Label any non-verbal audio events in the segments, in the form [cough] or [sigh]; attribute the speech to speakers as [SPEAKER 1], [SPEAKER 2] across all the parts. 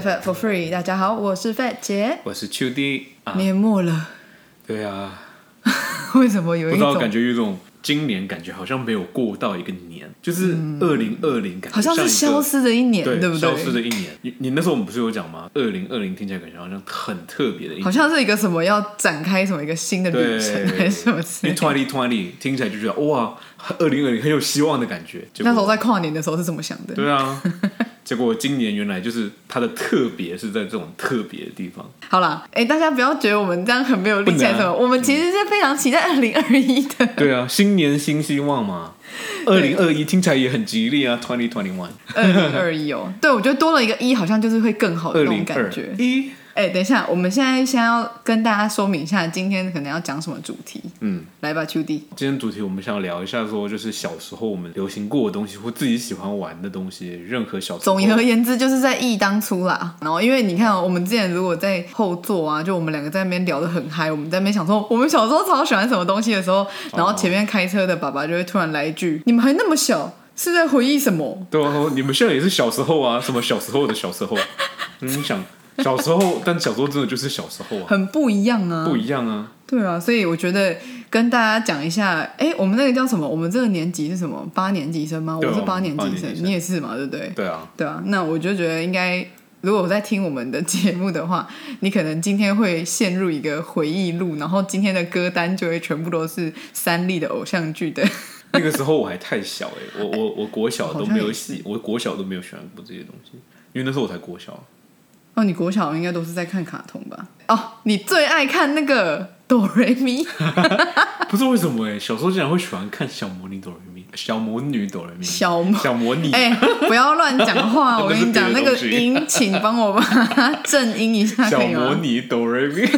[SPEAKER 1] Fat for Free，大家好，我是 Fat 姐。
[SPEAKER 2] 我是秋弟啊，
[SPEAKER 1] 年末了， [laughs]
[SPEAKER 2] 对啊，
[SPEAKER 1] 为什么有
[SPEAKER 2] 不
[SPEAKER 1] 一
[SPEAKER 2] 知道感
[SPEAKER 1] 种
[SPEAKER 2] 觉有一种今年感觉好像没有过到一个年，就是二零二零
[SPEAKER 1] 嗯
[SPEAKER 2] 感觉
[SPEAKER 1] 好像是
[SPEAKER 2] 一
[SPEAKER 1] 消
[SPEAKER 2] 个
[SPEAKER 1] 失的一年，
[SPEAKER 2] 对
[SPEAKER 1] 不
[SPEAKER 2] 消失
[SPEAKER 1] 对？
[SPEAKER 2] 的一年。你你那时候我们不是有讲吗？二零二零听起来感觉好像很特别的一
[SPEAKER 1] 好
[SPEAKER 2] 年。
[SPEAKER 1] 像是一个什么要展开什么一个新的
[SPEAKER 2] 对哎
[SPEAKER 1] 旅程还是什么之类
[SPEAKER 2] 因为
[SPEAKER 1] 的。
[SPEAKER 2] twenty twenty 听起来就觉得哇，二零二零很有希望的感觉。结果
[SPEAKER 1] 那时候在跨年的时候是怎么想的？
[SPEAKER 2] 对啊， [laughs] 结果今年原来就是它的特别是在这种特别的地方。
[SPEAKER 1] 好啦，哎、大家不要觉得我们这样很没有力气还是什么，
[SPEAKER 2] 不能啊
[SPEAKER 1] 我们其实是非常期待二零二一的。
[SPEAKER 2] [laughs] 对啊，新年新希
[SPEAKER 1] [laughs]
[SPEAKER 2] 望嘛，二零二一听起来也很吉利啊，twenty twenty one，
[SPEAKER 1] 二零二一哦，对，我觉得多了一个一，好像就是会更好的
[SPEAKER 2] 二
[SPEAKER 1] 那种
[SPEAKER 2] 零
[SPEAKER 1] 感
[SPEAKER 2] 二
[SPEAKER 1] 觉。
[SPEAKER 2] 一，
[SPEAKER 1] 哎、等一下，我们现在先要跟大家说明一下，今天可能要讲什么主题。
[SPEAKER 2] 嗯。
[SPEAKER 1] 来吧，秋弟。
[SPEAKER 2] 今天主题我们想聊一下，说就是小时候我们流行过的东西，或自己喜欢玩的东西，任何小时候
[SPEAKER 1] 总而言之，就是在忆当初啦。然后，因为你看、哦，我们之前如果在后座啊，就我们两个在那边聊得很嗨，我们在那边想说我们小时候超喜欢什么东西的时候，然后前面开车的爸爸就会突然来一句：“你们还那么小，是在回忆什么
[SPEAKER 2] [laughs] 对啊，你们现在也是小时候啊，什么小时候的小时候，
[SPEAKER 1] [laughs]
[SPEAKER 2] 你想小时候，但小时候真的就是小时候？”
[SPEAKER 1] [laughs]
[SPEAKER 2] 啊，
[SPEAKER 1] 很不一样啊，
[SPEAKER 2] 不一样啊，
[SPEAKER 1] 对啊，所以我觉得跟大家讲一下，哎，我们那个叫什么？我们这个年级是什么？八年级生吗？
[SPEAKER 2] 对
[SPEAKER 1] 我
[SPEAKER 2] 啊
[SPEAKER 1] 是八年级
[SPEAKER 2] 八
[SPEAKER 1] 生
[SPEAKER 2] 年级，生
[SPEAKER 1] 你也是嘛，对不对？
[SPEAKER 2] 对啊，
[SPEAKER 1] 对啊，那我就觉得应该，如果我在听我们的节目的话，你可能今天会陷入一个回忆录，然后今天的歌单就会全部都是三立的偶像剧的。 [laughs]
[SPEAKER 2] 那个时候我还太小哎、我我我国小都没有喜，我国小都没有喜欢过这些东西，因为那时候我才国小，
[SPEAKER 1] 哦，你国小应该都是在看卡通吧？哦，你最爱看那个哆瑞
[SPEAKER 2] [laughs]
[SPEAKER 1] 咪，
[SPEAKER 2] 不知道为什么哎、小时候竟然会喜欢看小魔女哆瑞咪，小魔女哆瑞咪，
[SPEAKER 1] 小魔
[SPEAKER 2] 小魔女，
[SPEAKER 1] 哎、不要乱讲话！我跟你讲，那
[SPEAKER 2] [laughs] 那
[SPEAKER 1] 个
[SPEAKER 2] 是别的东西
[SPEAKER 1] 音，请帮我把
[SPEAKER 2] [laughs]
[SPEAKER 1] 它正音一下，
[SPEAKER 2] 小
[SPEAKER 1] 可以
[SPEAKER 2] 魔
[SPEAKER 1] 吗？
[SPEAKER 2] 女哆瑞咪。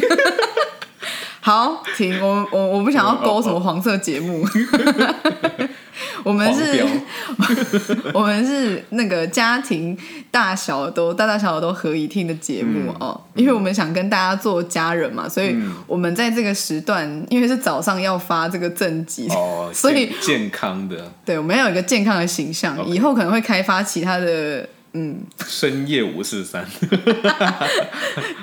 [SPEAKER 1] 好，停，我我我不想要勾什么黄色节目。 [laughs] 我们是，
[SPEAKER 2] 哦黄
[SPEAKER 1] [laughs]
[SPEAKER 2] [laughs]
[SPEAKER 1] 我们是那个家庭大小都大大小小都合一听的节目、
[SPEAKER 2] 嗯
[SPEAKER 1] 哦，因为我们想跟大家做家人嘛，所以我们在这个时段，因为是早上要发这个正集，
[SPEAKER 2] 哦，
[SPEAKER 1] [laughs] 所以
[SPEAKER 2] 健健康的
[SPEAKER 1] 对我们要有一个健康的形象
[SPEAKER 2] OK
[SPEAKER 1] 以后可能会开发其他的
[SPEAKER 2] 深夜五
[SPEAKER 1] [laughs]
[SPEAKER 2] 四三，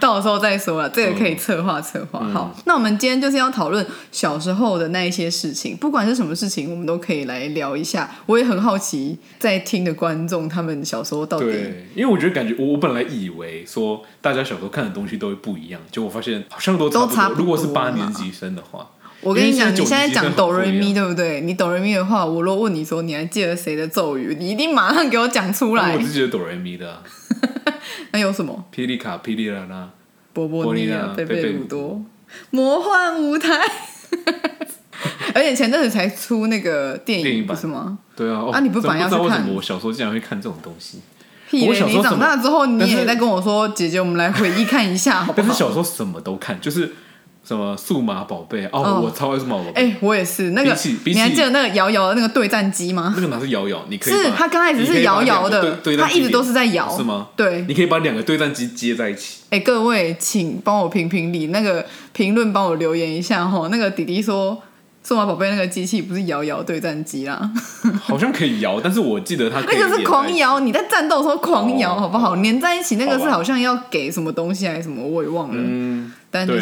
[SPEAKER 1] 到时候再说了，啊这个可以策划策划。
[SPEAKER 2] 嗯
[SPEAKER 1] 好，那我们今天就是要讨论小时候的那一些事情，不管是什么事情，我们都可以来聊一下。我也很好奇，在听的观众他们小时候到底
[SPEAKER 2] 对，因为我觉得感觉我我本来以为说大家小时候看的东西都会不一样，结果我发现好像都
[SPEAKER 1] 都
[SPEAKER 2] 差
[SPEAKER 1] 差
[SPEAKER 2] 不
[SPEAKER 1] 不
[SPEAKER 2] 多。如果是
[SPEAKER 1] 多啊
[SPEAKER 2] 八
[SPEAKER 1] 嘛
[SPEAKER 2] 年级生的话，
[SPEAKER 1] 我跟你讲，
[SPEAKER 2] 因为
[SPEAKER 1] 你现
[SPEAKER 2] 现在
[SPEAKER 1] 在
[SPEAKER 2] 九年级
[SPEAKER 1] 讲
[SPEAKER 2] 生
[SPEAKER 1] 哆
[SPEAKER 2] 很不
[SPEAKER 1] 瑞
[SPEAKER 2] 一
[SPEAKER 1] 咪，
[SPEAKER 2] 样
[SPEAKER 1] 对不对？你哆瑞咪的话，我若问你说你还记得谁的咒语，你一定马上给我讲出来
[SPEAKER 2] 哦我。是觉得哆来咪的啊，
[SPEAKER 1] 那有什么？
[SPEAKER 2] 霹雳卡、霹雳啦啦，
[SPEAKER 1] 波波尼
[SPEAKER 2] 波尼
[SPEAKER 1] 亚
[SPEAKER 2] 亚、
[SPEAKER 1] 贝
[SPEAKER 2] 贝
[SPEAKER 1] 贝
[SPEAKER 2] 贝
[SPEAKER 1] 鲁
[SPEAKER 2] 鲁
[SPEAKER 1] 多、魔幻舞台， [laughs] 而且前阵子才出那个电
[SPEAKER 2] 电
[SPEAKER 1] 影，
[SPEAKER 2] 影
[SPEAKER 1] 不
[SPEAKER 2] 版
[SPEAKER 1] 是吗？
[SPEAKER 2] 对啊，哦
[SPEAKER 1] 啊你不是
[SPEAKER 2] 真
[SPEAKER 1] 本来要
[SPEAKER 2] 知道
[SPEAKER 1] 去
[SPEAKER 2] 为什
[SPEAKER 1] 看
[SPEAKER 2] 么我小时候竟然会看这种东西？
[SPEAKER 1] 屁
[SPEAKER 2] 我
[SPEAKER 1] 嘞！
[SPEAKER 2] 小时
[SPEAKER 1] 你
[SPEAKER 2] 候什
[SPEAKER 1] 长
[SPEAKER 2] 么
[SPEAKER 1] 大之后，你
[SPEAKER 2] 但是
[SPEAKER 1] 也在跟我说，姐姐，我们来回忆看一下，好不
[SPEAKER 2] [laughs] 但是
[SPEAKER 1] 好？
[SPEAKER 2] 小时候什么都看，就是什么数码宝贝
[SPEAKER 1] 哦
[SPEAKER 2] 哦，我超爱数码宝贝，
[SPEAKER 1] [laughs] 哎、我也是那个
[SPEAKER 2] 比起，比起
[SPEAKER 1] 你还记得那个摇摇的那个对战机吗？
[SPEAKER 2] 那个哪是摇摇，你可以
[SPEAKER 1] 是
[SPEAKER 2] 把
[SPEAKER 1] 它刚开始
[SPEAKER 2] 你可
[SPEAKER 1] 是
[SPEAKER 2] 以把
[SPEAKER 1] 摇摇
[SPEAKER 2] 两个
[SPEAKER 1] 的
[SPEAKER 2] 对，对
[SPEAKER 1] 它一直都是在
[SPEAKER 2] 战
[SPEAKER 1] 摇，
[SPEAKER 2] 机是吗？
[SPEAKER 1] 对，
[SPEAKER 2] 你可以把两个对战机接在一起。
[SPEAKER 1] 哎、各位，请帮我评评理，那个评论帮我留言一下吼。那个弟弟说，数码宝贝那个机器不是摇摇对战机啦，
[SPEAKER 2] 好像可以摇，但是我记得它可
[SPEAKER 1] [laughs]
[SPEAKER 2] 以
[SPEAKER 1] 那个是
[SPEAKER 2] 连在
[SPEAKER 1] 狂
[SPEAKER 2] 一起，
[SPEAKER 1] 摇，你在战斗的时候狂摇，
[SPEAKER 2] 哦
[SPEAKER 1] 好不好？粘在一起那个
[SPEAKER 2] 好
[SPEAKER 1] 是
[SPEAKER 2] 吧
[SPEAKER 1] 好像要给什么东西还是什么，我也忘了。
[SPEAKER 2] 嗯，
[SPEAKER 1] 但就是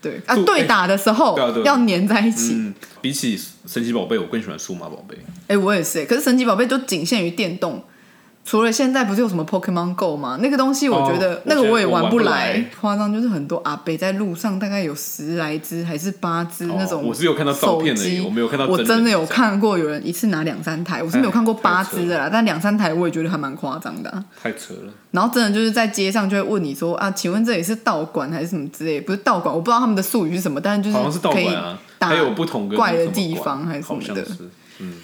[SPEAKER 2] 对
[SPEAKER 1] 对
[SPEAKER 2] 啊
[SPEAKER 1] 啊，
[SPEAKER 2] 就
[SPEAKER 1] 对打的时候
[SPEAKER 2] 对啊对啊
[SPEAKER 1] 要粘在一起。
[SPEAKER 2] 嗯，比起神奇宝贝，我更喜欢数码宝贝。
[SPEAKER 1] 哎、我也是、欸。可是神奇宝贝就仅限于电动，除了现在不是有什么 Pokemon Go 吗？那个东西我觉得、
[SPEAKER 2] 哦
[SPEAKER 1] 那个
[SPEAKER 2] 我觉得
[SPEAKER 1] 也
[SPEAKER 2] 我
[SPEAKER 1] 玩
[SPEAKER 2] 玩
[SPEAKER 1] 不
[SPEAKER 2] 不
[SPEAKER 1] 来
[SPEAKER 2] 来。
[SPEAKER 1] 夸张就是很多阿伯在路上大概有十来只还是八只那种、
[SPEAKER 2] 哦我是有看到照片而已我没有看到
[SPEAKER 1] 我
[SPEAKER 2] 真人哎
[SPEAKER 1] 真的有看过有人一次拿两三台，我是没有看过八只的啦，但两三台我也觉得还蛮夸张的啊、
[SPEAKER 2] 太扯了，
[SPEAKER 1] 然后真的就是在街上就会问你说啊，请问这里是道馆还是什么之类？不是道馆，我不知道他们的术语是什么，但是就
[SPEAKER 2] 好像
[SPEAKER 1] 是
[SPEAKER 2] 是道
[SPEAKER 1] 嗯可以
[SPEAKER 2] 馆啊，
[SPEAKER 1] 打
[SPEAKER 2] 还有不同的
[SPEAKER 1] 怪的
[SPEAKER 2] 什么
[SPEAKER 1] 地
[SPEAKER 2] 馆
[SPEAKER 1] 方还是什么
[SPEAKER 2] 好
[SPEAKER 1] 的
[SPEAKER 2] 像是，嗯，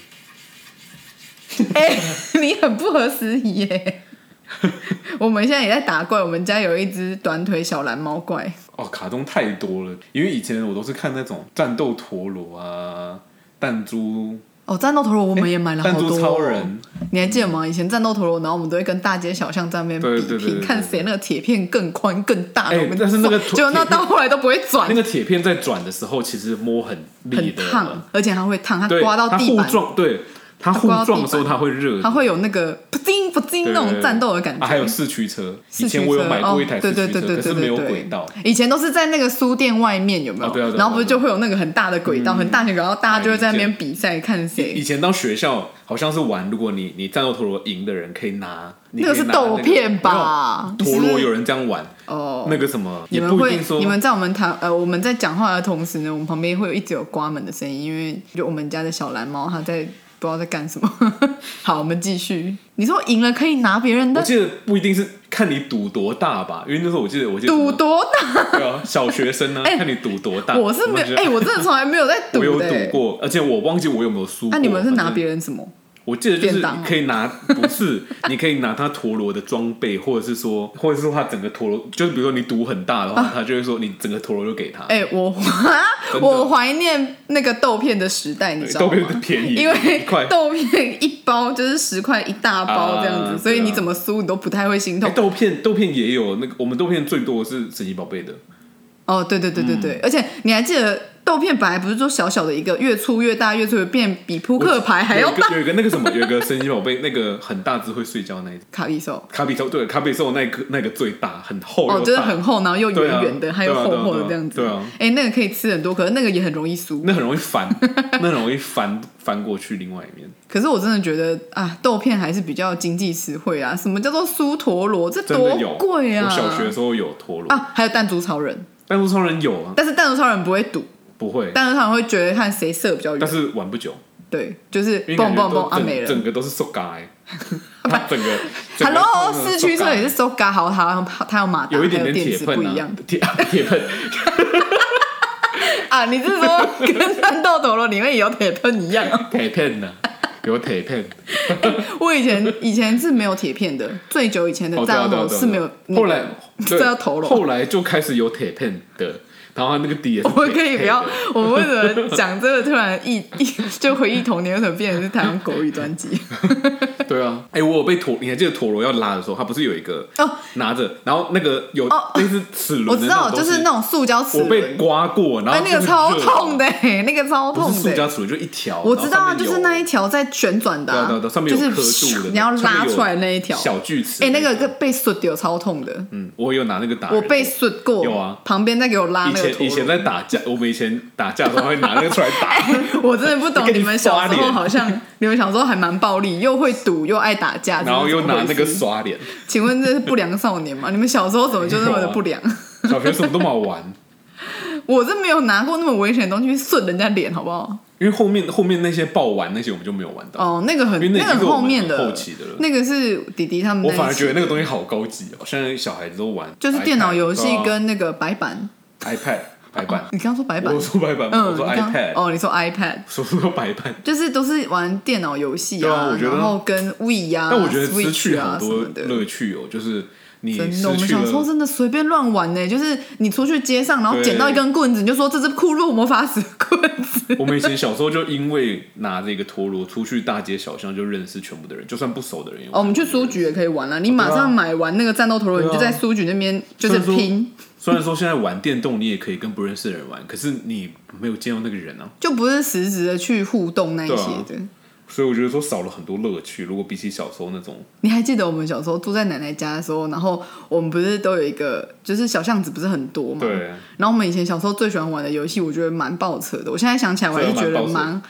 [SPEAKER 1] [laughs] 哎、你很不合时宜耶！ [laughs] 我们现在也在打怪，我们家有一只短腿小蓝猫怪，
[SPEAKER 2] 哦，卡通太多了，因为以前我都是看那种战斗陀螺啊，弹珠，
[SPEAKER 1] 哦，战斗陀螺我们也买了
[SPEAKER 2] 哎弹
[SPEAKER 1] 好多、哦
[SPEAKER 2] 珠超，人，
[SPEAKER 1] 你还记得吗？以前战斗陀螺，然后我们都会跟大街小巷在那边
[SPEAKER 2] 对
[SPEAKER 1] 比
[SPEAKER 2] 对对
[SPEAKER 1] 拼，
[SPEAKER 2] 对对
[SPEAKER 1] 看谁那个铁片更宽更大。
[SPEAKER 2] 哎
[SPEAKER 1] 我们
[SPEAKER 2] 但是那个
[SPEAKER 1] 结果那
[SPEAKER 2] [laughs]
[SPEAKER 1] 到后来都不会转
[SPEAKER 2] 那，个铁片在转的时候，其实摸很力
[SPEAKER 1] 很
[SPEAKER 2] 的，
[SPEAKER 1] 烫，而且它会烫，它
[SPEAKER 2] 对，
[SPEAKER 1] 刮到
[SPEAKER 2] 它
[SPEAKER 1] 地
[SPEAKER 2] 互
[SPEAKER 1] 板。
[SPEAKER 2] 撞，对，它互撞的时候它会热的，
[SPEAKER 1] 它会有那个不丁不丁
[SPEAKER 2] 对
[SPEAKER 1] 那种战斗的感觉。
[SPEAKER 2] 啊还有四驱车，
[SPEAKER 1] 四
[SPEAKER 2] 以
[SPEAKER 1] 驱
[SPEAKER 2] 前我有
[SPEAKER 1] 车
[SPEAKER 2] 买
[SPEAKER 1] 哦
[SPEAKER 2] 过一台，四
[SPEAKER 1] 对
[SPEAKER 2] 驱车，
[SPEAKER 1] 对对对
[SPEAKER 2] 可
[SPEAKER 1] 对
[SPEAKER 2] 是没有
[SPEAKER 1] 对
[SPEAKER 2] 轨道。
[SPEAKER 1] 以前都是在那个书店外面有没有？
[SPEAKER 2] 哦对啊对啊
[SPEAKER 1] 然后不是
[SPEAKER 2] 对啊
[SPEAKER 1] 就会有那个很大的轨道，
[SPEAKER 2] 嗯
[SPEAKER 1] 很大的轨道，大家就会在那边
[SPEAKER 2] 一
[SPEAKER 1] 比赛看
[SPEAKER 2] 以
[SPEAKER 1] 谁。
[SPEAKER 2] 前到学校好像是玩，如果你你战斗陀螺赢的人可以拿，你
[SPEAKER 1] 那个
[SPEAKER 2] 可以
[SPEAKER 1] 是
[SPEAKER 2] 拿
[SPEAKER 1] 豆
[SPEAKER 2] 那个
[SPEAKER 1] 片吧
[SPEAKER 2] 没有陀螺有人这样玩，
[SPEAKER 1] 哦，
[SPEAKER 2] 那个什么
[SPEAKER 1] 你
[SPEAKER 2] 也
[SPEAKER 1] 们
[SPEAKER 2] 不一
[SPEAKER 1] 会
[SPEAKER 2] 定说，
[SPEAKER 1] 你们在我们谈呃我们在讲话的同时呢，我们旁边会有一直有刮门的声音，因为就我们家的小蓝猫它在不知道在干什么。 [laughs] 好，我们继续。你说赢了可以拿别人
[SPEAKER 2] 我
[SPEAKER 1] 的
[SPEAKER 2] 记得不一定是看你赌多大吧，因为那时候我记得我记得
[SPEAKER 1] 赌
[SPEAKER 2] 什么
[SPEAKER 1] 多大？
[SPEAKER 2] 对啊，小学生呢、
[SPEAKER 1] [laughs] 哎
[SPEAKER 2] 看你赌多大，
[SPEAKER 1] 我是没
[SPEAKER 2] 就觉
[SPEAKER 1] 有
[SPEAKER 2] 得
[SPEAKER 1] 哎、我真的从来没有在
[SPEAKER 2] 我有
[SPEAKER 1] 赌的、
[SPEAKER 2] 赌
[SPEAKER 1] 欸。
[SPEAKER 2] 过，而且我忘记我有没有输过。
[SPEAKER 1] 那、你们是拿
[SPEAKER 2] 反正
[SPEAKER 1] 别人什么？
[SPEAKER 2] 我记得就
[SPEAKER 1] 便
[SPEAKER 2] 是
[SPEAKER 1] 当啊
[SPEAKER 2] 可以拿，不是 [laughs] 你可以拿他陀螺的装备，或者是说，或者是说他整个陀螺，就是比如说你赌很大的
[SPEAKER 1] 啊
[SPEAKER 2] 话，他就会说你整个陀螺就给他，
[SPEAKER 1] 哎、我
[SPEAKER 2] 真的
[SPEAKER 1] 我怀念那个豆片的时代，你
[SPEAKER 2] 对
[SPEAKER 1] 知道
[SPEAKER 2] 都
[SPEAKER 1] 吗
[SPEAKER 2] 比？较便宜，
[SPEAKER 1] 因为
[SPEAKER 2] 一块。
[SPEAKER 1] 豆片一包就是十块一大包这样子，
[SPEAKER 2] 啊
[SPEAKER 1] 所以
[SPEAKER 2] 对啊
[SPEAKER 1] 你怎么输你都不太会心痛
[SPEAKER 2] 哎。豆片豆片也有那个，我们豆片最多的是神奇宝贝的，
[SPEAKER 1] 哦，对对对对
[SPEAKER 2] 嗯
[SPEAKER 1] 对，而且你还记得豆片本来不是说小小的一个，越粗越大，越粗越变比扑克牌还要
[SPEAKER 2] 有一个
[SPEAKER 1] 大。
[SPEAKER 2] 有一个那个什么，有一个神奇宝贝那个很大只会睡觉那一种，
[SPEAKER 1] 卡比兽
[SPEAKER 2] 卡比兽对卡比兽那个那个最大，很厚又大，
[SPEAKER 1] 哦，就是很厚，然后又
[SPEAKER 2] 对啊
[SPEAKER 1] 圆圆的，还有
[SPEAKER 2] 对啊
[SPEAKER 1] 厚
[SPEAKER 2] 对啊
[SPEAKER 1] 厚的
[SPEAKER 2] 对啊
[SPEAKER 1] 这样子。
[SPEAKER 2] 对啊
[SPEAKER 1] 哎，那个可以吃很多，可是那个也很容易输。
[SPEAKER 2] 那很容易翻，那很容易翻翻过去另外一面，
[SPEAKER 1] 可是我真的觉得啊，豆片还是比较经济实惠啊。什么叫做酥陀螺？这
[SPEAKER 2] 真的有
[SPEAKER 1] 多贵啊！
[SPEAKER 2] 我小学的时候有陀螺，
[SPEAKER 1] 啊，还有弹珠超人，
[SPEAKER 2] 但是超人有啊，
[SPEAKER 1] 但是弹珠超人不会赌，
[SPEAKER 2] 不会，
[SPEAKER 1] 弹珠超人会觉得看谁射比较远。
[SPEAKER 2] 但是玩不久，
[SPEAKER 1] 对，就是
[SPEAKER 2] 因为
[SPEAKER 1] 蹦
[SPEAKER 2] 感觉
[SPEAKER 1] 蹦
[SPEAKER 2] 都
[SPEAKER 1] 蹦啊
[SPEAKER 2] 整
[SPEAKER 1] 没了。
[SPEAKER 2] 整个都是 so 嘎
[SPEAKER 1] [laughs]
[SPEAKER 2] 欸，它整个整个
[SPEAKER 1] Hello，
[SPEAKER 2] 都
[SPEAKER 1] 四驱车
[SPEAKER 2] soga
[SPEAKER 1] 也是 so ga 好，它有它有马达，
[SPEAKER 2] 欸有一点点
[SPEAKER 1] 还电
[SPEAKER 2] 铁
[SPEAKER 1] 池不
[SPEAKER 2] 喷
[SPEAKER 1] 一
[SPEAKER 2] 啊
[SPEAKER 1] 样，
[SPEAKER 2] 铁铁 [laughs] 喷，
[SPEAKER 1] 啊。你是
[SPEAKER 2] [laughs]
[SPEAKER 1] 说跟战斗陀螺里面也有铁喷一样哦？
[SPEAKER 2] 铁片呢，有
[SPEAKER 1] [laughs]
[SPEAKER 2] 铁片，
[SPEAKER 1] 我以前以前是没有铁片的，最久以前的
[SPEAKER 2] 哦对
[SPEAKER 1] 战
[SPEAKER 2] 啊
[SPEAKER 1] 斗
[SPEAKER 2] 对啊
[SPEAKER 1] 陀
[SPEAKER 2] 对啊
[SPEAKER 1] 是没有
[SPEAKER 2] 对啊。
[SPEAKER 1] 那个
[SPEAKER 2] 后来
[SPEAKER 1] [laughs]
[SPEAKER 2] 对
[SPEAKER 1] 这要投了
[SPEAKER 2] 后来就开始有铁片的，然后它那个底也是
[SPEAKER 1] 我们可以
[SPEAKER 2] 铁
[SPEAKER 1] 不要
[SPEAKER 2] 铁的，
[SPEAKER 1] 我们为什么讲这个突然一一就回忆童年，为什么变成是台湾国语专辑？
[SPEAKER 2] 对啊，哎，我有被陀，你还记得陀螺要拉的时候，它不是有一个
[SPEAKER 1] 哦
[SPEAKER 2] 拿着，然后那个 [laughs] 有
[SPEAKER 1] 哦
[SPEAKER 2] 类似齿
[SPEAKER 1] 我
[SPEAKER 2] 轮的
[SPEAKER 1] 知
[SPEAKER 2] 那
[SPEAKER 1] 道，
[SPEAKER 2] 种东
[SPEAKER 1] 就
[SPEAKER 2] 西，
[SPEAKER 1] 是那种塑胶齿
[SPEAKER 2] 我被
[SPEAKER 1] 轮，
[SPEAKER 2] 刮过，然
[SPEAKER 1] 哎
[SPEAKER 2] 后，
[SPEAKER 1] 那个超痛
[SPEAKER 2] 的，
[SPEAKER 1] 的、欸，那个超
[SPEAKER 2] 不
[SPEAKER 1] 痛
[SPEAKER 2] 是
[SPEAKER 1] 的
[SPEAKER 2] 塑
[SPEAKER 1] 欸、
[SPEAKER 2] 胶齿轮，就一条，
[SPEAKER 1] 我知道啊，
[SPEAKER 2] 哦然后
[SPEAKER 1] 就是
[SPEAKER 2] 上面有
[SPEAKER 1] 那一条在旋转的、
[SPEAKER 2] 对啊
[SPEAKER 1] 啊
[SPEAKER 2] 对啊对啊，上面
[SPEAKER 1] 就
[SPEAKER 2] 有
[SPEAKER 1] 是
[SPEAKER 2] 刻度的，
[SPEAKER 1] 你要
[SPEAKER 2] 上面
[SPEAKER 1] 拉
[SPEAKER 2] 有
[SPEAKER 1] 出来那一条。
[SPEAKER 2] 小锯齿。
[SPEAKER 1] 哎、那个个被摔掉超痛的，
[SPEAKER 2] 嗯，我有拿那个打人，
[SPEAKER 1] 我被摔过，
[SPEAKER 2] 有啊
[SPEAKER 1] 旁边在给我拉
[SPEAKER 2] 以
[SPEAKER 1] 那个
[SPEAKER 2] 前以
[SPEAKER 1] 陀
[SPEAKER 2] 前
[SPEAKER 1] 螺，
[SPEAKER 2] 在打架，我们以前打架的时候会拿那个出来打，
[SPEAKER 1] [laughs] 我真的不懂
[SPEAKER 2] [laughs] 跟
[SPEAKER 1] 你
[SPEAKER 2] 你
[SPEAKER 1] 们小时
[SPEAKER 2] 刷
[SPEAKER 1] 候
[SPEAKER 2] 脸
[SPEAKER 1] 好
[SPEAKER 2] [laughs]
[SPEAKER 1] 像你们小时候还蛮暴力，又会赌又爱打架，
[SPEAKER 2] 然后又拿那
[SPEAKER 1] 这是怎么
[SPEAKER 2] 个 [laughs]
[SPEAKER 1] 回事
[SPEAKER 2] 刷脸。
[SPEAKER 1] 请问这是不良少年吗？你们小时候怎么就那么的不
[SPEAKER 2] [laughs]
[SPEAKER 1] 良？
[SPEAKER 2] 小学什么都没有玩，
[SPEAKER 1] 我是没有拿过那么危险的东西去顺人家脸，好不好？
[SPEAKER 2] 因为后面后面那些爆玩那些我们就没有玩到。
[SPEAKER 1] 哦，那个很
[SPEAKER 2] 因为那已
[SPEAKER 1] 个
[SPEAKER 2] 经是
[SPEAKER 1] 很
[SPEAKER 2] 我们
[SPEAKER 1] 后面
[SPEAKER 2] 很后期的了
[SPEAKER 1] 那个是弟弟他们
[SPEAKER 2] 我
[SPEAKER 1] 那一起，
[SPEAKER 2] 反而觉得那个东西好高级哦，现在小孩子都玩 iPad，对啊，啊
[SPEAKER 1] 就是电脑游戏跟那个白板。
[SPEAKER 2] iPad 白板。
[SPEAKER 1] 你刚刚说白板
[SPEAKER 2] 我，说白板，
[SPEAKER 1] 嗯，
[SPEAKER 2] 我说
[SPEAKER 1] 你刚
[SPEAKER 2] iPad，
[SPEAKER 1] 哦，啊你说 iPad，
[SPEAKER 2] 说说白板。
[SPEAKER 1] 就是都是玩电脑游戏
[SPEAKER 2] 对啊我觉得
[SPEAKER 1] 然后跟 We 呀、啊，
[SPEAKER 2] 但我觉得失
[SPEAKER 1] Switch
[SPEAKER 2] 去好
[SPEAKER 1] 啊什
[SPEAKER 2] 多
[SPEAKER 1] 么的。
[SPEAKER 2] 乐趣哦，就是你
[SPEAKER 1] 真的，我
[SPEAKER 2] 失
[SPEAKER 1] 们
[SPEAKER 2] 去
[SPEAKER 1] 小时候
[SPEAKER 2] 了。
[SPEAKER 1] 真的随便乱玩呢、就是你出去街上，然后
[SPEAKER 2] 对
[SPEAKER 1] 捡到一根棍子，你就说这是库洛魔法使棍子。
[SPEAKER 2] [laughs] 我们以前小时候就因为拿这个陀螺出去大街小巷，就认识全部的人，就算不熟的人也玩。
[SPEAKER 1] 哦，我们去书局也可以玩了、你马上买完那个战斗陀螺，
[SPEAKER 2] 啊对
[SPEAKER 1] 你
[SPEAKER 2] 啊
[SPEAKER 1] 就在书局那边就是
[SPEAKER 2] 虽然说
[SPEAKER 1] 拼，
[SPEAKER 2] 虽然说现在玩电动你也可以跟不认识的人玩，可是你没有见到那个人啊，
[SPEAKER 1] 就不是实质的去互动那一些的。
[SPEAKER 2] 所以我觉得说少了很多乐趣。如果比起小时候那种，
[SPEAKER 1] 你还记得我们小时候住在奶奶家的时候，然后我们不是都有一个，就是小巷子不是很多嘛？
[SPEAKER 2] 对，
[SPEAKER 1] 然后我们以前小时候最喜欢玩的游戏，我觉得蛮爆扯的。我现在想起来，我还是觉得
[SPEAKER 2] 真的啊蛮
[SPEAKER 1] 蛮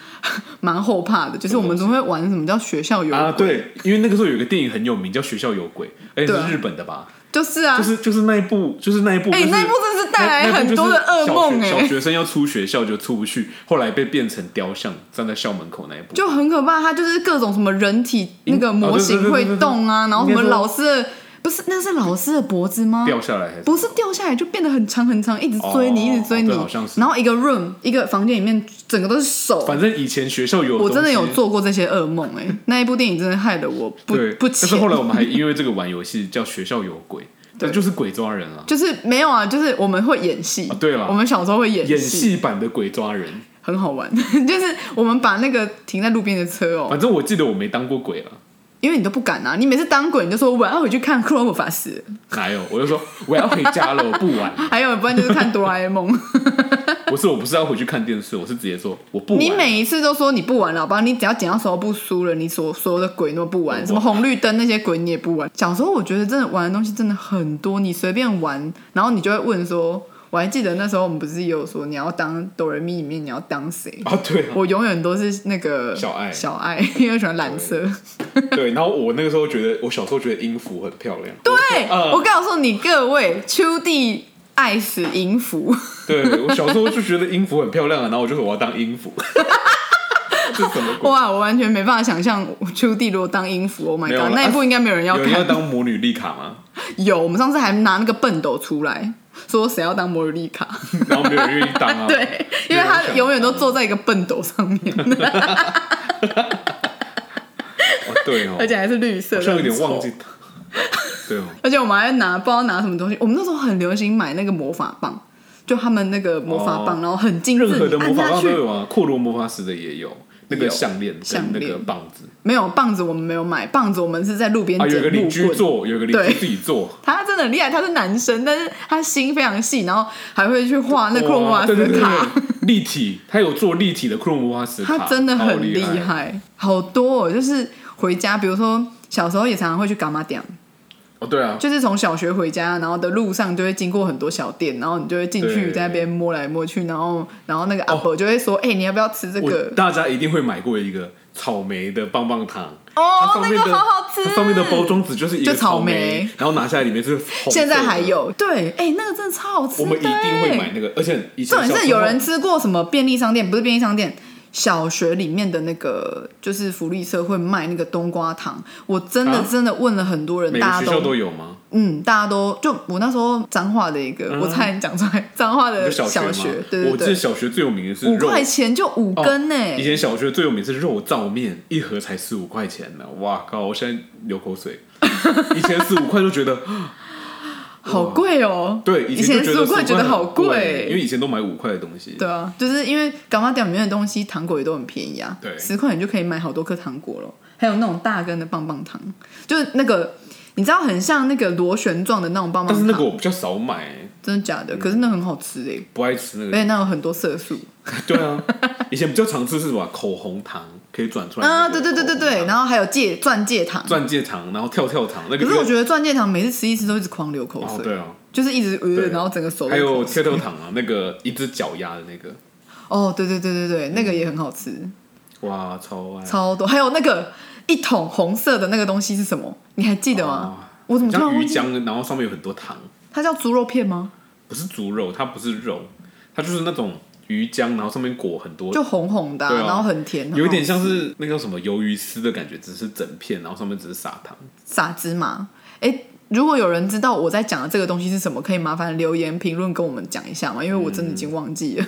[SPEAKER 1] 蛮 [laughs] 后怕的。就是我们总会玩什么叫学校游
[SPEAKER 2] 啊，
[SPEAKER 1] 鬼，
[SPEAKER 2] 对，因为那个时候有一个电影很有名，叫《学校有鬼》，而且
[SPEAKER 1] 对啊
[SPEAKER 2] 是日本的吧？
[SPEAKER 1] 就是啊
[SPEAKER 2] 就，是就是那一部，就是那一部、就
[SPEAKER 1] 哎、
[SPEAKER 2] 是，
[SPEAKER 1] 那一部真的是带来
[SPEAKER 2] 那
[SPEAKER 1] 很多的噩梦
[SPEAKER 2] 那
[SPEAKER 1] 哎、
[SPEAKER 2] 部就是小学小学生要出学校就出不去，后来被变成雕像，站在校门口那一部，
[SPEAKER 1] 就很可怕。它就是各种什么人体那个模型会动啊，
[SPEAKER 2] 哦对对对对对
[SPEAKER 1] 然后什么
[SPEAKER 2] 应该说
[SPEAKER 1] 老师的不是那是老师的脖子吗？
[SPEAKER 2] 掉下来还是
[SPEAKER 1] 不是掉下来就变得很长很长，一直追你，
[SPEAKER 2] 哦
[SPEAKER 1] 一直追你
[SPEAKER 2] 对好像。是
[SPEAKER 1] 然后一个 room 一个房间里面整个都是手，
[SPEAKER 2] 反正以前学校有，
[SPEAKER 1] 我真的有。做过这些噩梦哎、那一部电影真的害得我不
[SPEAKER 2] 对，
[SPEAKER 1] 不
[SPEAKER 2] 但是
[SPEAKER 1] 浅。
[SPEAKER 2] 后来我们还因为这个玩游戏叫学校有鬼，
[SPEAKER 1] [laughs] 对
[SPEAKER 2] 那就是鬼抓人啊，
[SPEAKER 1] 就是没有啊，就是我们会演戏、
[SPEAKER 2] 啊对啦
[SPEAKER 1] 我们小时候会演
[SPEAKER 2] 演戏版的鬼抓人。
[SPEAKER 1] 很好玩。 [laughs] 就是我们把那个停在路边的车哦，
[SPEAKER 2] 反正我记得我没当过鬼了，
[SPEAKER 1] 因为你都不敢啊，你每次当鬼你就说我要回去看《克罗姆法师 [laughs]
[SPEAKER 2] 哪有？我就说我要回家了，我不玩了》， [laughs]
[SPEAKER 1] 还有不然就是看《哆啦 A 梦》
[SPEAKER 2] 我是我不是要回去看电视，我是直接说我不玩。
[SPEAKER 1] 你每一次都说你不玩了，好吧？你只要剪到手不输了，你所所有的鬼你都不玩，什么红绿灯那些鬼你也不玩。小时候我觉得真的玩的东西真的很多，你随便玩，然后你就会问说，我还记得那时候我们不是也有说你要当哆瑞咪里面你要当谁？
[SPEAKER 2] 啊，对啊，
[SPEAKER 1] 我永远都是那个
[SPEAKER 2] 小爱
[SPEAKER 1] 小爱，因为我喜欢蓝色。
[SPEAKER 2] 对。然后我那个时候觉得，我小时候觉得音符很漂亮。
[SPEAKER 1] 对，
[SPEAKER 2] 呃
[SPEAKER 1] 我告诉你各位，秋地爱死音符，
[SPEAKER 2] 对我小时候就觉得音符很漂亮啊，然后我就说我要当音符。 [laughs] 这是什么鬼？
[SPEAKER 1] 哇，我完全没办法想象秋地如果当音符，Oh my
[SPEAKER 2] 没有
[SPEAKER 1] god，
[SPEAKER 2] 啦啊
[SPEAKER 1] 那一部应该没有人要
[SPEAKER 2] 有人要
[SPEAKER 1] 看。
[SPEAKER 2] 当魔女丽卡吗？
[SPEAKER 1] 有，我们上次还拿那个笨斗出来，说谁要当摩尔丽卡？
[SPEAKER 2] 然后没有人愿意当啊。
[SPEAKER 1] [laughs] 对，因为他永远都
[SPEAKER 2] 嗯
[SPEAKER 1] 坐在一个笨斗上面，
[SPEAKER 2] 哦，对哦，
[SPEAKER 1] 而且还是绿色
[SPEAKER 2] 好
[SPEAKER 1] 的，
[SPEAKER 2] 像有点
[SPEAKER 1] 很丑
[SPEAKER 2] 忘记。对哦，
[SPEAKER 1] 而且我们还拿不知道拿什么东西，我们那时候很流行买那个魔法棒，就他们那个魔法棒，
[SPEAKER 2] 哦
[SPEAKER 1] 然后很精致，
[SPEAKER 2] 任何的
[SPEAKER 1] 你
[SPEAKER 2] 魔
[SPEAKER 1] 按
[SPEAKER 2] 法
[SPEAKER 1] 下
[SPEAKER 2] 棒
[SPEAKER 1] 去
[SPEAKER 2] 都有啊，库洛魔法师的也有，那个
[SPEAKER 1] 有
[SPEAKER 2] 项链
[SPEAKER 1] 项
[SPEAKER 2] 跟那个
[SPEAKER 1] 链
[SPEAKER 2] 棒子
[SPEAKER 1] 没有棒子，我们没有买棒子，我们是在路边
[SPEAKER 2] 啊，有
[SPEAKER 1] 捡
[SPEAKER 2] 一个
[SPEAKER 1] 木
[SPEAKER 2] 邻居
[SPEAKER 1] 棍。
[SPEAKER 2] 做，有一个邻
[SPEAKER 1] 对
[SPEAKER 2] 居自己做。
[SPEAKER 1] 他真的很厉害，他是男生，但是他心非常细，然后还会去画那克罗
[SPEAKER 2] 哇
[SPEAKER 1] 瓦
[SPEAKER 2] 对
[SPEAKER 1] 斯
[SPEAKER 2] 哦
[SPEAKER 1] 的
[SPEAKER 2] 对对
[SPEAKER 1] 卡。
[SPEAKER 2] 对，立体，他有做立体的库洛魔法师卡，
[SPEAKER 1] 他真的
[SPEAKER 2] 好
[SPEAKER 1] 很
[SPEAKER 2] 厉
[SPEAKER 1] 厉害，好多、哦。就是回家，比如说小时候也常常会去干妈店，
[SPEAKER 2] 哦，对啊，
[SPEAKER 1] 就是从小学回家，然后的路上就会经过很多小店，然后你就会进去
[SPEAKER 2] 对
[SPEAKER 1] 在那边摸来摸去，然后然后那个阿伯就会说：“哎、你要不要吃这
[SPEAKER 2] 哦我
[SPEAKER 1] 个
[SPEAKER 2] 大家一定会买过一个草莓的棒棒糖。？”它
[SPEAKER 1] 哦，
[SPEAKER 2] 上
[SPEAKER 1] 那
[SPEAKER 2] 面
[SPEAKER 1] 个
[SPEAKER 2] 的
[SPEAKER 1] 好好吃，
[SPEAKER 2] 它上面的包。装纸就是一个
[SPEAKER 1] 就草莓
[SPEAKER 2] 莓，然后拿下来里面是红色的
[SPEAKER 1] 现在还，有对，哎、那个真的超好吃的。
[SPEAKER 2] 我们一定会买那个，而且以前
[SPEAKER 1] 重点
[SPEAKER 2] 小时
[SPEAKER 1] 是
[SPEAKER 2] 候
[SPEAKER 1] 有人吃过什么便利商店，不是便利商店，小学里面的那个就是福利社会卖那个冬瓜糖，我真的
[SPEAKER 2] 啊
[SPEAKER 1] 真的问了很多人，
[SPEAKER 2] 每个
[SPEAKER 1] 大
[SPEAKER 2] 学
[SPEAKER 1] 家
[SPEAKER 2] 校
[SPEAKER 1] 都
[SPEAKER 2] 都有吗？
[SPEAKER 1] 嗯，大家都就我那时候彰化的一个，我差点讲出来，彰化
[SPEAKER 2] 嗯就
[SPEAKER 1] 的
[SPEAKER 2] 小
[SPEAKER 1] 呃学，
[SPEAKER 2] 吗？
[SPEAKER 1] 对
[SPEAKER 2] 我
[SPEAKER 1] 对
[SPEAKER 2] 记得
[SPEAKER 1] 对，
[SPEAKER 2] 小学最有名的是
[SPEAKER 1] 五
[SPEAKER 2] 肉。
[SPEAKER 1] 块钱就五根呢、
[SPEAKER 2] 以前小学最有名是肉燥面，一盒才十五块钱呢，哇靠！我现在流口水。 [laughs] 以前十五块就觉得， [laughs]
[SPEAKER 1] 好贵哦、
[SPEAKER 2] 对，
[SPEAKER 1] 以
[SPEAKER 2] 前
[SPEAKER 1] 前
[SPEAKER 2] 就
[SPEAKER 1] 十五
[SPEAKER 2] 觉得
[SPEAKER 1] 块
[SPEAKER 2] 块
[SPEAKER 1] 觉得好
[SPEAKER 2] 贵，因
[SPEAKER 1] 贵。
[SPEAKER 2] 为以前都买五块的东西。
[SPEAKER 1] 对啊，就是因为港妈店里面的东西，糖果也都很便宜啊，
[SPEAKER 2] 对
[SPEAKER 1] 十块你就可以买好多颗糖果了。还有那种大根的棒棒糖，就是那个你知道很像那个螺旋状的那种棒棒糖，
[SPEAKER 2] 但是那个嗯我比较少买，
[SPEAKER 1] 真的假的？可是那很好吃哎、
[SPEAKER 2] 不爱吃那
[SPEAKER 1] 而
[SPEAKER 2] 个
[SPEAKER 1] [laughs] 且那有很多色素。
[SPEAKER 2] 对啊，以前比较常吃是什么口红糖，可以转出来
[SPEAKER 1] 啊，
[SPEAKER 2] 那个
[SPEAKER 1] 对对对对
[SPEAKER 2] 口红
[SPEAKER 1] 对，
[SPEAKER 2] 糖，
[SPEAKER 1] 然后还有戒钻戒糖，
[SPEAKER 2] 钻戒糖，然后跳跳糖，那个
[SPEAKER 1] 可是我觉得钻戒糖每次吃一吃都一直狂流口
[SPEAKER 2] 哦
[SPEAKER 1] 水，
[SPEAKER 2] 对啊，
[SPEAKER 1] 就是一直呃，
[SPEAKER 2] 对
[SPEAKER 1] 然后整个手
[SPEAKER 2] 还
[SPEAKER 1] 都
[SPEAKER 2] 有
[SPEAKER 1] 口
[SPEAKER 2] 跳
[SPEAKER 1] 水。
[SPEAKER 2] 跳糖啊，那个一只脚丫的那个，
[SPEAKER 1] 哦，对对对对对，那个
[SPEAKER 2] 嗯
[SPEAKER 1] 也很好吃，
[SPEAKER 2] 哇，超爱，
[SPEAKER 1] 超多。还有那个一桶红色的那个东西是什么？你还记得
[SPEAKER 2] 哦
[SPEAKER 1] 吗？我怎么突然
[SPEAKER 2] 像鱼
[SPEAKER 1] 忘记？
[SPEAKER 2] 浆，然后上面有很多糖，
[SPEAKER 1] 它叫猪肉片吗？
[SPEAKER 2] 不是猪肉，它不是肉，它就是那种鱼浆，然后上面裹很多。
[SPEAKER 1] 就红红的啊、
[SPEAKER 2] 对啊
[SPEAKER 1] 然后很甜，
[SPEAKER 2] 有一点
[SPEAKER 1] 然后
[SPEAKER 2] 像是那个叫什么鱿鱼丝的感觉，只是整片，然后上面只是撒糖。
[SPEAKER 1] 撒芝麻。哎，如果有人知道我在讲的这个东西是什么，可以麻烦留言评论跟我们讲一下吗？因为我真的已经忘记了。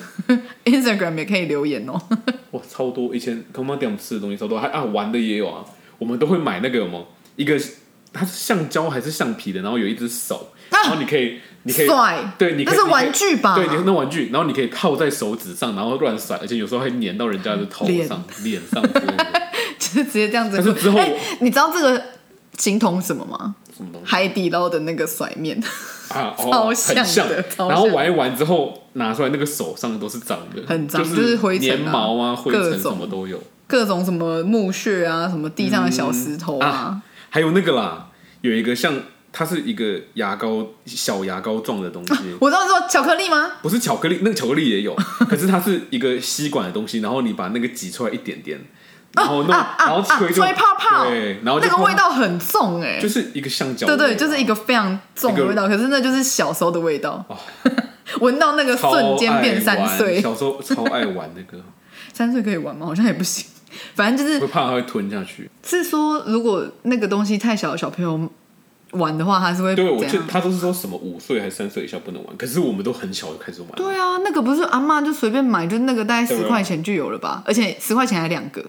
[SPEAKER 1] Instagram [laughs]
[SPEAKER 2] 嗯
[SPEAKER 1] 也可以留言哦。
[SPEAKER 2] 哇，超多！以前刚刚店我们吃的东西超多，还啊玩的也有啊，我们都会买那个什么一个，它是橡胶还是橡皮的，然后有一只手，
[SPEAKER 1] 啊 [laughs]
[SPEAKER 2] 然后你可以你可以
[SPEAKER 1] 帅，
[SPEAKER 2] 对，你可
[SPEAKER 1] 那
[SPEAKER 2] 以
[SPEAKER 1] 是
[SPEAKER 2] 你可以
[SPEAKER 1] 玩具吧？
[SPEAKER 2] 对，你是那玩具，然后你可以套在手指上，然后乱甩，而且有时候还粘到人家的头上、脸上之类的，
[SPEAKER 1] [laughs] 就是直接这样子。
[SPEAKER 2] 但是之后
[SPEAKER 1] 哎你知道这个形同什么吗？
[SPEAKER 2] 什么东西
[SPEAKER 1] 海底捞的那个甩面， [laughs]
[SPEAKER 2] 啊？
[SPEAKER 1] 超
[SPEAKER 2] 哦，
[SPEAKER 1] 像
[SPEAKER 2] 很
[SPEAKER 1] 的
[SPEAKER 2] 像
[SPEAKER 1] 超
[SPEAKER 2] 然后
[SPEAKER 1] 像
[SPEAKER 2] 玩一玩之后拿出来，那个手上都是脏的，
[SPEAKER 1] 很脏就是
[SPEAKER 2] 是
[SPEAKER 1] 灰尘啊
[SPEAKER 2] 粘毛啊、灰
[SPEAKER 1] 各
[SPEAKER 2] 尘
[SPEAKER 1] 种
[SPEAKER 2] 什么都有。
[SPEAKER 1] 各种什么木屑啊，什么地上的小石头
[SPEAKER 2] 嗯
[SPEAKER 1] 啊，
[SPEAKER 2] 还有那个啦，有一个像它是一个牙膏小牙膏状的东
[SPEAKER 1] [laughs]
[SPEAKER 2] 西，
[SPEAKER 1] 我知道你说巧克力吗？
[SPEAKER 2] 不是巧克力，那个巧克力
[SPEAKER 1] [laughs]
[SPEAKER 2] 也有，可是它是一个吸管的东西，然后你把那个挤出来一点点，然后弄，
[SPEAKER 1] 啊啊
[SPEAKER 2] 然后
[SPEAKER 1] 啊！
[SPEAKER 2] 吹就、
[SPEAKER 1] 吹泡泡，
[SPEAKER 2] 对，然后就
[SPEAKER 1] 那个
[SPEAKER 2] 泡
[SPEAKER 1] 味道很重哎、
[SPEAKER 2] 就是一个橡胶味
[SPEAKER 1] 对
[SPEAKER 2] 啊，
[SPEAKER 1] 对，就是一个非常重的味道，可是那就是小时候的味道。 [laughs] 闻到那个
[SPEAKER 2] 超
[SPEAKER 1] 瞬间变
[SPEAKER 2] 爱
[SPEAKER 1] 三
[SPEAKER 2] 玩
[SPEAKER 1] 岁，
[SPEAKER 2] 小时候哦超爱玩那个，
[SPEAKER 1] 三岁可以玩吗？好像也不行。反正就是
[SPEAKER 2] 会怕它会吞下去。
[SPEAKER 1] 是说，如果那个东西太小的小朋友玩的话，他是会
[SPEAKER 2] 对，我
[SPEAKER 1] 怎
[SPEAKER 2] 记得
[SPEAKER 1] 样？
[SPEAKER 2] 他都是说什么五岁还是三岁以下不能玩，可是我们都很小就开始玩。
[SPEAKER 1] 对啊，那个不是阿嬷就随便买，就那个大概
[SPEAKER 2] 对啊
[SPEAKER 1] 十块钱就有了吧，而且十块钱还两个，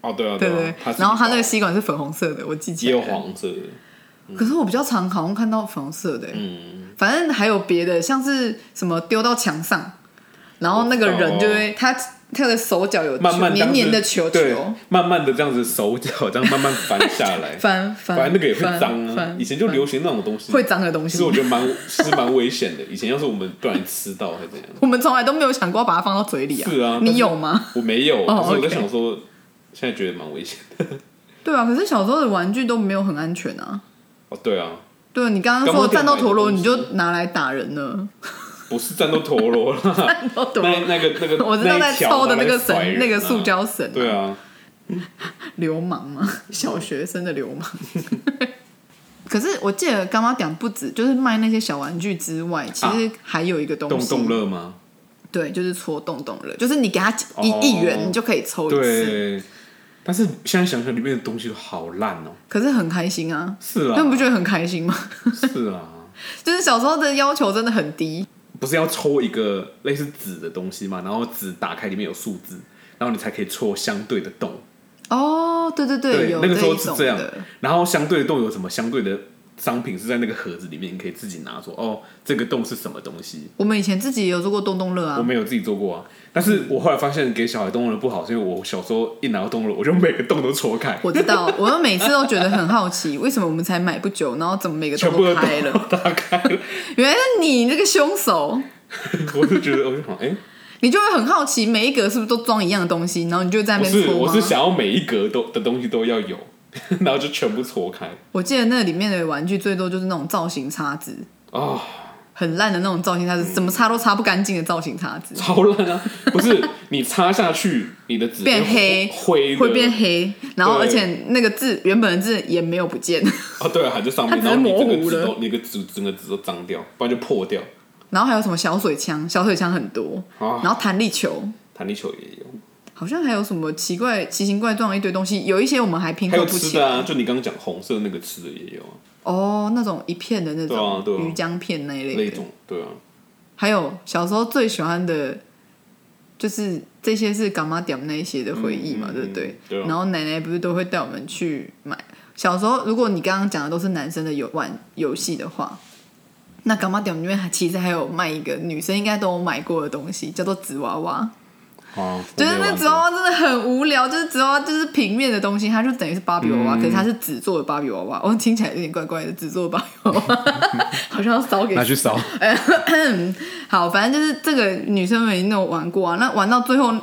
[SPEAKER 2] 哦，对啊，
[SPEAKER 1] 对
[SPEAKER 2] 啊
[SPEAKER 1] 不对
[SPEAKER 2] 它？是
[SPEAKER 1] 然后它那
[SPEAKER 2] 一
[SPEAKER 1] 个
[SPEAKER 2] 包
[SPEAKER 1] 吸管是粉红色的，我记起
[SPEAKER 2] 也
[SPEAKER 1] 来
[SPEAKER 2] 有
[SPEAKER 1] 了。
[SPEAKER 2] 黄色的，
[SPEAKER 1] 可是我比较常好像看到粉红色的、欸
[SPEAKER 2] 嗯，
[SPEAKER 1] 反哦正还有别的，像是什么丢到墙上，然后那个人就会他他的手脚有球
[SPEAKER 2] 慢慢
[SPEAKER 1] 黏
[SPEAKER 2] 当
[SPEAKER 1] 黏
[SPEAKER 2] 是
[SPEAKER 1] 的球
[SPEAKER 2] 对
[SPEAKER 1] 球，，，
[SPEAKER 2] 慢慢的这样子手脚这样慢慢翻下
[SPEAKER 1] [laughs]
[SPEAKER 2] 来
[SPEAKER 1] 翻翻，
[SPEAKER 2] 反正那个也会
[SPEAKER 1] 翻
[SPEAKER 2] 脏啊。
[SPEAKER 1] 翻
[SPEAKER 2] 以前就流行那种东西，
[SPEAKER 1] 会脏的东
[SPEAKER 2] 其
[SPEAKER 1] 西
[SPEAKER 2] 实。我觉得蛮是蛮危险的。以前要是我们不然吃到还怎样？
[SPEAKER 1] [laughs] 我们从来都没有想过要把它放到嘴里啊。
[SPEAKER 2] 是啊但
[SPEAKER 1] 你
[SPEAKER 2] 是
[SPEAKER 1] 有吗？
[SPEAKER 2] 我没有，
[SPEAKER 1] 哦
[SPEAKER 2] 可是我在
[SPEAKER 1] OK
[SPEAKER 2] 想说，现在觉得蛮危险的。
[SPEAKER 1] 对啊，可是小时候的玩具都没有很安全啊。
[SPEAKER 2] 哦，对啊，
[SPEAKER 1] 对你刚刚
[SPEAKER 2] 刚
[SPEAKER 1] 说
[SPEAKER 2] 刚
[SPEAKER 1] 战斗陀螺，你
[SPEAKER 2] 点买的东
[SPEAKER 1] 就
[SPEAKER 2] 西
[SPEAKER 1] 拿来打人 [laughs] 了。
[SPEAKER 2] 不是战斗陀
[SPEAKER 1] [laughs]
[SPEAKER 2] 螺啦，
[SPEAKER 1] 战斗陀
[SPEAKER 2] 那
[SPEAKER 1] 螺，
[SPEAKER 2] 那个那个，
[SPEAKER 1] 我知道
[SPEAKER 2] 那
[SPEAKER 1] 在
[SPEAKER 2] 一条
[SPEAKER 1] 抽的
[SPEAKER 2] 拿
[SPEAKER 1] 那
[SPEAKER 2] 来
[SPEAKER 1] 个
[SPEAKER 2] 甩
[SPEAKER 1] 绳，
[SPEAKER 2] 人
[SPEAKER 1] 那个
[SPEAKER 2] 啊
[SPEAKER 1] 塑。胶绳，
[SPEAKER 2] 对啊，
[SPEAKER 1] 流氓嘛， [laughs] 小学生的流氓。 [laughs] 可是我记得刚刚讲不止，就是卖那些小玩具之外，其实还有一个东
[SPEAKER 2] 动
[SPEAKER 1] 西，
[SPEAKER 2] 动乐吗？
[SPEAKER 1] 对，就是戳洞洞乐，就是你给他一
[SPEAKER 2] 哦
[SPEAKER 1] 一元，你就可以抽一次，
[SPEAKER 2] 对。但是现在想想，里面的东西都好烂哦。
[SPEAKER 1] 可是很开心啊，
[SPEAKER 2] 是
[SPEAKER 1] 那你
[SPEAKER 2] 啊，
[SPEAKER 1] 不觉得很开心吗？ [laughs]
[SPEAKER 2] 是啊，
[SPEAKER 1] 就是小时候的要求真的很低，
[SPEAKER 2] 不是要抽一个类似纸的东西嘛，然后纸打开里面有数字，然后你才可以戳相对的洞。
[SPEAKER 1] 哦，对对对，有
[SPEAKER 2] 那个时
[SPEAKER 1] 这
[SPEAKER 2] 候
[SPEAKER 1] 一
[SPEAKER 2] 是
[SPEAKER 1] 种
[SPEAKER 2] 这样
[SPEAKER 1] 的，。
[SPEAKER 2] 然后相对的洞有什么相对的商品是在那个盒子里面，你可以自己拿说哦，这个洞是什么东西。
[SPEAKER 1] 我们以前自己也有做过洞洞乐
[SPEAKER 2] 我
[SPEAKER 1] 啊，
[SPEAKER 2] 没有自己做过啊，但是我后来发现给小孩动了不好，是因为我小时候一拿到动了，我就每个洞都戳开，
[SPEAKER 1] 我知道，我们每次都觉得很好奇，为什么我们才买不久，然后怎么每个
[SPEAKER 2] 全
[SPEAKER 1] 洞
[SPEAKER 2] 部
[SPEAKER 1] 都
[SPEAKER 2] 的
[SPEAKER 1] 开了？
[SPEAKER 2] 洞都打开了，
[SPEAKER 1] 原来是你这个凶手，
[SPEAKER 2] [laughs] 我就觉得我就想，哎、
[SPEAKER 1] 你就会很好奇每一格是不是都装一样的东西，然后你就在
[SPEAKER 2] 不
[SPEAKER 1] 那边
[SPEAKER 2] 是，
[SPEAKER 1] 搓
[SPEAKER 2] 我
[SPEAKER 1] 吗？
[SPEAKER 2] 是想要每一格都的东西都要有， [laughs] 然后就全部戳开
[SPEAKER 1] 我记得那里面的玩具最多就是那种造型叉子，
[SPEAKER 2] 哦，
[SPEAKER 1] 很烂的那种造型叉子，怎么擦都擦不干净的造型叉子，
[SPEAKER 2] 超烂啊！ [laughs] 不是你插下去，你的纸
[SPEAKER 1] 变黑
[SPEAKER 2] 灰的
[SPEAKER 1] 会变黑，然后
[SPEAKER 2] 对
[SPEAKER 1] 而且那个字原本的字也没有不见， [laughs]
[SPEAKER 2] 哦，对啊，还在上面，
[SPEAKER 1] 它只
[SPEAKER 2] 然
[SPEAKER 1] 是
[SPEAKER 2] 后你整
[SPEAKER 1] 模糊
[SPEAKER 2] 个纸
[SPEAKER 1] 了
[SPEAKER 2] 都，你个纸整个纸都脏掉，不然就破掉。
[SPEAKER 1] 然后还有什么小水枪，小水枪很多，
[SPEAKER 2] 啊
[SPEAKER 1] 然后弹力球。
[SPEAKER 2] 弹力球也有，
[SPEAKER 1] 好像还有什么奇怪、奇形怪状的一堆东西，有一些我们还拼
[SPEAKER 2] 还
[SPEAKER 1] 凑
[SPEAKER 2] 有
[SPEAKER 1] 不
[SPEAKER 2] 吃
[SPEAKER 1] 起
[SPEAKER 2] 的
[SPEAKER 1] 来。
[SPEAKER 2] 啊，就你刚刚讲红色那个吃的也有啊，
[SPEAKER 1] 哦，那种一片的那
[SPEAKER 2] 对啊
[SPEAKER 1] 种
[SPEAKER 2] 对啊
[SPEAKER 1] 鱼浆片那一类的。
[SPEAKER 2] 那一种对啊，
[SPEAKER 1] 还有小时候最喜欢的，就是这些是干妈点那一些的回忆嘛，
[SPEAKER 2] 嗯嗯
[SPEAKER 1] 对不对？
[SPEAKER 2] 对啊
[SPEAKER 1] 然后奶奶不是都会带我们去买。小时候，如果你刚刚讲的都是男生的游玩游戏的话，那干妈点里面还其实还有卖一个女生应该都有买过的东西，叫做纸娃娃。
[SPEAKER 2] 啊，
[SPEAKER 1] 就
[SPEAKER 2] 我
[SPEAKER 1] 是
[SPEAKER 2] 没
[SPEAKER 1] 那
[SPEAKER 2] 玩
[SPEAKER 1] 纸
[SPEAKER 2] 过
[SPEAKER 1] 娃娃真的很无聊，就是纸娃娃就是平面的东西，它就等于是芭比娃娃，
[SPEAKER 2] 嗯
[SPEAKER 1] 可是它是纸做的芭比娃娃，我听起来有点怪怪的，纸做的芭比
[SPEAKER 2] [laughs]
[SPEAKER 1] 娃娃，好像要烧给
[SPEAKER 2] 拿去烧，
[SPEAKER 1] [coughs] 好，反正就是这个女生们已经有玩过啊，那玩到最后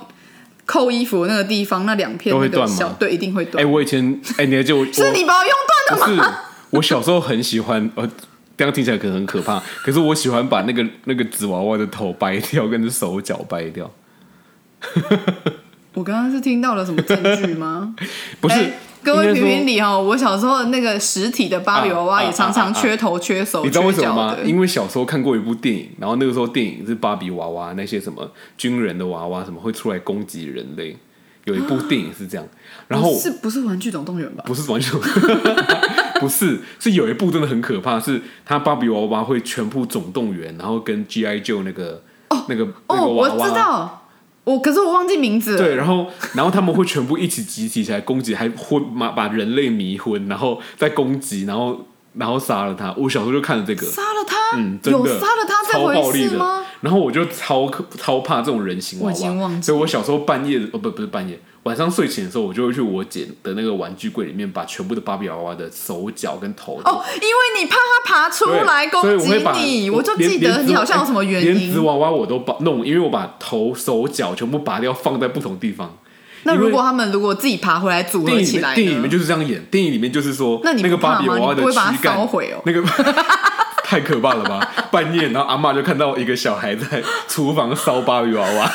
[SPEAKER 1] 扣衣服的那个地方，那两片
[SPEAKER 2] 都
[SPEAKER 1] 那
[SPEAKER 2] 会
[SPEAKER 1] 个
[SPEAKER 2] 断吗
[SPEAKER 1] 小对一定会
[SPEAKER 2] [laughs] 哎，
[SPEAKER 1] 断，
[SPEAKER 2] 我以前哎，你还记得我
[SPEAKER 1] [laughs] 是你把我用断的吗？
[SPEAKER 2] 不是，我小时候很喜欢，呃，这样听起来可能很可怕，可是我喜欢把那个那个纸娃娃的头掰掉，跟着手脚掰掉。
[SPEAKER 1] 我刚刚是听到了什么证据吗？
[SPEAKER 2] [laughs] 不是，
[SPEAKER 1] 哎各位
[SPEAKER 2] 应该
[SPEAKER 1] 评
[SPEAKER 2] 说
[SPEAKER 1] 评理哦，我小时候的那个实体的芭比娃娃
[SPEAKER 2] 啊
[SPEAKER 1] 也常
[SPEAKER 2] 啊
[SPEAKER 1] 常
[SPEAKER 2] 啊啊
[SPEAKER 1] 缺头、缺手、
[SPEAKER 2] 你知道为什
[SPEAKER 1] 缺
[SPEAKER 2] 么
[SPEAKER 1] 脚
[SPEAKER 2] 吗
[SPEAKER 1] 的？。
[SPEAKER 2] 因为小时候看过一部电影，然后那个时候电影是芭比娃娃那些什么军人的娃娃什么会出来攻击人类，有一部电影是这样，然后
[SPEAKER 1] 不是不是玩具总动员吧？
[SPEAKER 2] 不是完全 [laughs] 不是，是有一部真的很可怕，是他芭比娃娃会全部总动员，然后跟 G I Joe 那个、那个
[SPEAKER 1] 哦，
[SPEAKER 2] 那个
[SPEAKER 1] 我
[SPEAKER 2] 娃娃
[SPEAKER 1] 知道，我可是我忘记名字了。
[SPEAKER 2] 对，然后然后他们会全部一起集体起来攻击，还昏把把人类迷昏，然后再攻击，然后然后杀了他。我小时候就看了这个，
[SPEAKER 1] 杀了他，
[SPEAKER 2] 嗯，真
[SPEAKER 1] 有
[SPEAKER 2] 的
[SPEAKER 1] 杀了他这
[SPEAKER 2] 超暴
[SPEAKER 1] 回
[SPEAKER 2] 力
[SPEAKER 1] 事
[SPEAKER 2] 的
[SPEAKER 1] 吗？？
[SPEAKER 2] 然后我就超可超怕这种人形娃
[SPEAKER 1] 我已经忘
[SPEAKER 2] 娃，
[SPEAKER 1] 记
[SPEAKER 2] 所以我小时候半夜哦不不是半夜，晚上睡醒的时候，我就会去我姐的那个玩具柜里面，把全部的芭比娃娃的手脚跟头都
[SPEAKER 1] 哦，因为你怕他爬出
[SPEAKER 2] 对，
[SPEAKER 1] 来攻
[SPEAKER 2] 所以我会
[SPEAKER 1] 击
[SPEAKER 2] 把
[SPEAKER 1] 你，我就
[SPEAKER 2] 连
[SPEAKER 1] 记
[SPEAKER 2] 连
[SPEAKER 1] 得
[SPEAKER 2] 纸
[SPEAKER 1] 你
[SPEAKER 2] 娃
[SPEAKER 1] 好像有什么原
[SPEAKER 2] 连纸
[SPEAKER 1] 因。
[SPEAKER 2] 娃娃我都把弄，因为我把头、手脚全部拔掉，放在不同地方。
[SPEAKER 1] 那
[SPEAKER 2] 因为
[SPEAKER 1] 如果他们如果自己爬回来组合
[SPEAKER 2] 电影
[SPEAKER 1] 起
[SPEAKER 2] 里
[SPEAKER 1] 来
[SPEAKER 2] 面电影里
[SPEAKER 1] 呢
[SPEAKER 2] 面？就是这样演，电影里面就是说，
[SPEAKER 1] 那你不
[SPEAKER 2] 个芭比
[SPEAKER 1] 怕吗
[SPEAKER 2] 娃娃
[SPEAKER 1] 你
[SPEAKER 2] 的
[SPEAKER 1] 不会把它
[SPEAKER 2] 躯干
[SPEAKER 1] 烧毁哦
[SPEAKER 2] 那个 [laughs] 太可怕了吧？半夜，然后阿嬷就看到一个小孩在厨房烧芭比娃娃，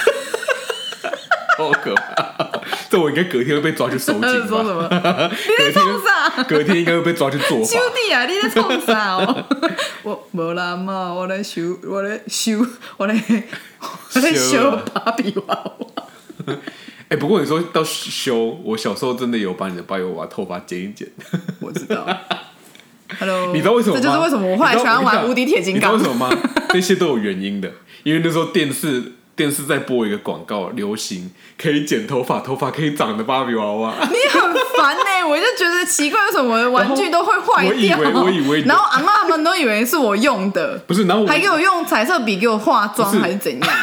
[SPEAKER 2] [laughs] 好可怕！这我应该隔天会被抓去收
[SPEAKER 1] [laughs] 呃，
[SPEAKER 2] 紧
[SPEAKER 1] 说什
[SPEAKER 2] 吧？
[SPEAKER 1] 么？你在冲
[SPEAKER 2] [laughs]
[SPEAKER 1] 啥？
[SPEAKER 2] 隔天应该会被抓去
[SPEAKER 1] [laughs]
[SPEAKER 2] 做
[SPEAKER 1] 兄
[SPEAKER 2] 法。
[SPEAKER 1] 弟啊，你在冲
[SPEAKER 2] [laughs]
[SPEAKER 1] 啥哦？我没啦嘛，我来修，我来
[SPEAKER 2] [laughs]
[SPEAKER 1] 修，我来我来修
[SPEAKER 2] 修啊
[SPEAKER 1] 芭比娃
[SPEAKER 2] [laughs]
[SPEAKER 1] 娃。
[SPEAKER 2] 哎、不过你说到修，我小时候真的有把你的芭比娃娃头发剪一剪。
[SPEAKER 1] 我知道。Hello，
[SPEAKER 2] 你知道为什么吗？
[SPEAKER 1] 这就是为什么我后来喜欢玩无敌铁金刚
[SPEAKER 2] 你知道。为什么吗？ [laughs] 这些都有原因的，因为那时候电视电视在播一个广告，流行可以剪头发、头发可以长的芭比娃娃。 [laughs]
[SPEAKER 1] 你很烦呢、我就觉得奇怪，为什么我的玩具都会坏掉？
[SPEAKER 2] 然 [laughs] 后我以为我以为
[SPEAKER 1] 然后阿妈们都以为是我用的，
[SPEAKER 2] 不是，然后我
[SPEAKER 1] 还给我用彩色笔给我化妆
[SPEAKER 2] [laughs] 不是
[SPEAKER 1] 还是怎样？
[SPEAKER 2] [laughs]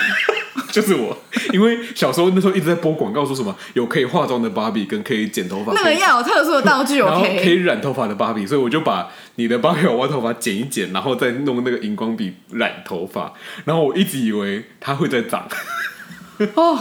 [SPEAKER 2] 就是我，因为小时候那时候一直在播广告，说什么有可以化妆的芭比跟可以剪头发，
[SPEAKER 1] 那个要有特殊的道具
[SPEAKER 2] 然后可以
[SPEAKER 1] ，OK？
[SPEAKER 2] 染头发的芭比，所以我就把你的芭比娃娃头发剪一剪，然后再弄那个荧光笔染头发，然后我一直以为它会在长，
[SPEAKER 1] 哦，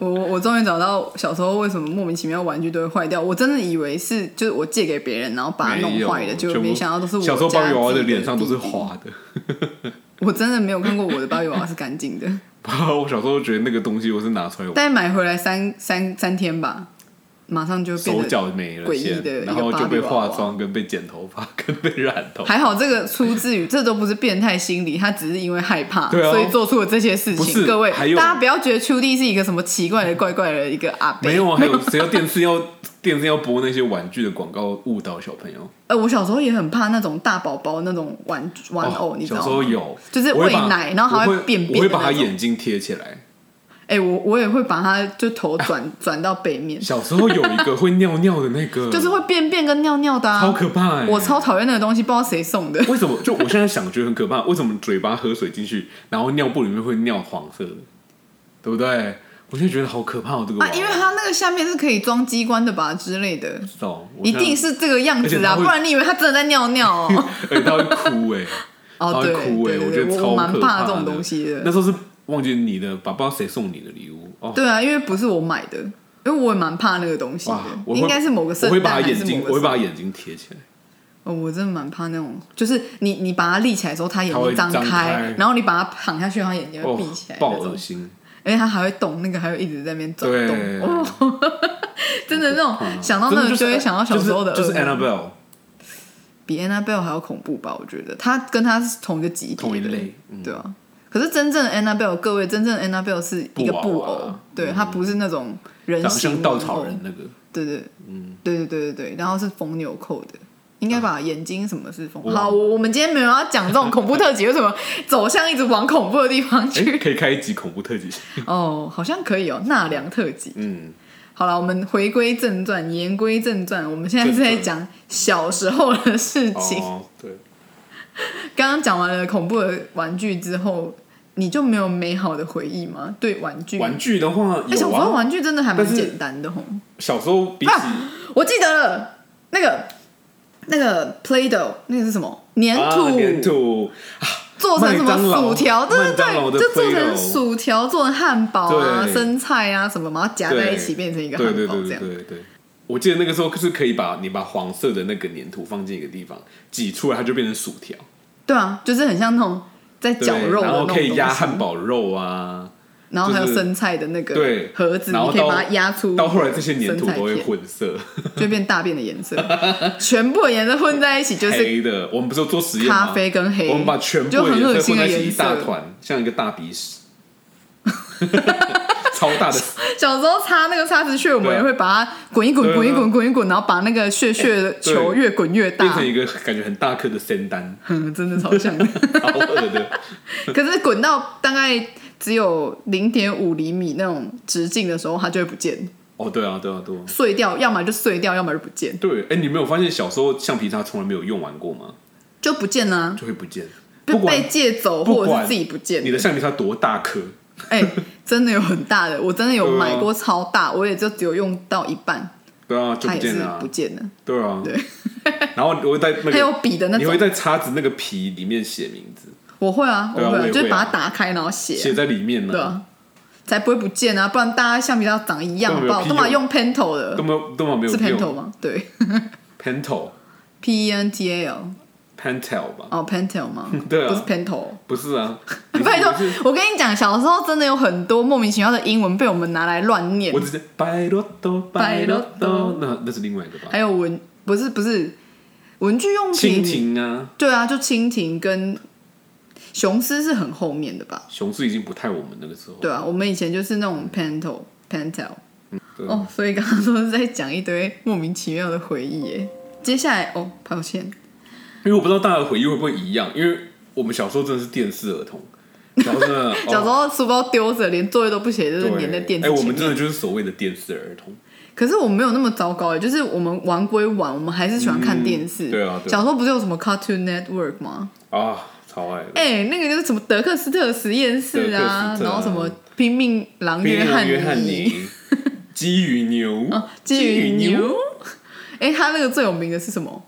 [SPEAKER 1] 我我我终于找到小时候为什么莫名其妙玩具都会坏掉，我真的以为是就是我借给别人，然后把它
[SPEAKER 2] 没
[SPEAKER 1] 弄
[SPEAKER 2] 有
[SPEAKER 1] 坏的，
[SPEAKER 2] 全
[SPEAKER 1] 就
[SPEAKER 2] 部
[SPEAKER 1] 没想到都是我
[SPEAKER 2] 小时候芭比娃娃
[SPEAKER 1] 家
[SPEAKER 2] 的
[SPEAKER 1] 自己
[SPEAKER 2] 脸上都是
[SPEAKER 1] 弟弟。
[SPEAKER 2] 花的。
[SPEAKER 1] 我真的没有看过我的芭比娃娃是干净
[SPEAKER 2] [laughs]
[SPEAKER 1] 的，
[SPEAKER 2] 我小时候觉得那个东西我是拿出来玩，
[SPEAKER 1] 但买回来三三三天吧，马上就变
[SPEAKER 2] 手
[SPEAKER 1] 得
[SPEAKER 2] 脚没了
[SPEAKER 1] 诡异的
[SPEAKER 2] 线
[SPEAKER 1] 一，个
[SPEAKER 2] 然后就
[SPEAKER 1] 芭比
[SPEAKER 2] 被
[SPEAKER 1] 娃
[SPEAKER 2] 化
[SPEAKER 1] 娃
[SPEAKER 2] 妆、跟被剪头发、 [laughs] 跟被染头发。
[SPEAKER 1] 还好这个出自于，这都不是变态心理，他只是因为害怕，
[SPEAKER 2] 对啊
[SPEAKER 1] 所以做出了这些事
[SPEAKER 2] 不是
[SPEAKER 1] 情。各位，
[SPEAKER 2] 还有
[SPEAKER 1] 大家不要觉得丘蒂是一个什么奇怪的、怪怪的一个阿伯。
[SPEAKER 2] 没有啊，还有谁要电视要电视要播那些玩具的广告误导小朋友？
[SPEAKER 1] 呃，我小时候也很怕那种大宝宝那种玩玩偶，
[SPEAKER 2] 哦
[SPEAKER 1] 你知道
[SPEAKER 2] 小
[SPEAKER 1] 吗？
[SPEAKER 2] 时候有，
[SPEAKER 1] 就是
[SPEAKER 2] 我会把
[SPEAKER 1] 喂奶然后还
[SPEAKER 2] 我
[SPEAKER 1] 会
[SPEAKER 2] 会
[SPEAKER 1] 便便
[SPEAKER 2] 我会
[SPEAKER 1] 的
[SPEAKER 2] 把他
[SPEAKER 1] 那种
[SPEAKER 2] 眼睛贴起来。
[SPEAKER 1] 哎、我我也会把它就头
[SPEAKER 2] [laughs]
[SPEAKER 1] 转转到背面，
[SPEAKER 2] 小时候有一个会尿尿的那
[SPEAKER 1] [laughs]
[SPEAKER 2] 个，
[SPEAKER 1] 就是会便便跟尿尿的、啊，
[SPEAKER 2] 超可怕、欸，
[SPEAKER 1] 我超讨厌那个东西，不知道谁送
[SPEAKER 2] [laughs]
[SPEAKER 1] 的。
[SPEAKER 2] 为什么？就我现在想觉得很可怕，为什么嘴巴喝水进去，然后尿布里面会尿黄色的，对不对？我现在觉得好可怕哦，这个娃
[SPEAKER 1] 啊
[SPEAKER 2] 娃，
[SPEAKER 1] 因为它那个下面是可以装机关的吧之类的，
[SPEAKER 2] 知道我
[SPEAKER 1] 一
[SPEAKER 2] 现在
[SPEAKER 1] 定是这个样
[SPEAKER 2] 而
[SPEAKER 1] 子
[SPEAKER 2] 且它
[SPEAKER 1] 啊，
[SPEAKER 2] 会
[SPEAKER 1] 不然你以为它真的在尿尿
[SPEAKER 2] [laughs]
[SPEAKER 1] 哦？
[SPEAKER 2] 而且他会哭哎、他
[SPEAKER 1] 哦，
[SPEAKER 2] 会
[SPEAKER 1] 对，
[SPEAKER 2] 哭哎、
[SPEAKER 1] 对对对
[SPEAKER 2] 觉得
[SPEAKER 1] 我
[SPEAKER 2] 超
[SPEAKER 1] 我蛮
[SPEAKER 2] 可怕
[SPEAKER 1] 怕
[SPEAKER 2] 的
[SPEAKER 1] 这种东西的
[SPEAKER 2] 那。时候是忘记你的吧，不知道谁送你的礼物哦。
[SPEAKER 1] 对啊，因为不是我买的，因为我也蛮怕那个东西的
[SPEAKER 2] 哇，我，会
[SPEAKER 1] 应该是某个圣
[SPEAKER 2] 我会
[SPEAKER 1] 诞
[SPEAKER 2] 把
[SPEAKER 1] 还
[SPEAKER 2] 他
[SPEAKER 1] 是
[SPEAKER 2] 眼睛，
[SPEAKER 1] 某
[SPEAKER 2] 我
[SPEAKER 1] 个
[SPEAKER 2] 会
[SPEAKER 1] 什
[SPEAKER 2] 把
[SPEAKER 1] 么。
[SPEAKER 2] 他眼睛贴起来。
[SPEAKER 1] 哦，我真的蛮怕那种，就是你你把它立起来的时候，它眼
[SPEAKER 2] 它会
[SPEAKER 1] 睛张
[SPEAKER 2] 张开
[SPEAKER 1] 开，然后你把它躺下去，它眼睛会
[SPEAKER 2] 哦
[SPEAKER 1] 闭起来，
[SPEAKER 2] 爆
[SPEAKER 1] 那种
[SPEAKER 2] 恶，心！
[SPEAKER 1] 而且它还会动，那个还会一直在那边转
[SPEAKER 2] 对
[SPEAKER 1] 动。哦，真的那
[SPEAKER 2] 嗯
[SPEAKER 1] 种想到那
[SPEAKER 2] 真
[SPEAKER 1] 个
[SPEAKER 2] 的
[SPEAKER 1] 就会想到小时候的
[SPEAKER 2] 就是
[SPEAKER 1] 噩
[SPEAKER 2] 就是
[SPEAKER 1] 梦
[SPEAKER 2] Annabelle
[SPEAKER 1] 比 Annabelle 还要恐怖吧？我觉得它跟它是同一个级别的，
[SPEAKER 2] 同一类，嗯
[SPEAKER 1] 对啊。可是真正的 Annabelle，各位，真正的 Annabelle 是一个
[SPEAKER 2] 布
[SPEAKER 1] 布
[SPEAKER 2] 娃娃
[SPEAKER 1] 偶，对，它不是那种人
[SPEAKER 2] 长
[SPEAKER 1] 形
[SPEAKER 2] 相稻
[SPEAKER 1] 玩偶
[SPEAKER 2] 草人，
[SPEAKER 1] [laughs]
[SPEAKER 2] 那个，
[SPEAKER 1] 对对，
[SPEAKER 2] 嗯，
[SPEAKER 1] 对对对对对，然后是缝纽扣的，应该把眼睛什么是缝
[SPEAKER 2] 哇。
[SPEAKER 1] 好，我我们今天没有要讲这种恐怖特辑，为什么走向一直往恐怖的地方
[SPEAKER 2] 哎、
[SPEAKER 1] 去？
[SPEAKER 2] 可以开一集恐怖特辑。
[SPEAKER 1] [laughs] 哦，好像可以哦，纳凉特辑。 [laughs]
[SPEAKER 2] 嗯，
[SPEAKER 1] 好了，我们回归正传，言归正传，我们现在是在
[SPEAKER 2] 正传
[SPEAKER 1] 讲小时候的事情。
[SPEAKER 2] 哦，对，
[SPEAKER 1] 刚刚讲完了恐怖的玩具之后，你就没有美好的回忆吗？对玩具，
[SPEAKER 2] 玩具的话
[SPEAKER 1] 而且
[SPEAKER 2] 有
[SPEAKER 1] 我说
[SPEAKER 2] 啊，
[SPEAKER 1] 玩具啊真的还蛮
[SPEAKER 2] 但是
[SPEAKER 1] 简单的吼。
[SPEAKER 2] 小时候比起、
[SPEAKER 1] 我记得了，那个那个 Play Doh 那个是什么粘土？
[SPEAKER 2] 啊粘土，
[SPEAKER 1] 做成什么
[SPEAKER 2] 麦当劳
[SPEAKER 1] 薯条？对
[SPEAKER 2] 麦当劳
[SPEAKER 1] 对
[SPEAKER 2] 的
[SPEAKER 1] 对，就做
[SPEAKER 2] Play-Doh
[SPEAKER 1] 成薯条，做成汉堡啊、
[SPEAKER 2] 对
[SPEAKER 1] 生菜啊什么，然后夹在一起变成一个汉
[SPEAKER 2] 对对
[SPEAKER 1] 堡
[SPEAKER 2] 对
[SPEAKER 1] 这
[SPEAKER 2] 对
[SPEAKER 1] 样。
[SPEAKER 2] 对对。我记得那个时候是可以把你把黄色的那个粘土放进一个地方挤出来，它就变成薯条，
[SPEAKER 1] 对啊，就是很像那种在
[SPEAKER 2] 对
[SPEAKER 1] 绞肉的啊那
[SPEAKER 2] 然后
[SPEAKER 1] 种
[SPEAKER 2] 可以压
[SPEAKER 1] 东西
[SPEAKER 2] 汉堡肉啊，
[SPEAKER 1] 然后还有
[SPEAKER 2] 就是
[SPEAKER 1] 生菜的那个
[SPEAKER 2] 对
[SPEAKER 1] 盒子，
[SPEAKER 2] 然
[SPEAKER 1] 你
[SPEAKER 2] 后
[SPEAKER 1] 可以
[SPEAKER 2] 到
[SPEAKER 1] 把它压出。
[SPEAKER 2] 到后来这些粘土都会
[SPEAKER 1] [laughs] 生菜片
[SPEAKER 2] 混色，
[SPEAKER 1] 就变大便的颜
[SPEAKER 2] [laughs]
[SPEAKER 1] 色，全部的颜色混在一起就是
[SPEAKER 2] 黑的。我们不是有做实验吗？
[SPEAKER 1] 咖啡跟黑，
[SPEAKER 2] 我们把全部
[SPEAKER 1] 就
[SPEAKER 2] 的
[SPEAKER 1] 很
[SPEAKER 2] 颜
[SPEAKER 1] 恶
[SPEAKER 2] 色混
[SPEAKER 1] 心
[SPEAKER 2] 在
[SPEAKER 1] 的
[SPEAKER 2] 一起
[SPEAKER 1] 颜
[SPEAKER 2] 一大
[SPEAKER 1] 色。
[SPEAKER 2] 团，像一个大鼻屎， [laughs] 超大的。
[SPEAKER 1] 小时候擦那个擦子屑，我们
[SPEAKER 2] 对啊
[SPEAKER 1] 也会把它滚一滚，滚一
[SPEAKER 2] 对啊
[SPEAKER 1] 滚，滚一滚，然后把那个屑屑的
[SPEAKER 2] 对
[SPEAKER 1] 球越滚越
[SPEAKER 2] 变
[SPEAKER 1] 大
[SPEAKER 2] 成，一个感觉很大颗的仙丹，
[SPEAKER 1] [laughs] 嗯，真的超
[SPEAKER 2] [laughs]
[SPEAKER 1] 像的。
[SPEAKER 2] 超恶的。
[SPEAKER 1] 可是滚到大概只有零点五厘米那种直径的时候，它就会不见，
[SPEAKER 2] 哦，对啊，对啊，对啊，
[SPEAKER 1] 碎掉，要么就碎掉，要么就不见，
[SPEAKER 2] 对。哎、你没有发现小时候橡皮擦从来没有用完过吗？
[SPEAKER 1] 就不见啦、
[SPEAKER 2] 就会不见，
[SPEAKER 1] 就
[SPEAKER 2] 不管
[SPEAKER 1] 被借走
[SPEAKER 2] 不
[SPEAKER 1] 或
[SPEAKER 2] 管
[SPEAKER 1] 者是自己不见
[SPEAKER 2] 你的橡皮擦多大颗，
[SPEAKER 1] 哎、真的有很大的，我真的有
[SPEAKER 2] 对啊
[SPEAKER 1] 买过超大，我也就只有用到一半，
[SPEAKER 2] 对啊，就
[SPEAKER 1] 它
[SPEAKER 2] 不
[SPEAKER 1] 也
[SPEAKER 2] 见
[SPEAKER 1] 是
[SPEAKER 2] 了、啊
[SPEAKER 1] 不，见了。
[SPEAKER 2] 对啊，对。然后我会在那
[SPEAKER 1] 还有
[SPEAKER 2] 个，
[SPEAKER 1] 笔的那
[SPEAKER 2] 你会
[SPEAKER 1] 种，
[SPEAKER 2] 在叉子那个皮里面写名字，
[SPEAKER 1] 我会啊，
[SPEAKER 2] 对啊
[SPEAKER 1] 会、
[SPEAKER 2] 我也
[SPEAKER 1] 就是
[SPEAKER 2] 会啊
[SPEAKER 1] 把它打开然后写
[SPEAKER 2] 写
[SPEAKER 1] 啊，
[SPEAKER 2] 在里面
[SPEAKER 1] 对
[SPEAKER 2] 呢、
[SPEAKER 1] 啊，才不会不见啊，不然大家橡皮擦长一样，
[SPEAKER 2] 根
[SPEAKER 1] 好
[SPEAKER 2] 本
[SPEAKER 1] 不
[SPEAKER 2] 没有
[SPEAKER 1] 好？
[SPEAKER 2] 屁
[SPEAKER 1] 都嘛
[SPEAKER 2] 用
[SPEAKER 1] 用 Pentel
[SPEAKER 2] 根
[SPEAKER 1] 的，
[SPEAKER 2] 本根本没有
[SPEAKER 1] 是 Pentel
[SPEAKER 2] 用。
[SPEAKER 1] 吗？对 [laughs]
[SPEAKER 2] Pentel
[SPEAKER 1] ，P E N T A L，
[SPEAKER 2] Pentel 吧？
[SPEAKER 1] 哦，Pentel 吗？
[SPEAKER 2] [laughs] 对啊
[SPEAKER 1] 不是 Pentel。
[SPEAKER 2] 不是啊，
[SPEAKER 1] [laughs] 拜托
[SPEAKER 2] 你是，
[SPEAKER 1] 我跟你讲，小时候真的有很多莫名其妙的英文被我们拿来乱念
[SPEAKER 2] 我，只是拜洛多拜洛多，那那是另外一个吧？
[SPEAKER 1] 还有文不是不是文具用
[SPEAKER 2] 蜻
[SPEAKER 1] 品，
[SPEAKER 2] 蜓啊，
[SPEAKER 1] 对啊，就蜻蜓跟雄狮是很后面的吧？
[SPEAKER 2] 雄狮已经不太我们那个时候。
[SPEAKER 1] 对啊，我们以前就是那种 Pentel Pentel
[SPEAKER 2] 嗯对
[SPEAKER 1] 哦，所以刚刚都是在讲一堆莫名其妙的回忆耶。接下来哦，抱歉，
[SPEAKER 2] 因为我不知道大家的回忆会不会一样，因为我们小时候真的是电视儿童，小时候真
[SPEAKER 1] [laughs]
[SPEAKER 2] 的哦
[SPEAKER 1] 小时候书包丢着，连作业都不写，就是
[SPEAKER 2] 对
[SPEAKER 1] 粘在电
[SPEAKER 2] 哎，
[SPEAKER 1] 视
[SPEAKER 2] 我
[SPEAKER 1] 前
[SPEAKER 2] 们
[SPEAKER 1] 面。
[SPEAKER 2] 真的就是所谓的电视儿童，
[SPEAKER 1] 可是我没有那么糟糕耶，就是我们玩归玩，我们还是喜欢看电视。
[SPEAKER 2] 嗯对啊对啊
[SPEAKER 1] 小时候不是有什么 Cartoon Network 吗？
[SPEAKER 2] 啊，超爱的。
[SPEAKER 1] 哎、那个就是什么德克斯特实验室
[SPEAKER 2] 德克斯特啊
[SPEAKER 1] 然后什么拼命狼
[SPEAKER 2] 冰
[SPEAKER 1] 约
[SPEAKER 2] 牛
[SPEAKER 1] 翰
[SPEAKER 2] 约翰
[SPEAKER 1] 尼， [laughs] 哦
[SPEAKER 2] 尼，鸡与牛，
[SPEAKER 1] 基于
[SPEAKER 2] 基于
[SPEAKER 1] 牛。 [laughs] 哎、他那个最有名的是什么？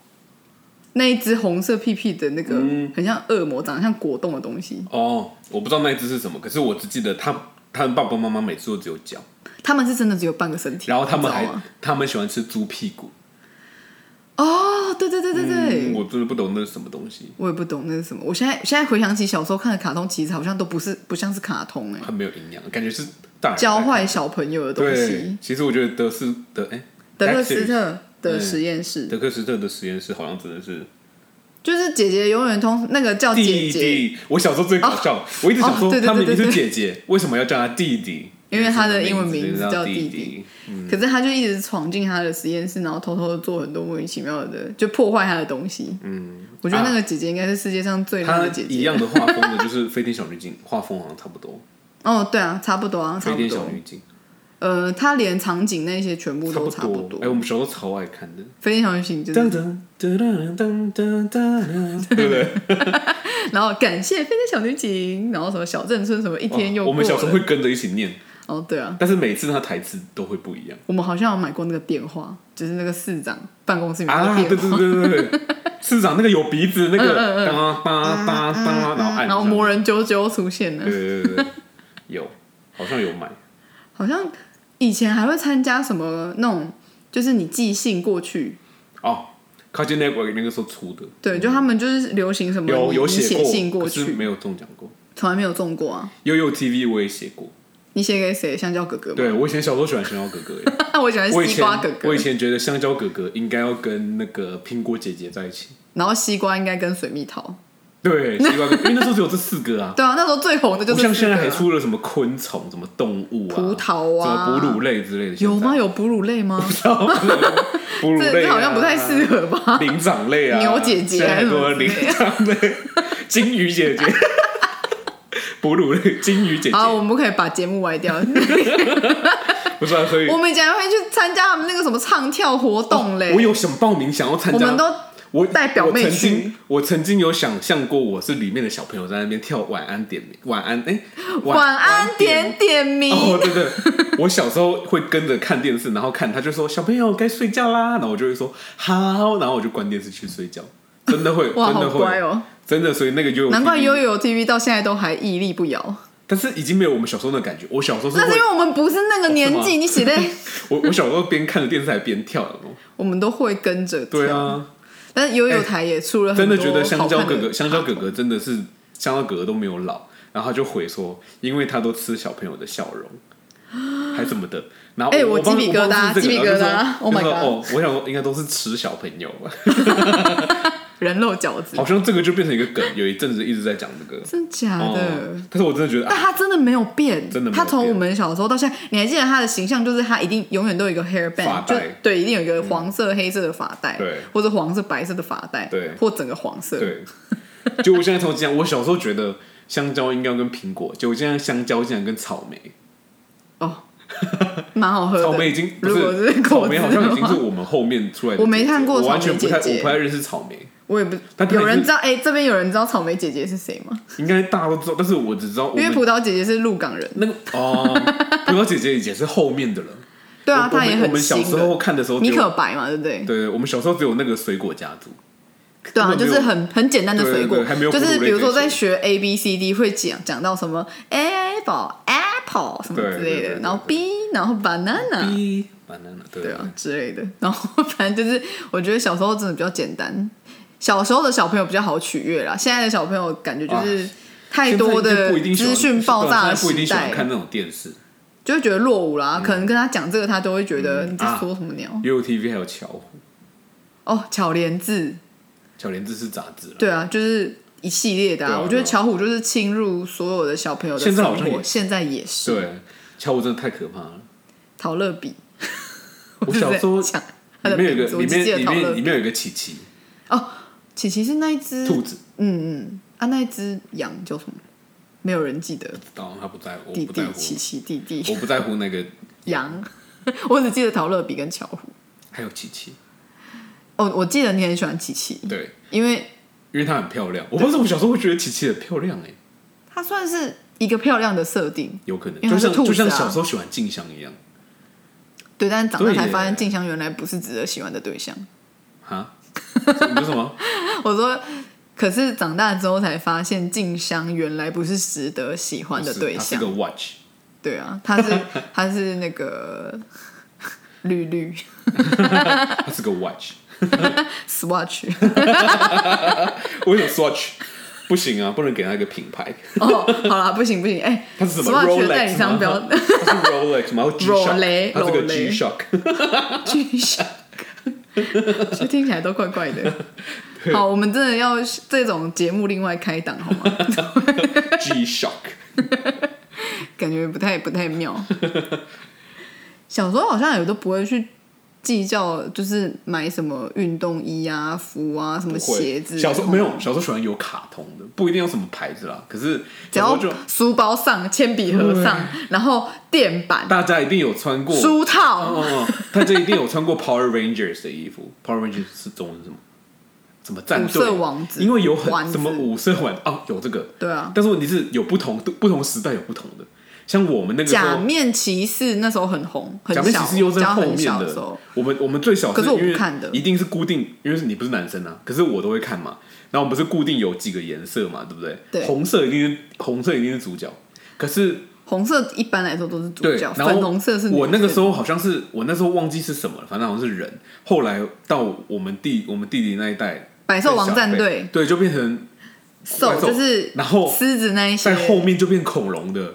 [SPEAKER 1] 那一只红色屁屁的那个，
[SPEAKER 2] 嗯
[SPEAKER 1] 很像恶魔，长得像果冻的东西。
[SPEAKER 2] 哦，我不知道那一只是什么，可是我只记得他他们爸爸妈妈每次都只有脚，
[SPEAKER 1] 他们是真的只有半个身体，
[SPEAKER 2] 然后他们
[SPEAKER 1] 你
[SPEAKER 2] 还
[SPEAKER 1] 知道吗
[SPEAKER 2] 他们喜欢吃猪屁股，
[SPEAKER 1] 哦，对对对对对，
[SPEAKER 2] 嗯我真的不懂那是什么东西，
[SPEAKER 1] 我也不懂那是什么。我现在现在回想起小时候看的卡通，其实好像都不是不像是卡通哎、
[SPEAKER 2] 很没有营养，感觉是大人
[SPEAKER 1] 教
[SPEAKER 2] 在看
[SPEAKER 1] 坏小朋友的东
[SPEAKER 2] 对
[SPEAKER 1] 西。，
[SPEAKER 2] 其实我觉得德斯德哎、
[SPEAKER 1] 德克斯特的
[SPEAKER 2] 嗯
[SPEAKER 1] 实验室，
[SPEAKER 2] 德克斯特的实验室好像真的是
[SPEAKER 1] 就是姐姐永远通那个叫姐
[SPEAKER 2] 弟
[SPEAKER 1] 姐，
[SPEAKER 2] 弟。我小时候最搞笑，我一直想
[SPEAKER 1] 哦
[SPEAKER 2] 说
[SPEAKER 1] 对对对
[SPEAKER 2] 他明
[SPEAKER 1] 对
[SPEAKER 2] 明是
[SPEAKER 1] 对
[SPEAKER 2] 姐姐，为什么要叫他弟弟？
[SPEAKER 1] 因为他的英文
[SPEAKER 2] 名
[SPEAKER 1] 名
[SPEAKER 2] 字
[SPEAKER 1] 字
[SPEAKER 2] 叫
[SPEAKER 1] 叫
[SPEAKER 2] 弟
[SPEAKER 1] 弟
[SPEAKER 2] 弟
[SPEAKER 1] 弟。
[SPEAKER 2] 嗯
[SPEAKER 1] 可是他就一直闯进他的实验室，然后偷偷的做很多莫名其妙的，就破坏他的东西。
[SPEAKER 2] 嗯，
[SPEAKER 1] 我觉得那
[SPEAKER 2] 啊
[SPEAKER 1] 个姐姐应该是世界上最烂
[SPEAKER 2] 他
[SPEAKER 1] 的姐
[SPEAKER 2] 一
[SPEAKER 1] 姐。
[SPEAKER 2] 样的画风的，就是《飞天小女警》画风好像差不多，
[SPEAKER 1] 哦，对啊，差不多啊，
[SPEAKER 2] 《
[SPEAKER 1] 差
[SPEAKER 2] 飞
[SPEAKER 1] 不
[SPEAKER 2] 天
[SPEAKER 1] 多
[SPEAKER 2] 小。女警
[SPEAKER 1] 呃，他连场景那些全部》都
[SPEAKER 2] 不
[SPEAKER 1] 差不
[SPEAKER 2] 多
[SPEAKER 1] 多。。
[SPEAKER 2] 哎、我们小时候超爱看的。
[SPEAKER 1] 飞天小女警就是
[SPEAKER 2] 噔，噔噔噔噔噔噔，对不对？
[SPEAKER 1] 然后感谢飞天小女警，然后什么小镇村什么一天又
[SPEAKER 2] 哦
[SPEAKER 1] 过
[SPEAKER 2] 我
[SPEAKER 1] 了
[SPEAKER 2] 们小时候会跟着一起念，
[SPEAKER 1] 哦，对啊，
[SPEAKER 2] 但是每次他台词都会不一样
[SPEAKER 1] 我们好像有买过那个电话，就是那个市长办公室里面
[SPEAKER 2] 啊！
[SPEAKER 1] 的
[SPEAKER 2] 对
[SPEAKER 1] 电
[SPEAKER 2] 对
[SPEAKER 1] 话，
[SPEAKER 2] 对对对，市长那个有鼻子那个，
[SPEAKER 1] 嗯嗯嗯
[SPEAKER 2] 当当当当，然后按，
[SPEAKER 1] 然后魔人啾啾出现了
[SPEAKER 2] 对，。
[SPEAKER 1] [laughs]
[SPEAKER 2] 对对对，对有，好像有买。
[SPEAKER 1] 好像以前还会参加什么那种，就是你寄信过去，
[SPEAKER 2] 哦，Cartoon Network 那个时候出的，
[SPEAKER 1] 对，就他们就是流行什么，
[SPEAKER 2] 嗯有
[SPEAKER 1] 你
[SPEAKER 2] 有
[SPEAKER 1] 你写
[SPEAKER 2] 过，
[SPEAKER 1] 信过
[SPEAKER 2] 可是
[SPEAKER 1] 去，
[SPEAKER 2] 没有中奖过。
[SPEAKER 1] 从来没有中过啊。
[SPEAKER 2] 悠悠 TV 我也写过，
[SPEAKER 1] 你写给谁？香蕉哥哥吗？
[SPEAKER 2] 对我以前小时候喜欢香蕉哥哥耶，
[SPEAKER 1] [laughs] 我喜欢
[SPEAKER 2] 我以
[SPEAKER 1] 西
[SPEAKER 2] 前
[SPEAKER 1] 瓜哥
[SPEAKER 2] 我
[SPEAKER 1] 哥
[SPEAKER 2] 以，前觉得香蕉哥哥应该要跟那个苹果姐姐在一起。
[SPEAKER 1] 然后西瓜应该跟水蜜桃。 [laughs]
[SPEAKER 2] 对，西瓜哥，因为那时候只有这四个啊，
[SPEAKER 1] 对 [laughs] 啊，那时候最红的就
[SPEAKER 2] 不
[SPEAKER 1] 是
[SPEAKER 2] 像现在
[SPEAKER 1] 这
[SPEAKER 2] 还
[SPEAKER 1] 个啊
[SPEAKER 2] 出了什么昆虫、什么动物啊、
[SPEAKER 1] 葡萄啊
[SPEAKER 2] 什么哺乳类之类的，
[SPEAKER 1] 有吗？？有哺乳类吗？
[SPEAKER 2] 哺乳
[SPEAKER 1] 这
[SPEAKER 2] 类、
[SPEAKER 1] 这
[SPEAKER 2] 啊、
[SPEAKER 1] 好像不太适合
[SPEAKER 2] [laughs]
[SPEAKER 1] 吧？ [laughs]
[SPEAKER 2] 灵长类啊，
[SPEAKER 1] 牛姐姐
[SPEAKER 2] 现在
[SPEAKER 1] 还
[SPEAKER 2] 很
[SPEAKER 1] 是什
[SPEAKER 2] 多
[SPEAKER 1] 么之
[SPEAKER 2] 灵
[SPEAKER 1] 类的
[SPEAKER 2] 长类、金鱼姐
[SPEAKER 1] [laughs]
[SPEAKER 2] 姐、哺乳类、金鱼姐姐，
[SPEAKER 1] 好，我们不可以把节目歪
[SPEAKER 2] [laughs]
[SPEAKER 1] 掉。
[SPEAKER 2] 不是、啊，所以
[SPEAKER 1] 我们以前还会去参加他们那个什么唱跳活动嘞，
[SPEAKER 2] 哦我有想报名，想要参加，
[SPEAKER 1] 我们都
[SPEAKER 2] 我
[SPEAKER 1] 带表妹
[SPEAKER 2] 我曾经
[SPEAKER 1] 去
[SPEAKER 2] 我曾经有想象过，我是里面的小朋友在那边跳晚安点名，晚安哎、
[SPEAKER 1] 晚安点。点名。
[SPEAKER 2] 哦，对对，我小时候会跟着看电视，然后看他就说小朋友该睡觉啦，然后我就会说好，然后我就关电视去睡觉，真的会，
[SPEAKER 1] 哇，
[SPEAKER 2] 真
[SPEAKER 1] 好
[SPEAKER 2] 的
[SPEAKER 1] 乖
[SPEAKER 2] 会，
[SPEAKER 1] 哦！
[SPEAKER 2] 真的，所以那个悠悠，
[SPEAKER 1] 难怪悠，悠 TV 到现在都还屹立不摇。
[SPEAKER 2] 但是已经没有我们小时候的感觉。我小时候是
[SPEAKER 1] 那是
[SPEAKER 2] 会哦
[SPEAKER 1] 因，为我们不是那个年
[SPEAKER 2] 是
[SPEAKER 1] 纪，你写
[SPEAKER 2] [laughs]
[SPEAKER 1] 的
[SPEAKER 2] 我我小时候边看着电视还边
[SPEAKER 1] [laughs]
[SPEAKER 2] 跳的哦。
[SPEAKER 1] 我们都会跟着跳。
[SPEAKER 2] 对，啊，
[SPEAKER 1] 但是悠悠台也出了很
[SPEAKER 2] 真
[SPEAKER 1] 多
[SPEAKER 2] 的觉得香蕉
[SPEAKER 1] 好看
[SPEAKER 2] 哥
[SPEAKER 1] 的
[SPEAKER 2] 哥，香蕉哥哥真的是香蕉哥哥都没有老，然后他就回说，因为他都吃小朋友的笑容，还什么的。然后
[SPEAKER 1] 哎
[SPEAKER 2] 我
[SPEAKER 1] 我
[SPEAKER 2] 帮
[SPEAKER 1] 鸡皮疙瘩
[SPEAKER 2] 我帮是这个
[SPEAKER 1] 鸡皮疙瘩
[SPEAKER 2] 然后就说
[SPEAKER 1] Oh my
[SPEAKER 2] 就说哦，我想说应该都是吃小朋友吧，
[SPEAKER 1] 人肉饺子
[SPEAKER 2] 好，像这个就变成一个梗，有一阵子一直在讲这个。
[SPEAKER 1] 真假
[SPEAKER 2] 哦
[SPEAKER 1] 的？，
[SPEAKER 2] 但是我真的觉得，
[SPEAKER 1] 但
[SPEAKER 2] 啊
[SPEAKER 1] 他真的没有变，
[SPEAKER 2] 真的没有变
[SPEAKER 1] 他从我们小时候到现在，你还记得他的形象，就是他一定永远都有一个 hair
[SPEAKER 2] 发
[SPEAKER 1] band，就
[SPEAKER 2] 带嗯
[SPEAKER 1] 对，一定有一个黄色、黑色的发带，
[SPEAKER 2] 对
[SPEAKER 1] 或者黄色、白色的发带，
[SPEAKER 2] 对
[SPEAKER 1] 或整个黄色，
[SPEAKER 2] 对，就我现在从讲，我小时候觉得香蕉应该要跟苹果，结果现在香蕉竟然跟草莓，
[SPEAKER 1] 哦，蛮好喝的。
[SPEAKER 2] [laughs] 草莓已经不
[SPEAKER 1] 如果
[SPEAKER 2] 是
[SPEAKER 1] 是
[SPEAKER 2] 草
[SPEAKER 1] 果
[SPEAKER 2] 莓
[SPEAKER 1] 汁
[SPEAKER 2] 好像已经
[SPEAKER 1] 的话，
[SPEAKER 2] 是我们后面出来的姐姐，
[SPEAKER 1] 我没看过
[SPEAKER 2] 我完
[SPEAKER 1] 草莓
[SPEAKER 2] 全不太
[SPEAKER 1] 姐姐
[SPEAKER 2] 我不太认识草莓，
[SPEAKER 1] 我也不
[SPEAKER 2] 但它已经
[SPEAKER 1] 有人知道。哎，这边有人知道草莓姐姐是谁吗？
[SPEAKER 2] 应该大家都知道，但是我只知道我
[SPEAKER 1] 因为
[SPEAKER 2] 们
[SPEAKER 1] 葡萄姐姐是鹿港人，[laughs]
[SPEAKER 2] 那个哦，葡萄姐姐已经是后面的了，
[SPEAKER 1] 对
[SPEAKER 2] 我
[SPEAKER 1] 啊，
[SPEAKER 2] 我
[SPEAKER 1] 她
[SPEAKER 2] 们
[SPEAKER 1] 也
[SPEAKER 2] 我
[SPEAKER 1] 很
[SPEAKER 2] 们小
[SPEAKER 1] 新
[SPEAKER 2] 时
[SPEAKER 1] 的。
[SPEAKER 2] 候看的时候只
[SPEAKER 1] 米
[SPEAKER 2] 有，
[SPEAKER 1] 可白嘛，对不对？
[SPEAKER 2] 对，我们小时候只有那个水果家族，
[SPEAKER 1] 对啊，
[SPEAKER 2] 根本
[SPEAKER 1] 就
[SPEAKER 2] 没有
[SPEAKER 1] 是很很简单的水
[SPEAKER 2] 对对
[SPEAKER 1] 果
[SPEAKER 2] 对还没有，
[SPEAKER 1] 就
[SPEAKER 2] 哺乳
[SPEAKER 1] 是
[SPEAKER 2] 类
[SPEAKER 1] 比如说
[SPEAKER 2] 这一
[SPEAKER 1] 在学 A B C D 会讲讲到什么 apple apple 什么
[SPEAKER 2] 对
[SPEAKER 1] 之
[SPEAKER 2] 对
[SPEAKER 1] 类
[SPEAKER 2] 对对
[SPEAKER 1] 的
[SPEAKER 2] 对，
[SPEAKER 1] 然后 B 然后 banana
[SPEAKER 2] 一 banana，
[SPEAKER 1] 嗯
[SPEAKER 2] 对
[SPEAKER 1] 对啊之类的，然后 [laughs] 反正就是我觉得小时候真的比较简单，小时候的小朋友比较好取悦啦，现在的小朋友感觉就是太多
[SPEAKER 2] 啊现在
[SPEAKER 1] 的
[SPEAKER 2] 不一定喜欢啊
[SPEAKER 1] 资讯爆炸的
[SPEAKER 2] 现在不一定
[SPEAKER 1] 时
[SPEAKER 2] 喜欢
[SPEAKER 1] 代，
[SPEAKER 2] 看那种电视，
[SPEAKER 1] 就会觉得落伍啦。可能跟他讲这个，他都会觉得你在
[SPEAKER 2] 啊
[SPEAKER 1] 说什么鸟
[SPEAKER 2] 也有 TV 还有巧虎，
[SPEAKER 1] 哦，巧莲字。
[SPEAKER 2] 巧莲这是杂志了。
[SPEAKER 1] 对啊，就是一系列的、
[SPEAKER 2] 对啊
[SPEAKER 1] 我觉
[SPEAKER 2] 对啊
[SPEAKER 1] 得巧虎就是侵入所有的小朋友的
[SPEAKER 2] 现
[SPEAKER 1] 生
[SPEAKER 2] 在
[SPEAKER 1] 活，
[SPEAKER 2] 好像
[SPEAKER 1] 现在
[SPEAKER 2] 也
[SPEAKER 1] 也是。
[SPEAKER 2] 对，巧虎真的太可怕了。
[SPEAKER 1] 陶乐比， [laughs]
[SPEAKER 2] 我
[SPEAKER 1] 就是
[SPEAKER 2] 小
[SPEAKER 1] 在
[SPEAKER 2] 时候
[SPEAKER 1] 讲他
[SPEAKER 2] 里
[SPEAKER 1] 的
[SPEAKER 2] 面有一
[SPEAKER 1] 名字，
[SPEAKER 2] 个里
[SPEAKER 1] 我只记
[SPEAKER 2] 面
[SPEAKER 1] 得
[SPEAKER 2] 里
[SPEAKER 1] 陶
[SPEAKER 2] 面
[SPEAKER 1] 乐
[SPEAKER 2] 里
[SPEAKER 1] 比。
[SPEAKER 2] 面有一个琪琪
[SPEAKER 1] 哦，琪琪是那一只
[SPEAKER 2] 兔，子，
[SPEAKER 1] 嗯嗯啊，那一只羊叫什么？没有人记得，
[SPEAKER 2] 当然他不在乎，我
[SPEAKER 1] 弟
[SPEAKER 2] 不在
[SPEAKER 1] 弟琪
[SPEAKER 2] 乎，
[SPEAKER 1] 琪弟弟
[SPEAKER 2] 我不在乎那个
[SPEAKER 1] [laughs] 羊，我只记得陶乐比跟巧虎。
[SPEAKER 2] 还有琪琪，
[SPEAKER 1] 哦，我记得你很喜欢琪琪，
[SPEAKER 2] 对，
[SPEAKER 1] 因为
[SPEAKER 2] 因为她很漂亮。我不是我小时候会觉得琪琪很漂亮哎，
[SPEAKER 1] 她算是一个漂亮的设定，
[SPEAKER 2] 有可能
[SPEAKER 1] 因为它是
[SPEAKER 2] 就像
[SPEAKER 1] 兔子
[SPEAKER 2] 就像
[SPEAKER 1] 啊
[SPEAKER 2] 小时候喜欢静香一样
[SPEAKER 1] 对，但是长大才
[SPEAKER 2] 对
[SPEAKER 1] 发现
[SPEAKER 2] 耶
[SPEAKER 1] 静香原来不是值得喜欢的对象。 [laughs]
[SPEAKER 2] 啊。你说什么？
[SPEAKER 1] 我说，可是长大之后才发现静香原来不是值得喜欢的
[SPEAKER 2] 不是
[SPEAKER 1] 对
[SPEAKER 2] 它是
[SPEAKER 1] 象
[SPEAKER 2] 个。watch，
[SPEAKER 1] 对啊，他是 [laughs] 他是那个 [laughs] 绿绿
[SPEAKER 2] 它是个 watch。
[SPEAKER 1] swatch [laughs]
[SPEAKER 2] 我有 swatch，不 [laughs] 行啊，不能给它一个品牌。
[SPEAKER 1] 哦，好啦，不行不行，哎、
[SPEAKER 2] 它是什么
[SPEAKER 1] swatch 的代理
[SPEAKER 2] Rolex
[SPEAKER 1] 商
[SPEAKER 2] 吗？
[SPEAKER 1] 标 [laughs]
[SPEAKER 2] 它是 Rolex 吗？或 G Shock，
[SPEAKER 1] Rolex，
[SPEAKER 2] 它是个 G
[SPEAKER 1] Rolex
[SPEAKER 2] Shock。
[SPEAKER 1] 巨响， [laughs] 就听起来都怪怪
[SPEAKER 2] [laughs]
[SPEAKER 1] 的。好，我们真的要这种节目另外开档好吗？
[SPEAKER 2] G [laughs] Shock，
[SPEAKER 1] 感觉不太不太妙。 [laughs] 小时候好像也都不会去计较，就是买什么运动衣啊、服啊、什么
[SPEAKER 2] 不
[SPEAKER 1] 鞋
[SPEAKER 2] 会。
[SPEAKER 1] 子。
[SPEAKER 2] 小时候没有，小时候喜欢有卡通的，不一定有什么牌子啦。可是
[SPEAKER 1] 只
[SPEAKER 2] 小时候
[SPEAKER 1] 要
[SPEAKER 2] 就
[SPEAKER 1] 书包上、铅笔盒上，然后垫板、
[SPEAKER 2] 大家一定有穿过，
[SPEAKER 1] 书套、
[SPEAKER 2] 哦，他这一定有穿过 Power Rangers 的衣服。Power Rangers 是中文是什么？什么战队？啊
[SPEAKER 1] 五色王子
[SPEAKER 2] 因为有
[SPEAKER 1] 丸子
[SPEAKER 2] 很什么五色丸哦，有这个。
[SPEAKER 1] 对啊
[SPEAKER 2] 但是问题是有不同，不同时代有不同的。像我们那个时
[SPEAKER 1] 假
[SPEAKER 2] 候，
[SPEAKER 1] 面骑士，那时候很红，很
[SPEAKER 2] 假面
[SPEAKER 1] 小，
[SPEAKER 2] 骑士又在
[SPEAKER 1] 讲
[SPEAKER 2] 后
[SPEAKER 1] 很
[SPEAKER 2] 面
[SPEAKER 1] 小时
[SPEAKER 2] 的
[SPEAKER 1] 候。。
[SPEAKER 2] 我们我们最小
[SPEAKER 1] 可是
[SPEAKER 2] 因
[SPEAKER 1] 我不
[SPEAKER 2] 为
[SPEAKER 1] 看的
[SPEAKER 2] 一定是固定，因为你不是男生啊，可是我都会看嘛。然后我们是固定有几个颜色嘛，对不对？
[SPEAKER 1] 对
[SPEAKER 2] 红色一定是红色一定是主角，可是
[SPEAKER 1] 红色一般来说都是主
[SPEAKER 2] 对，
[SPEAKER 1] 角，
[SPEAKER 2] 然后
[SPEAKER 1] 粉红色是女
[SPEAKER 2] 我那个时
[SPEAKER 1] 生
[SPEAKER 2] 候好像是我那时候忘记是什么了，反正好像是人。后来到我们弟我们弟弟那一代，
[SPEAKER 1] 百兽王战
[SPEAKER 2] 小
[SPEAKER 1] 队
[SPEAKER 2] 辈，对，就变成
[SPEAKER 1] 兽
[SPEAKER 2] 怪兽
[SPEAKER 1] 就是
[SPEAKER 2] 然后
[SPEAKER 1] 狮子那一些
[SPEAKER 2] 在，后面就变恐龙的，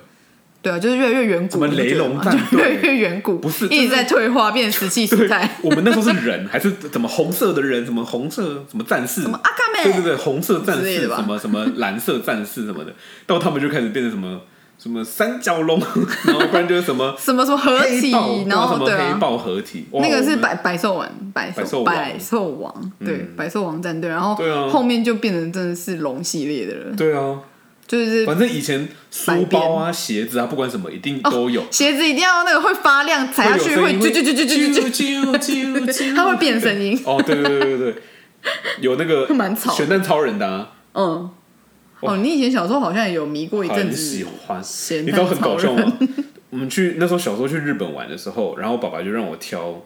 [SPEAKER 1] 对啊，就是越来越远古，
[SPEAKER 2] 什么
[SPEAKER 1] 你不觉得
[SPEAKER 2] 雷龙
[SPEAKER 1] 吗
[SPEAKER 2] 战
[SPEAKER 1] 就
[SPEAKER 2] 队
[SPEAKER 1] 越来越远古，
[SPEAKER 2] 不是
[SPEAKER 1] 一直在退化变石器时
[SPEAKER 2] [laughs] 对
[SPEAKER 1] 代，，
[SPEAKER 2] 我们那时候是人还是怎么红色的人，什么红色什么战士，
[SPEAKER 1] 什么阿卡
[SPEAKER 2] 对对
[SPEAKER 1] 美，
[SPEAKER 2] 对，红色战
[SPEAKER 1] 之类
[SPEAKER 2] 士
[SPEAKER 1] 的吧
[SPEAKER 2] 什么什么蓝色战士什么的，到他们就开始变成什么什么三角龙， [laughs] 然后不然就是什么
[SPEAKER 1] 什么什么合
[SPEAKER 2] 黑
[SPEAKER 1] 体
[SPEAKER 2] 豹，对，
[SPEAKER 1] 然
[SPEAKER 2] 啊什
[SPEAKER 1] 后
[SPEAKER 2] 么
[SPEAKER 1] 对
[SPEAKER 2] 黑
[SPEAKER 1] 啊。
[SPEAKER 2] 豹合体，哇
[SPEAKER 1] 那个
[SPEAKER 2] 我
[SPEAKER 1] 是
[SPEAKER 2] 们
[SPEAKER 1] 百百兽王，百
[SPEAKER 2] 百兽
[SPEAKER 1] 兽
[SPEAKER 2] 王嗯
[SPEAKER 1] 百兽王，对，百兽王战队，然后
[SPEAKER 2] 对啊
[SPEAKER 1] 后面就变成真的是龙系列的了，
[SPEAKER 2] 对啊，
[SPEAKER 1] 就是
[SPEAKER 2] 反正以前书包啊、鞋子啊，不管什么，一定都有。
[SPEAKER 1] 鞋子一定要那个会发亮，哦踩下去
[SPEAKER 2] 有声
[SPEAKER 1] 会
[SPEAKER 2] 音
[SPEAKER 1] 啾啾啾啾啾啾啾，[laughs]
[SPEAKER 2] 啾啾啾，
[SPEAKER 1] 它会变声音
[SPEAKER 2] 哦，对对对对对，有那个
[SPEAKER 1] 蛮吵
[SPEAKER 2] 选战超人的、啊，
[SPEAKER 1] 嗯，哦，你以前小时候好像也有迷过一阵
[SPEAKER 2] 很
[SPEAKER 1] 子，
[SPEAKER 2] 喜欢。
[SPEAKER 1] 咸
[SPEAKER 2] 你知道很搞笑吗？我们去那时候小时候去日本玩的时候，然后爸爸就让我挑，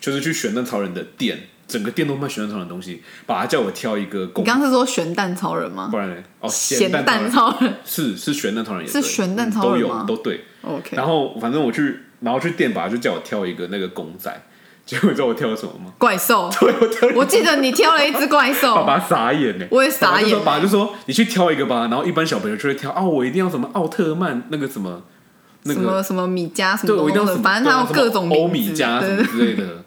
[SPEAKER 2] 就是去选战超人的店，整个店都卖选战超人的东西，爸爸叫我挑一个
[SPEAKER 1] 你
[SPEAKER 2] 公，
[SPEAKER 1] 刚刚是说咸蛋超人吗
[SPEAKER 2] 不？然呢？哦，
[SPEAKER 1] 咸
[SPEAKER 2] 蛋
[SPEAKER 1] 蛋
[SPEAKER 2] 超人
[SPEAKER 1] 超人
[SPEAKER 2] 是是选战超人也
[SPEAKER 1] 是
[SPEAKER 2] 对
[SPEAKER 1] 咸蛋
[SPEAKER 2] 嗯
[SPEAKER 1] 超人
[SPEAKER 2] 都
[SPEAKER 1] 吗
[SPEAKER 2] 有都对。
[SPEAKER 1] ，OK，
[SPEAKER 2] 然后反正我去，然后去店吧，就叫我挑一个那个公仔。 [laughs] 结果你知道我挑了什么吗？ [laughs]
[SPEAKER 1] 怪兽，
[SPEAKER 2] 对，我挑了一个
[SPEAKER 1] 我记得你挑了一只怪
[SPEAKER 2] 爸 [laughs]
[SPEAKER 1] 兽，
[SPEAKER 2] 爸傻眼呢、
[SPEAKER 1] 我也傻眼欸
[SPEAKER 2] 爸爸就说：“爸爸就说你去挑一个吧。”然后一般小朋友就会挑啊，我一定要什么奥特曼那个什么那
[SPEAKER 1] 什
[SPEAKER 2] 个，
[SPEAKER 1] 么什么米加什
[SPEAKER 2] 对
[SPEAKER 1] 么
[SPEAKER 2] 我一定
[SPEAKER 1] 东东
[SPEAKER 2] 要什
[SPEAKER 1] 的，
[SPEAKER 2] 么，
[SPEAKER 1] 反正它有
[SPEAKER 2] 对啊
[SPEAKER 1] 各种
[SPEAKER 2] 什么
[SPEAKER 1] 名字
[SPEAKER 2] 欧米加什
[SPEAKER 1] 对
[SPEAKER 2] [laughs] 么
[SPEAKER 1] 对
[SPEAKER 2] 之类的，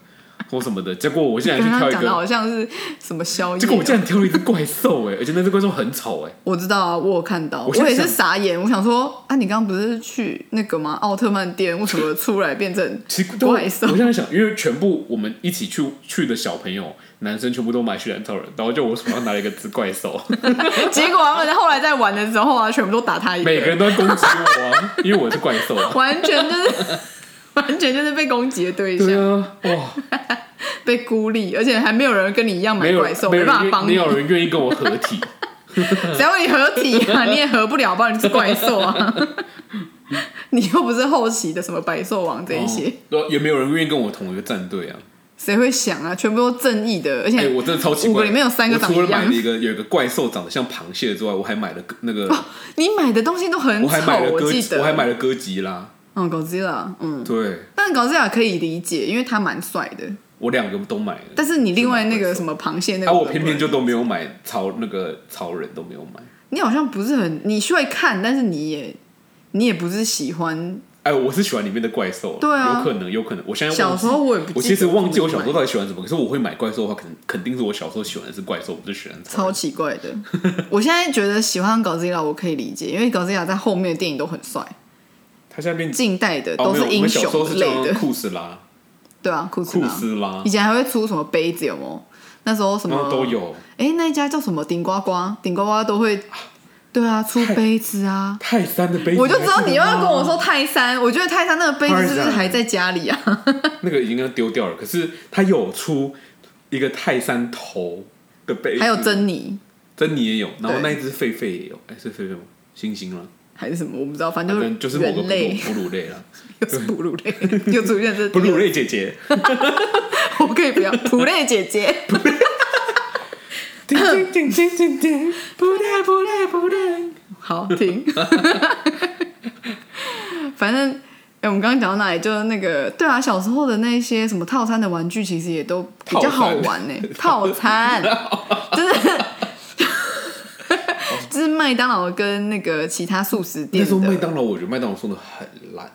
[SPEAKER 2] 或什么的。结果我现在去
[SPEAKER 1] 刚刚
[SPEAKER 2] 挑一
[SPEAKER 1] 讲的
[SPEAKER 2] 个，
[SPEAKER 1] 好像是什么宵夜，
[SPEAKER 2] 结果我竟然挑了一只怪兽哎、而且那只怪兽很丑哎、
[SPEAKER 1] 我知道啊，我有看到，
[SPEAKER 2] 我
[SPEAKER 1] 我
[SPEAKER 2] 现在
[SPEAKER 1] 也是
[SPEAKER 2] 想
[SPEAKER 1] 傻眼，我想说啊，你刚刚不是去那个吗？奥特曼店为什么出来变成
[SPEAKER 2] [laughs] 其实都
[SPEAKER 1] 怪兽 [laughs]
[SPEAKER 2] 我？现在想，因为全部我们一起去去的小朋友，男生全部都买血战超人，然后就我手上拿了一个只怪兽。
[SPEAKER 1] 结果他们后来在玩的时候啊，全部都打他一
[SPEAKER 2] 每个人都在攻击我啊，因为我是怪兽啊。
[SPEAKER 1] [laughs] 完全就是 [laughs] 完全就是被攻击的对象，
[SPEAKER 2] 对啊，哇，
[SPEAKER 1] 被孤立，而且还没有人跟你一样买
[SPEAKER 2] 没有
[SPEAKER 1] 怪
[SPEAKER 2] 人
[SPEAKER 1] 兽，
[SPEAKER 2] 没有
[SPEAKER 1] 办
[SPEAKER 2] 人
[SPEAKER 1] 法
[SPEAKER 2] 愿
[SPEAKER 1] 帮
[SPEAKER 2] 没
[SPEAKER 1] 你。
[SPEAKER 2] 有人愿意跟我合
[SPEAKER 1] [laughs]
[SPEAKER 2] 体，
[SPEAKER 1] 只要你合体啊，你也合不了，不然你是怪兽啊。 [laughs] 你又不是后期的什么百兽王这一些，
[SPEAKER 2] 哦也没有人愿意跟我同一个战队啊。
[SPEAKER 1] 谁会想啊？全部都正义的，而且、
[SPEAKER 2] 哎，我真的超奇怪，
[SPEAKER 1] 五个里面有三个
[SPEAKER 2] 我
[SPEAKER 1] 长一
[SPEAKER 2] 除了买
[SPEAKER 1] 样
[SPEAKER 2] 了。一个有一个怪兽长得像螃蟹之外，我还买了
[SPEAKER 1] [laughs]
[SPEAKER 2] 个那个，
[SPEAKER 1] 你买的东西都很
[SPEAKER 2] [laughs] 我还买
[SPEAKER 1] 丑，哦
[SPEAKER 2] 了
[SPEAKER 1] 我
[SPEAKER 2] 哥
[SPEAKER 1] 记，得。
[SPEAKER 2] 我还买了哥吉拉。
[SPEAKER 1] 嗯，搞基啦，嗯，
[SPEAKER 2] 对，
[SPEAKER 1] 但搞基拉可以理解，因为他蛮帅的。
[SPEAKER 2] 我两个都买了，
[SPEAKER 1] 但是你另外那个什么螃蟹那个，
[SPEAKER 2] 啊，我偏偏就都没有买超那个超人都没有买。
[SPEAKER 1] 你好像不是很，你是会看，但是你也你也不是喜欢。
[SPEAKER 2] 哎，我是喜欢里面的怪兽，
[SPEAKER 1] 对啊
[SPEAKER 2] 有可能，有可能。我现在
[SPEAKER 1] 小
[SPEAKER 2] 忘
[SPEAKER 1] 时
[SPEAKER 2] 记
[SPEAKER 1] 候我也不记得
[SPEAKER 2] 我其实忘记我小时
[SPEAKER 1] 怎
[SPEAKER 2] 候
[SPEAKER 1] 么
[SPEAKER 2] 到底喜欢什么，可是我会买怪兽的话，肯肯定是我小时候喜欢的是怪兽，不是喜欢
[SPEAKER 1] 买超奇怪
[SPEAKER 2] [laughs]
[SPEAKER 1] 的。我现在觉得喜欢搞基拉，我可以理解，因为搞基拉在后面的电影都很帅，
[SPEAKER 2] 他下面
[SPEAKER 1] 近代的
[SPEAKER 2] 哦
[SPEAKER 1] 都
[SPEAKER 2] 没
[SPEAKER 1] 是
[SPEAKER 2] 有，我
[SPEAKER 1] 英
[SPEAKER 2] 们小时候
[SPEAKER 1] 雄
[SPEAKER 2] 是
[SPEAKER 1] 类
[SPEAKER 2] 叫
[SPEAKER 1] 的，
[SPEAKER 2] 库斯拉，
[SPEAKER 1] [laughs] 对啊，库斯
[SPEAKER 2] 库
[SPEAKER 1] 拉。
[SPEAKER 2] 斯拉
[SPEAKER 1] 以，前还会出什么杯子有没有？那时候什
[SPEAKER 2] 然
[SPEAKER 1] 么
[SPEAKER 2] 后嗯都？有，
[SPEAKER 1] 哎，那一家叫什么顶呱呱？顶呱呱都会，对啊，出杯子啊。
[SPEAKER 2] 泰山的杯子，
[SPEAKER 1] 我就知道你又要跟我
[SPEAKER 2] 说
[SPEAKER 1] 说泰山，我觉得泰山那个杯子是不是
[SPEAKER 2] 泰山
[SPEAKER 1] 还在家里啊？
[SPEAKER 2] 那个已经要丢掉了，可是他有出一个泰山头的杯子，
[SPEAKER 1] 还有珍妮，
[SPEAKER 2] 珍妮也有，然后
[SPEAKER 1] 对
[SPEAKER 2] 那一只狒狒也有，哎是狒狒吗？星星啦，
[SPEAKER 1] 还是什么，我不知道，反
[SPEAKER 2] 反
[SPEAKER 1] 正
[SPEAKER 2] 正就是某个
[SPEAKER 1] 人类
[SPEAKER 2] 哺乳类了，
[SPEAKER 1] [laughs] 又是哺乳类，又出现这
[SPEAKER 2] 哺乳类姐姐，
[SPEAKER 1] [laughs] 我可以不要普类姐姐，
[SPEAKER 2] 叮叮叮叮叮叮，不累不累不累。
[SPEAKER 1] 好停。反正，哎、我们刚刚讲到哪里？就是那个，对啊，小时候的那些什么套餐的玩具，其实也都比较好玩呢、套餐，
[SPEAKER 2] [laughs]
[SPEAKER 1] 就是就是麦当劳跟那个其他素食
[SPEAKER 2] 那
[SPEAKER 1] 店
[SPEAKER 2] 时候麦
[SPEAKER 1] 的。
[SPEAKER 2] 当劳，我觉得麦当劳送的很烂，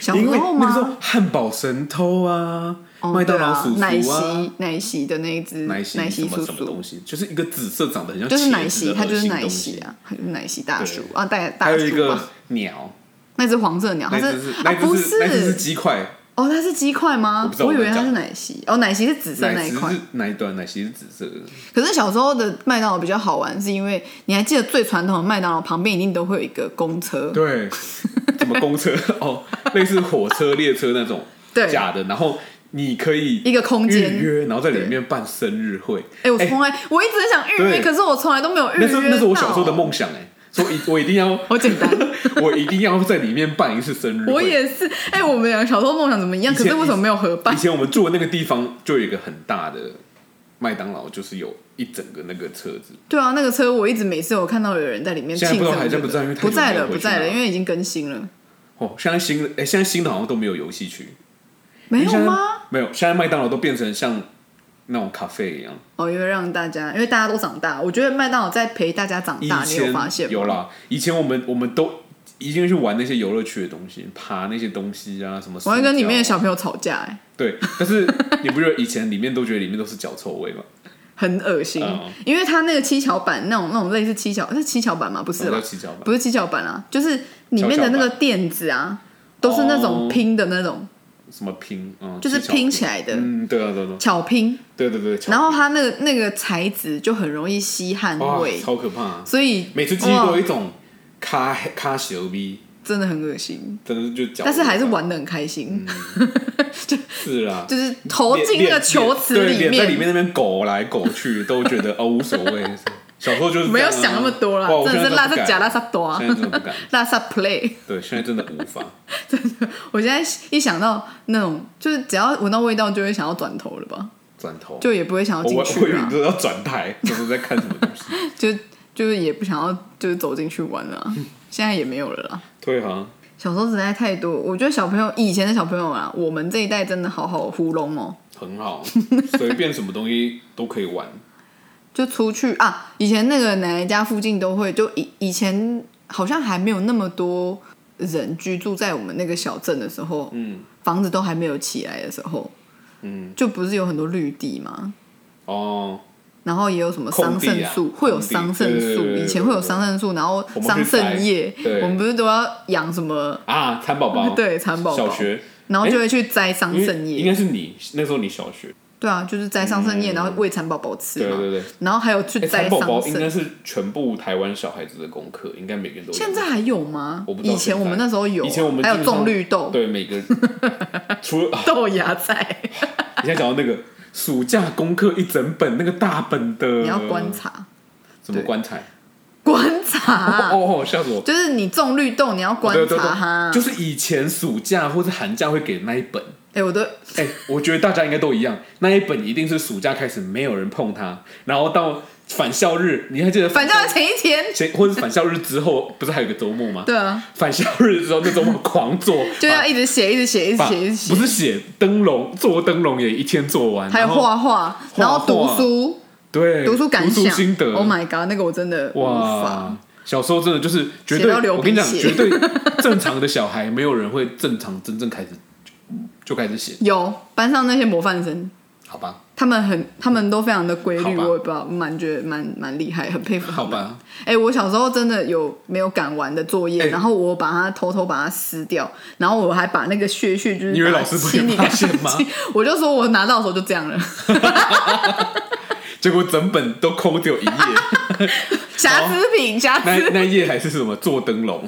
[SPEAKER 1] 小时
[SPEAKER 2] 因为
[SPEAKER 1] 候
[SPEAKER 2] 那个时
[SPEAKER 1] 吗？
[SPEAKER 2] 候汉堡神偷啊，
[SPEAKER 1] 哦
[SPEAKER 2] 麦当
[SPEAKER 1] 对
[SPEAKER 2] 劳叔
[SPEAKER 1] 啊、奶
[SPEAKER 2] 叔啊
[SPEAKER 1] 昔，奶昔的那一只
[SPEAKER 2] 奶昔什么
[SPEAKER 1] 叔
[SPEAKER 2] 什么
[SPEAKER 1] 叔
[SPEAKER 2] 东，西，就是一个紫色长得很像
[SPEAKER 1] 就是奶
[SPEAKER 2] 茄子
[SPEAKER 1] 昔，
[SPEAKER 2] 的
[SPEAKER 1] 它就
[SPEAKER 2] 恶
[SPEAKER 1] 是
[SPEAKER 2] 心
[SPEAKER 1] 奶
[SPEAKER 2] 东
[SPEAKER 1] 昔
[SPEAKER 2] 西，
[SPEAKER 1] 啊，它就是奶昔大
[SPEAKER 2] 对
[SPEAKER 1] 叔啊，大
[SPEAKER 2] 还
[SPEAKER 1] 大
[SPEAKER 2] 有一
[SPEAKER 1] 叔
[SPEAKER 2] 个
[SPEAKER 1] 吧，
[SPEAKER 2] 鸟，
[SPEAKER 1] 那只黄色鸟，它
[SPEAKER 2] 那
[SPEAKER 1] 是
[SPEAKER 2] 只是
[SPEAKER 1] 啊
[SPEAKER 2] 那
[SPEAKER 1] 不
[SPEAKER 2] 只是那只是
[SPEAKER 1] 是
[SPEAKER 2] 鸡块，
[SPEAKER 1] 哦，它是鸡块
[SPEAKER 2] 我
[SPEAKER 1] 吗
[SPEAKER 2] 不？知道
[SPEAKER 1] 我以
[SPEAKER 2] 我
[SPEAKER 1] 为
[SPEAKER 2] 在
[SPEAKER 1] 它
[SPEAKER 2] 讲
[SPEAKER 1] 是奶昔，哦，奶昔是紫色
[SPEAKER 2] 奶
[SPEAKER 1] 那
[SPEAKER 2] 昔
[SPEAKER 1] 一块
[SPEAKER 2] 是。哪一段？奶昔是紫色的，
[SPEAKER 1] 可是小时候的麦当劳比较好玩，是因为你还记得最传统的麦当劳旁边一定都会有一个公车，
[SPEAKER 2] 对， [laughs] 什么公车 [laughs] 哦，类似火车、列车那种
[SPEAKER 1] [laughs] 对
[SPEAKER 2] 假的，然后你可以
[SPEAKER 1] 一个空
[SPEAKER 2] 预
[SPEAKER 1] 间。
[SPEAKER 2] 约，然后在里面办生日会。
[SPEAKER 1] 哎、我从来、我一直很想预约，
[SPEAKER 2] 对
[SPEAKER 1] 可是我从来都没有预约
[SPEAKER 2] 那是那是我
[SPEAKER 1] 到
[SPEAKER 2] 小时候的，梦想哎、所以我一定要
[SPEAKER 1] 好简
[SPEAKER 2] [laughs]
[SPEAKER 1] 单。
[SPEAKER 2] 我一定要在里面办一次生日会。
[SPEAKER 1] 我也是，哎、我们两个小时候梦想怎么一样？
[SPEAKER 2] 以
[SPEAKER 1] 可
[SPEAKER 2] 前
[SPEAKER 1] 是为什么没有合
[SPEAKER 2] 以
[SPEAKER 1] 办？
[SPEAKER 2] 前我们住的那个地方就有一个很大的麦当劳，就是有一整个那个车子，
[SPEAKER 1] 对啊，那个车我一直每次我看到有人在里面
[SPEAKER 2] 现在
[SPEAKER 1] 庆
[SPEAKER 2] 不
[SPEAKER 1] 生
[SPEAKER 2] 知道
[SPEAKER 1] 这
[SPEAKER 2] 还在
[SPEAKER 1] 个，
[SPEAKER 2] 不在因为太
[SPEAKER 1] 不
[SPEAKER 2] 久
[SPEAKER 1] 在
[SPEAKER 2] 没有
[SPEAKER 1] 了，
[SPEAKER 2] 回
[SPEAKER 1] 不
[SPEAKER 2] 去
[SPEAKER 1] 在了，
[SPEAKER 2] 了
[SPEAKER 1] 因为已经更新了，
[SPEAKER 2] 哦，现在新的哎、现在新的好像都没有游戏区，
[SPEAKER 1] 没有
[SPEAKER 2] 因为现在
[SPEAKER 1] 吗？？
[SPEAKER 2] 没有，现在麦当劳都变成像那种咖啡一样。
[SPEAKER 1] 哦，因为让大家，因为大家都长大，我觉得麦当劳在陪大家长
[SPEAKER 2] 以
[SPEAKER 1] 大，你有
[SPEAKER 2] 前
[SPEAKER 1] 发现吗？
[SPEAKER 2] 有啦，以前我们我们都一定去玩那些游乐区的东西，爬那些东西啊，什么。
[SPEAKER 1] 我还跟里面的小朋友吵架、哎，
[SPEAKER 2] 对，但是你不觉得以前里面都觉得里面都是脚臭味吗？
[SPEAKER 1] 很恶心，
[SPEAKER 2] 嗯
[SPEAKER 1] 因为他那个七巧板那种那种类似七巧是七巧板吗？不是
[SPEAKER 2] 什么
[SPEAKER 1] 吧
[SPEAKER 2] 叫？七巧板？
[SPEAKER 1] 不是七巧板啊，就是里面的那个垫子啊，都是那种
[SPEAKER 2] 哦
[SPEAKER 1] 拼的那种，
[SPEAKER 2] 什么拼？嗯，
[SPEAKER 1] 就是
[SPEAKER 2] 七巧
[SPEAKER 1] 拼起来的
[SPEAKER 2] 嗯，对啊，对啊对啊，
[SPEAKER 1] 巧拼。
[SPEAKER 2] 对对对。巧
[SPEAKER 1] 然后它那个那个材质就很容易吸汗
[SPEAKER 2] 哇
[SPEAKER 1] 味，
[SPEAKER 2] 超可怕、啊！
[SPEAKER 1] 所以
[SPEAKER 2] 每次经历都有
[SPEAKER 1] 哇
[SPEAKER 2] 一种咖咖小逼，
[SPEAKER 1] 真的很恶心。
[SPEAKER 2] 真的是就脚。
[SPEAKER 1] 但是还是玩的很开心，
[SPEAKER 2] 嗯是啦，
[SPEAKER 1] 就是投进那个球池
[SPEAKER 2] 脸
[SPEAKER 1] 里
[SPEAKER 2] 脸对脸在里
[SPEAKER 1] 面。
[SPEAKER 2] 面那边狗来狗去，都觉得哦无所谓。
[SPEAKER 1] [laughs]
[SPEAKER 2] 小时候就是这样啊
[SPEAKER 1] 没有想那么多啦
[SPEAKER 2] 哇，我
[SPEAKER 1] 真的是
[SPEAKER 2] 现
[SPEAKER 1] 拉
[SPEAKER 2] 在
[SPEAKER 1] 萨假
[SPEAKER 2] 真
[SPEAKER 1] 拉
[SPEAKER 2] 的
[SPEAKER 1] 萨多
[SPEAKER 2] 不敢
[SPEAKER 1] 啊，
[SPEAKER 2] 现在真的不敢，
[SPEAKER 1] 拉萨 play。
[SPEAKER 2] 对，现在真的无法。
[SPEAKER 1] 我现在一想到那种，就是只要闻到味道就会想要转头了吧，
[SPEAKER 2] 转头，
[SPEAKER 1] 就也不会想要 [laughs]
[SPEAKER 2] 我
[SPEAKER 1] 进
[SPEAKER 2] 我我
[SPEAKER 1] 去啊
[SPEAKER 2] 以为你
[SPEAKER 1] 了，
[SPEAKER 2] 都要转台，这是在看什么东西？
[SPEAKER 1] 就就是也不想要就是走进去玩了
[SPEAKER 2] [laughs]
[SPEAKER 1] 啊、现在也没有了啦。
[SPEAKER 2] 对啊，
[SPEAKER 1] 小时候实在太多，我觉得小朋友以前的小朋友啊，我们这一代真的好好糊弄哦。[laughs]
[SPEAKER 2] 很好，随便什么东西都可以玩。
[SPEAKER 1] 就出去啊，以前那个奶奶家附近都会，就以以前好像还没有那么多人居住在我们那个小镇的时候，
[SPEAKER 2] 嗯
[SPEAKER 1] 房子都还没有起来的时候，
[SPEAKER 2] 嗯，
[SPEAKER 1] 就不是有很多绿地吗？
[SPEAKER 2] 哦，
[SPEAKER 1] 然后也有什么桑
[SPEAKER 2] 空地啊
[SPEAKER 1] 葚树，
[SPEAKER 2] 空地
[SPEAKER 1] 会有桑葚
[SPEAKER 2] 对对对
[SPEAKER 1] 树，
[SPEAKER 2] 对对
[SPEAKER 1] 以前会有桑葚树，然后
[SPEAKER 2] 我
[SPEAKER 1] 桑
[SPEAKER 2] 们去摘
[SPEAKER 1] 葚叶，
[SPEAKER 2] 对
[SPEAKER 1] 我们不是都要养什么？
[SPEAKER 2] 啊，蚕宝宝，
[SPEAKER 1] 对，蚕宝宝
[SPEAKER 2] 小，学，哎
[SPEAKER 1] 然后就会去摘桑
[SPEAKER 2] 因
[SPEAKER 1] 葚
[SPEAKER 2] 为
[SPEAKER 1] 叶，
[SPEAKER 2] 应该是你那时候你小学，
[SPEAKER 1] 对啊，就是摘桑葚叶，
[SPEAKER 2] 嗯
[SPEAKER 1] 然后喂蚕宝宝吃
[SPEAKER 2] 对
[SPEAKER 1] 嘛，
[SPEAKER 2] 对对。
[SPEAKER 1] 然后还有 [laughs] 去
[SPEAKER 2] 欸
[SPEAKER 1] 摘
[SPEAKER 2] 蚕
[SPEAKER 1] 桑
[SPEAKER 2] 宝宝应该
[SPEAKER 1] 葚。
[SPEAKER 2] 是全部台湾小孩子的功课，应该每个人都有
[SPEAKER 1] 现在还有吗
[SPEAKER 2] 我？不知道
[SPEAKER 1] 以前我们那时候有啊，
[SPEAKER 2] 以前我们
[SPEAKER 1] 还
[SPEAKER 2] 基
[SPEAKER 1] 有
[SPEAKER 2] 本上
[SPEAKER 1] 种绿豆、
[SPEAKER 2] 对嗯每
[SPEAKER 1] [laughs]
[SPEAKER 2] 个除了、啊、
[SPEAKER 1] 豆芽菜，
[SPEAKER 2] 你现在讲到那个暑假功课一整本那个大本的，
[SPEAKER 1] 你要观察，
[SPEAKER 2] 什么
[SPEAKER 1] 对
[SPEAKER 2] 棺材？
[SPEAKER 1] 观察，
[SPEAKER 2] 哦哦，吓死我！
[SPEAKER 1] 就是你种绿豆，你要观
[SPEAKER 2] 对对
[SPEAKER 1] 察
[SPEAKER 2] 对
[SPEAKER 1] 它。
[SPEAKER 2] 就是以前暑假或者寒假会给那一本，
[SPEAKER 1] 哎，我都
[SPEAKER 2] 哎、我觉得大家应该都一样，那一本一定是暑假开始没有人碰它，然后到返校日，你还记得
[SPEAKER 1] 反正前一天，
[SPEAKER 2] 前或者是返校日之后，不是还有个周末吗？
[SPEAKER 1] 对啊，
[SPEAKER 2] 返校日之后那周末
[SPEAKER 1] [laughs]
[SPEAKER 2] 狂做，
[SPEAKER 1] 就要一直写，一直写，一直
[SPEAKER 2] 把
[SPEAKER 1] 写，一直写
[SPEAKER 2] 啊不。是写灯笼，做灯笼也一天做完，
[SPEAKER 1] 还有
[SPEAKER 2] 然后
[SPEAKER 1] 画画，
[SPEAKER 2] 画
[SPEAKER 1] 然后读书，
[SPEAKER 2] 对
[SPEAKER 1] 读书感想
[SPEAKER 2] 心得
[SPEAKER 1] Oh my god，那个我真的无法。
[SPEAKER 2] 哇！小时候真的就是绝
[SPEAKER 1] 写
[SPEAKER 2] 对，
[SPEAKER 1] 到流鼻
[SPEAKER 2] 我跟你讲，
[SPEAKER 1] 血
[SPEAKER 2] 绝对正常的小孩没有人会正常真正开始就就开始写，
[SPEAKER 1] 有班上那些模范生，
[SPEAKER 2] 好吧？
[SPEAKER 1] 他们很，他们都非常的规
[SPEAKER 2] 好
[SPEAKER 1] 律，
[SPEAKER 2] 吧
[SPEAKER 1] 我也不知道，蛮觉得蛮蛮厉害，很佩服他
[SPEAKER 2] 好
[SPEAKER 1] 们。
[SPEAKER 2] 吧，
[SPEAKER 1] 哎、我小时候真的有没有赶完的作业，
[SPEAKER 2] 哎
[SPEAKER 1] 然后我把它偷偷把它撕掉，然后我还把那个屑屑就是
[SPEAKER 2] 你以为
[SPEAKER 1] 把它
[SPEAKER 2] 老师不会
[SPEAKER 1] 清理
[SPEAKER 2] 发现吗
[SPEAKER 1] 干净？ [laughs] 我就说我拿到的时候就这样了，
[SPEAKER 2] 结果整本都抠掉
[SPEAKER 1] [laughs]
[SPEAKER 2] 一页，
[SPEAKER 1] 瑕疵品，瑕疵
[SPEAKER 2] 那那一页还是什么做灯笼，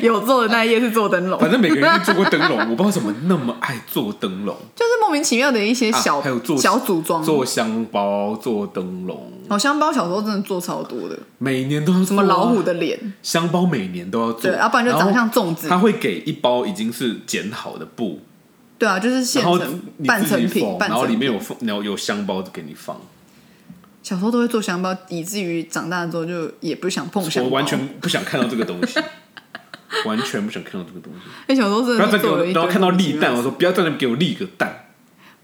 [SPEAKER 1] 有做的那一页是做灯笼，
[SPEAKER 2] 反正每个人都做过灯笼，我不知道为什么那么爱做灯笼，
[SPEAKER 1] 就是莫名其妙的一些
[SPEAKER 2] 啊
[SPEAKER 1] 小、
[SPEAKER 2] 还有做
[SPEAKER 1] 小组装。
[SPEAKER 2] 做香包、做灯笼，
[SPEAKER 1] 好香包小时候真的做超多的，
[SPEAKER 2] 每年都要做、啊。
[SPEAKER 1] 什么老虎的脸，
[SPEAKER 2] 香包每年都要做，
[SPEAKER 1] 对，要、不然就长得像
[SPEAKER 2] 后
[SPEAKER 1] 粽子
[SPEAKER 2] 他，会给一包已经是剪好的布，
[SPEAKER 1] 对啊，就是现
[SPEAKER 2] 然后
[SPEAKER 1] 成
[SPEAKER 2] 你
[SPEAKER 1] 半
[SPEAKER 2] 自己
[SPEAKER 1] 成
[SPEAKER 2] 缝
[SPEAKER 1] 品，，半
[SPEAKER 2] 然后里
[SPEAKER 1] 成品。
[SPEAKER 2] 面有放，然后有香包给你放。
[SPEAKER 1] 小时候都会做香包，以至于长大之后就也不想碰香
[SPEAKER 2] 我
[SPEAKER 1] 包。
[SPEAKER 2] 完全不想看到这个
[SPEAKER 1] [laughs]
[SPEAKER 2] 东西，完全不想看到这个东西。
[SPEAKER 1] 哎、小时候真
[SPEAKER 2] 不
[SPEAKER 1] 的
[SPEAKER 2] 要再
[SPEAKER 1] 是
[SPEAKER 2] 给
[SPEAKER 1] 做
[SPEAKER 2] 我，
[SPEAKER 1] 了一
[SPEAKER 2] 然
[SPEAKER 1] 堆
[SPEAKER 2] 后看到
[SPEAKER 1] 莫名其妙
[SPEAKER 2] 立蛋，
[SPEAKER 1] 的
[SPEAKER 2] 我说不要在那给我立个蛋。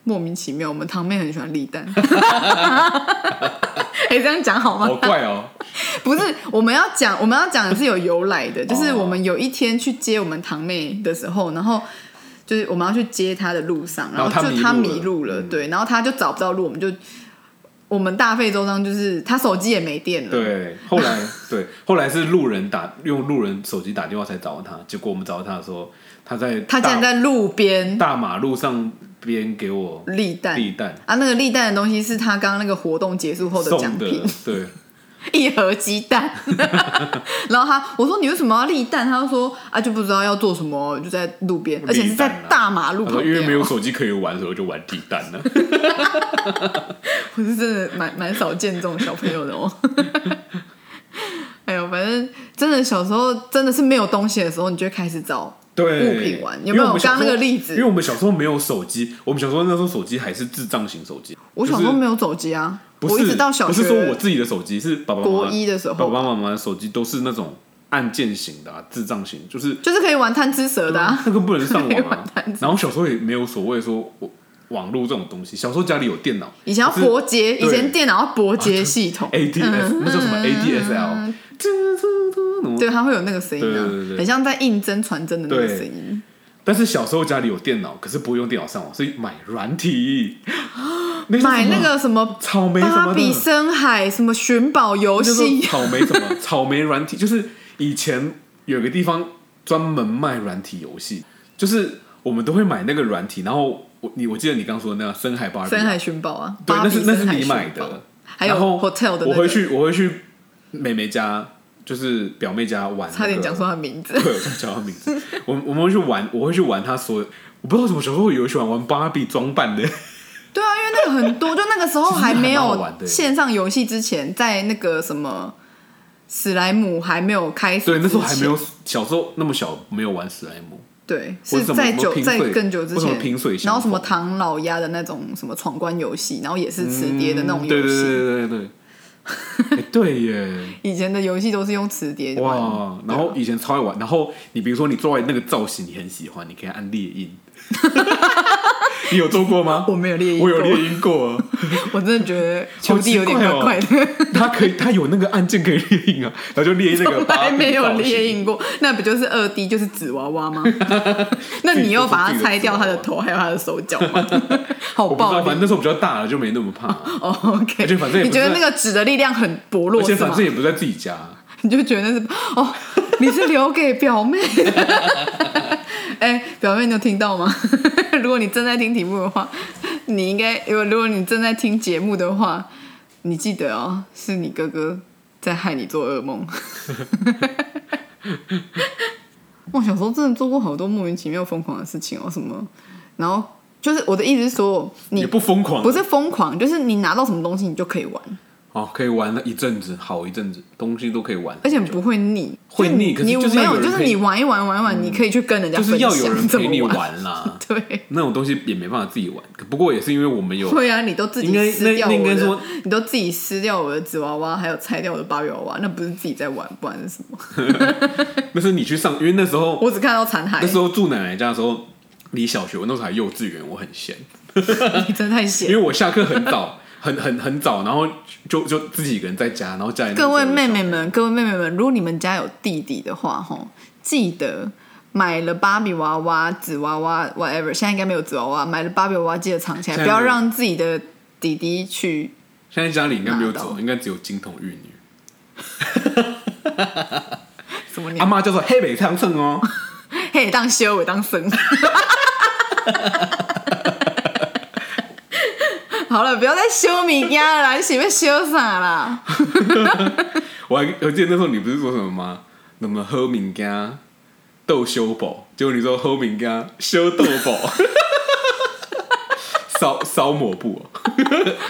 [SPEAKER 1] 莫名其妙，我们堂妹很喜欢立蛋。 [laughs] 哎、这样讲好吗？
[SPEAKER 2] 好怪
[SPEAKER 1] [laughs]
[SPEAKER 2] 哦！
[SPEAKER 1] 不是，我们要讲，我们要讲的是有由来的，就是
[SPEAKER 2] 哦
[SPEAKER 1] 我们有一天去接我们堂妹的时候，然后就是我们要去接她的路上，
[SPEAKER 2] 然后她
[SPEAKER 1] 后就
[SPEAKER 2] 迷
[SPEAKER 1] 她
[SPEAKER 2] 路了嗯
[SPEAKER 1] 迷路了，对，然后她就找不到路，我们就我们大费周章，就是她手机也没电了，
[SPEAKER 2] 对，后来对，后来是路人打用路人手机打电话才找到他，结果我们找到他的时候，他在
[SPEAKER 1] 她竟
[SPEAKER 2] 大
[SPEAKER 1] 然在路边
[SPEAKER 2] 大马路上边给我
[SPEAKER 1] 立蛋
[SPEAKER 2] 立
[SPEAKER 1] [laughs]
[SPEAKER 2] 蛋
[SPEAKER 1] 啊，那个立蛋的东西是她刚刚那个活动结束后的
[SPEAKER 2] 送
[SPEAKER 1] 奖
[SPEAKER 2] 的
[SPEAKER 1] 品，，
[SPEAKER 2] 对，
[SPEAKER 1] [laughs] 一盒鸡蛋，然后他我说你为什么要立蛋？他就说啊就不知道要做什么，就在路边，而且是在大马路
[SPEAKER 2] 啊他
[SPEAKER 1] 旁
[SPEAKER 2] 说因
[SPEAKER 1] 边哦。
[SPEAKER 2] 为没有手机可以玩，所以我就玩立蛋了。
[SPEAKER 1] 我是真的蛮蛮少见这种小朋友的哦。 [laughs] 哎呦，反正真的小时候真的是没有东西的时候，你就会开始找
[SPEAKER 2] 对，
[SPEAKER 1] 物品玩有没有
[SPEAKER 2] 因为我们小时候
[SPEAKER 1] 刚刚那个例子
[SPEAKER 2] 因为我们小时候没有手机，我们小时候那时候手机还是智障型手机。
[SPEAKER 1] 我小时候
[SPEAKER 2] 就是
[SPEAKER 1] 没有手机啊，
[SPEAKER 2] 不是
[SPEAKER 1] 我一直到小
[SPEAKER 2] 不
[SPEAKER 1] 学
[SPEAKER 2] 是说我自己的手机，是爸爸妈妈
[SPEAKER 1] 国一的时候
[SPEAKER 2] 爸爸妈妈的手机都是那种按键型的、啊，智障型，就是
[SPEAKER 1] 就是可以玩贪吃蛇的、啊，
[SPEAKER 2] 那个不能
[SPEAKER 1] [laughs]
[SPEAKER 2] 上
[SPEAKER 1] 没
[SPEAKER 2] 网
[SPEAKER 1] 完
[SPEAKER 2] 啊
[SPEAKER 1] 蛋。
[SPEAKER 2] 然后小时候也没有所谓说我网络这种东西，小时候家里有电脑，
[SPEAKER 1] 以前要
[SPEAKER 2] 可是
[SPEAKER 1] 拨接，以
[SPEAKER 2] 对啊哎
[SPEAKER 1] 前电脑要拨接系统，
[SPEAKER 2] ADS，那叫什么 ADSL，
[SPEAKER 1] 嗯对，它会有那个声音啊，
[SPEAKER 2] 对对对对
[SPEAKER 1] 很像在应征传真的那个
[SPEAKER 2] 对
[SPEAKER 1] 声音。
[SPEAKER 2] 但是小时候家里有电脑，可是不会用电脑上网，所以买软
[SPEAKER 1] [gasps]
[SPEAKER 2] 体，那叫
[SPEAKER 1] 买
[SPEAKER 2] 什么啊
[SPEAKER 1] 那个什么
[SPEAKER 2] 草莓什
[SPEAKER 1] 芭
[SPEAKER 2] 么
[SPEAKER 1] 比
[SPEAKER 2] 的。
[SPEAKER 1] 深海什么寻宝游
[SPEAKER 2] 就是
[SPEAKER 1] 戏，
[SPEAKER 2] 草莓什么 [laughs] 草莓软体，就是以前有个地方专门卖软体游戏，就是我们都会买那个软体，然后我你我记得你刚说的那个深海芭比，
[SPEAKER 1] [laughs] 深海寻宝啊，
[SPEAKER 2] 对，
[SPEAKER 1] 芭
[SPEAKER 2] 那
[SPEAKER 1] 比
[SPEAKER 2] 是那是
[SPEAKER 1] 深海
[SPEAKER 2] 你
[SPEAKER 1] 寻
[SPEAKER 2] 买
[SPEAKER 1] 宝
[SPEAKER 2] 的，
[SPEAKER 1] 还有
[SPEAKER 2] 然后
[SPEAKER 1] hotel 的、那个，
[SPEAKER 2] 我回去我会去妹妹家，就是表妹家玩、那个，
[SPEAKER 1] 差点讲出他的名字
[SPEAKER 2] 对，。我就叫他名字。我我们会去玩，我会去玩他所有，我不知道怎么小时候有喜欢玩芭比装
[SPEAKER 1] [laughs]
[SPEAKER 2] 扮的，
[SPEAKER 1] [laughs] 对啊，因为那个很多，就那个时候还没
[SPEAKER 2] 其实还蛮好
[SPEAKER 1] 有
[SPEAKER 2] 玩的
[SPEAKER 1] 线上游戏之前，在那个什么史莱姆还没有开始，
[SPEAKER 2] 对，那时候还没有，小时候那么小没有玩史莱姆，
[SPEAKER 1] 对，
[SPEAKER 2] 或
[SPEAKER 1] 是
[SPEAKER 2] 者什么
[SPEAKER 1] 在
[SPEAKER 2] 什么
[SPEAKER 1] 久
[SPEAKER 2] 拼
[SPEAKER 1] 在
[SPEAKER 2] 碎
[SPEAKER 1] 更久之
[SPEAKER 2] 或什么
[SPEAKER 1] 前，
[SPEAKER 2] 拼碎相
[SPEAKER 1] 然后什么
[SPEAKER 2] 逢
[SPEAKER 1] 唐老鸭的那种什么闯关游戏，然后也是磁碟的那种游
[SPEAKER 2] 嗯对
[SPEAKER 1] 戏。
[SPEAKER 2] 对对对对
[SPEAKER 1] [laughs]
[SPEAKER 2] 对，哎对耶。
[SPEAKER 1] 以前的游戏都是用磁碟玩
[SPEAKER 2] 哇！然后以前超爱玩，然后你比如说你做完那个造型，你很喜欢，你可以按
[SPEAKER 1] [laughs]
[SPEAKER 2] 猎鹰。你有做过吗？
[SPEAKER 1] 我没有猎鹰
[SPEAKER 2] 我有
[SPEAKER 1] 过
[SPEAKER 2] 猎鹰过啊。
[SPEAKER 1] 我真的觉
[SPEAKER 2] [laughs]
[SPEAKER 1] 得球弟有点怪怪的，
[SPEAKER 2] 哦他可以，他有那个按键可以猎鹰啊，然后就猎鹰那个
[SPEAKER 1] 我 [laughs]
[SPEAKER 2] 芭
[SPEAKER 1] 还
[SPEAKER 2] 比
[SPEAKER 1] 没有
[SPEAKER 2] 造型
[SPEAKER 1] 猎。鹰过，那不就是二 D 就是纸娃娃
[SPEAKER 2] [laughs]
[SPEAKER 1] 吗？那你又把它拆掉它的头，还有它的手脚吗？ [laughs] 好
[SPEAKER 2] 我不知道，
[SPEAKER 1] 暴
[SPEAKER 2] 反正
[SPEAKER 1] 力
[SPEAKER 2] 那时候比较大了，就没那
[SPEAKER 1] [laughs]
[SPEAKER 2] 么怕啊、
[SPEAKER 1] 哦！OK，
[SPEAKER 2] 而且反正也不是
[SPEAKER 1] 你觉得那个纸的力量很薄弱
[SPEAKER 2] 而且
[SPEAKER 1] 是
[SPEAKER 2] 反
[SPEAKER 1] 吗
[SPEAKER 2] 正？也不在自己家，
[SPEAKER 1] 你就觉得那是哦，你是留给表妹的。 [laughs] 哎、表妹，你有听到吗？ [laughs] 如果你正在听题目的话，你应该如果如果你正在听节目的话，你记得哦，是你哥哥在害你做噩梦。 [laughs] 我小时候真的做过好多莫名其妙疯狂的事情哦，什么，然后就是我的意思是说，你
[SPEAKER 2] 也不疯狂啊，
[SPEAKER 1] 不是疯狂，就是你拿到什么东西你就可以玩，
[SPEAKER 2] 哦，可以玩了一阵子，好一阵子，东西都可以玩，
[SPEAKER 1] 而且不会腻，
[SPEAKER 2] 会
[SPEAKER 1] 就
[SPEAKER 2] 腻可是
[SPEAKER 1] 你
[SPEAKER 2] 就是
[SPEAKER 1] 没
[SPEAKER 2] 要有
[SPEAKER 1] 有，
[SPEAKER 2] 人
[SPEAKER 1] 就是
[SPEAKER 2] 陪
[SPEAKER 1] 你
[SPEAKER 2] 你嗯
[SPEAKER 1] 玩一玩，玩一玩，你可以去跟人家
[SPEAKER 2] 就是要有
[SPEAKER 1] 分
[SPEAKER 2] 人
[SPEAKER 1] 享怎
[SPEAKER 2] 陪你
[SPEAKER 1] 么玩。
[SPEAKER 2] 玩啦。
[SPEAKER 1] 对，
[SPEAKER 2] 那种东西也没办法自己玩，不过也是因为我们有
[SPEAKER 1] [laughs] 对啊，你都自己
[SPEAKER 2] 应该
[SPEAKER 1] 撕掉
[SPEAKER 2] 那那
[SPEAKER 1] 我
[SPEAKER 2] 应该说
[SPEAKER 1] 的，你都自己撕掉我的纸娃娃，还有拆掉我的芭比娃娃，那不是自己在玩，不然是什么？
[SPEAKER 2] 那是你去上，因为那时候
[SPEAKER 1] 我只看到残骸
[SPEAKER 2] 那，时候住奶奶家的时候，离小学我那时候还幼稚园，我很
[SPEAKER 1] [laughs]
[SPEAKER 2] 闲，
[SPEAKER 1] 你 [laughs] 真的太
[SPEAKER 2] 因
[SPEAKER 1] 闲
[SPEAKER 2] 为。我下课很早， [laughs] 很很很早，然后就就自己一个人在家，然后家里
[SPEAKER 1] 各位妹妹
[SPEAKER 2] 们，
[SPEAKER 1] 们，各位妹妹们，如果你们家有弟弟的话，吼，记得买了芭比娃娃、纸娃娃，whatever，现在应该没有纸娃娃，买了芭比娃娃记得藏起来，
[SPEAKER 2] 现在
[SPEAKER 1] 不要
[SPEAKER 2] 没有
[SPEAKER 1] 让自己的弟弟去
[SPEAKER 2] 现在家里应该没有
[SPEAKER 1] 拿到
[SPEAKER 2] 走，应该只有金童玉女，
[SPEAKER 1] 什么
[SPEAKER 2] 阿
[SPEAKER 1] 鸟
[SPEAKER 2] 妈叫做黑北苍圣哦， [laughs]
[SPEAKER 1] 嘿，当修我当生。 [laughs] 好了，不要再修米家了啦，你随便修啥啦？
[SPEAKER 2] 我还我记得那时候你不是说什么吗？什么喝敏家，豆修宝，结果你说后面跟他修豆宝， [laughs] 烧烧抹布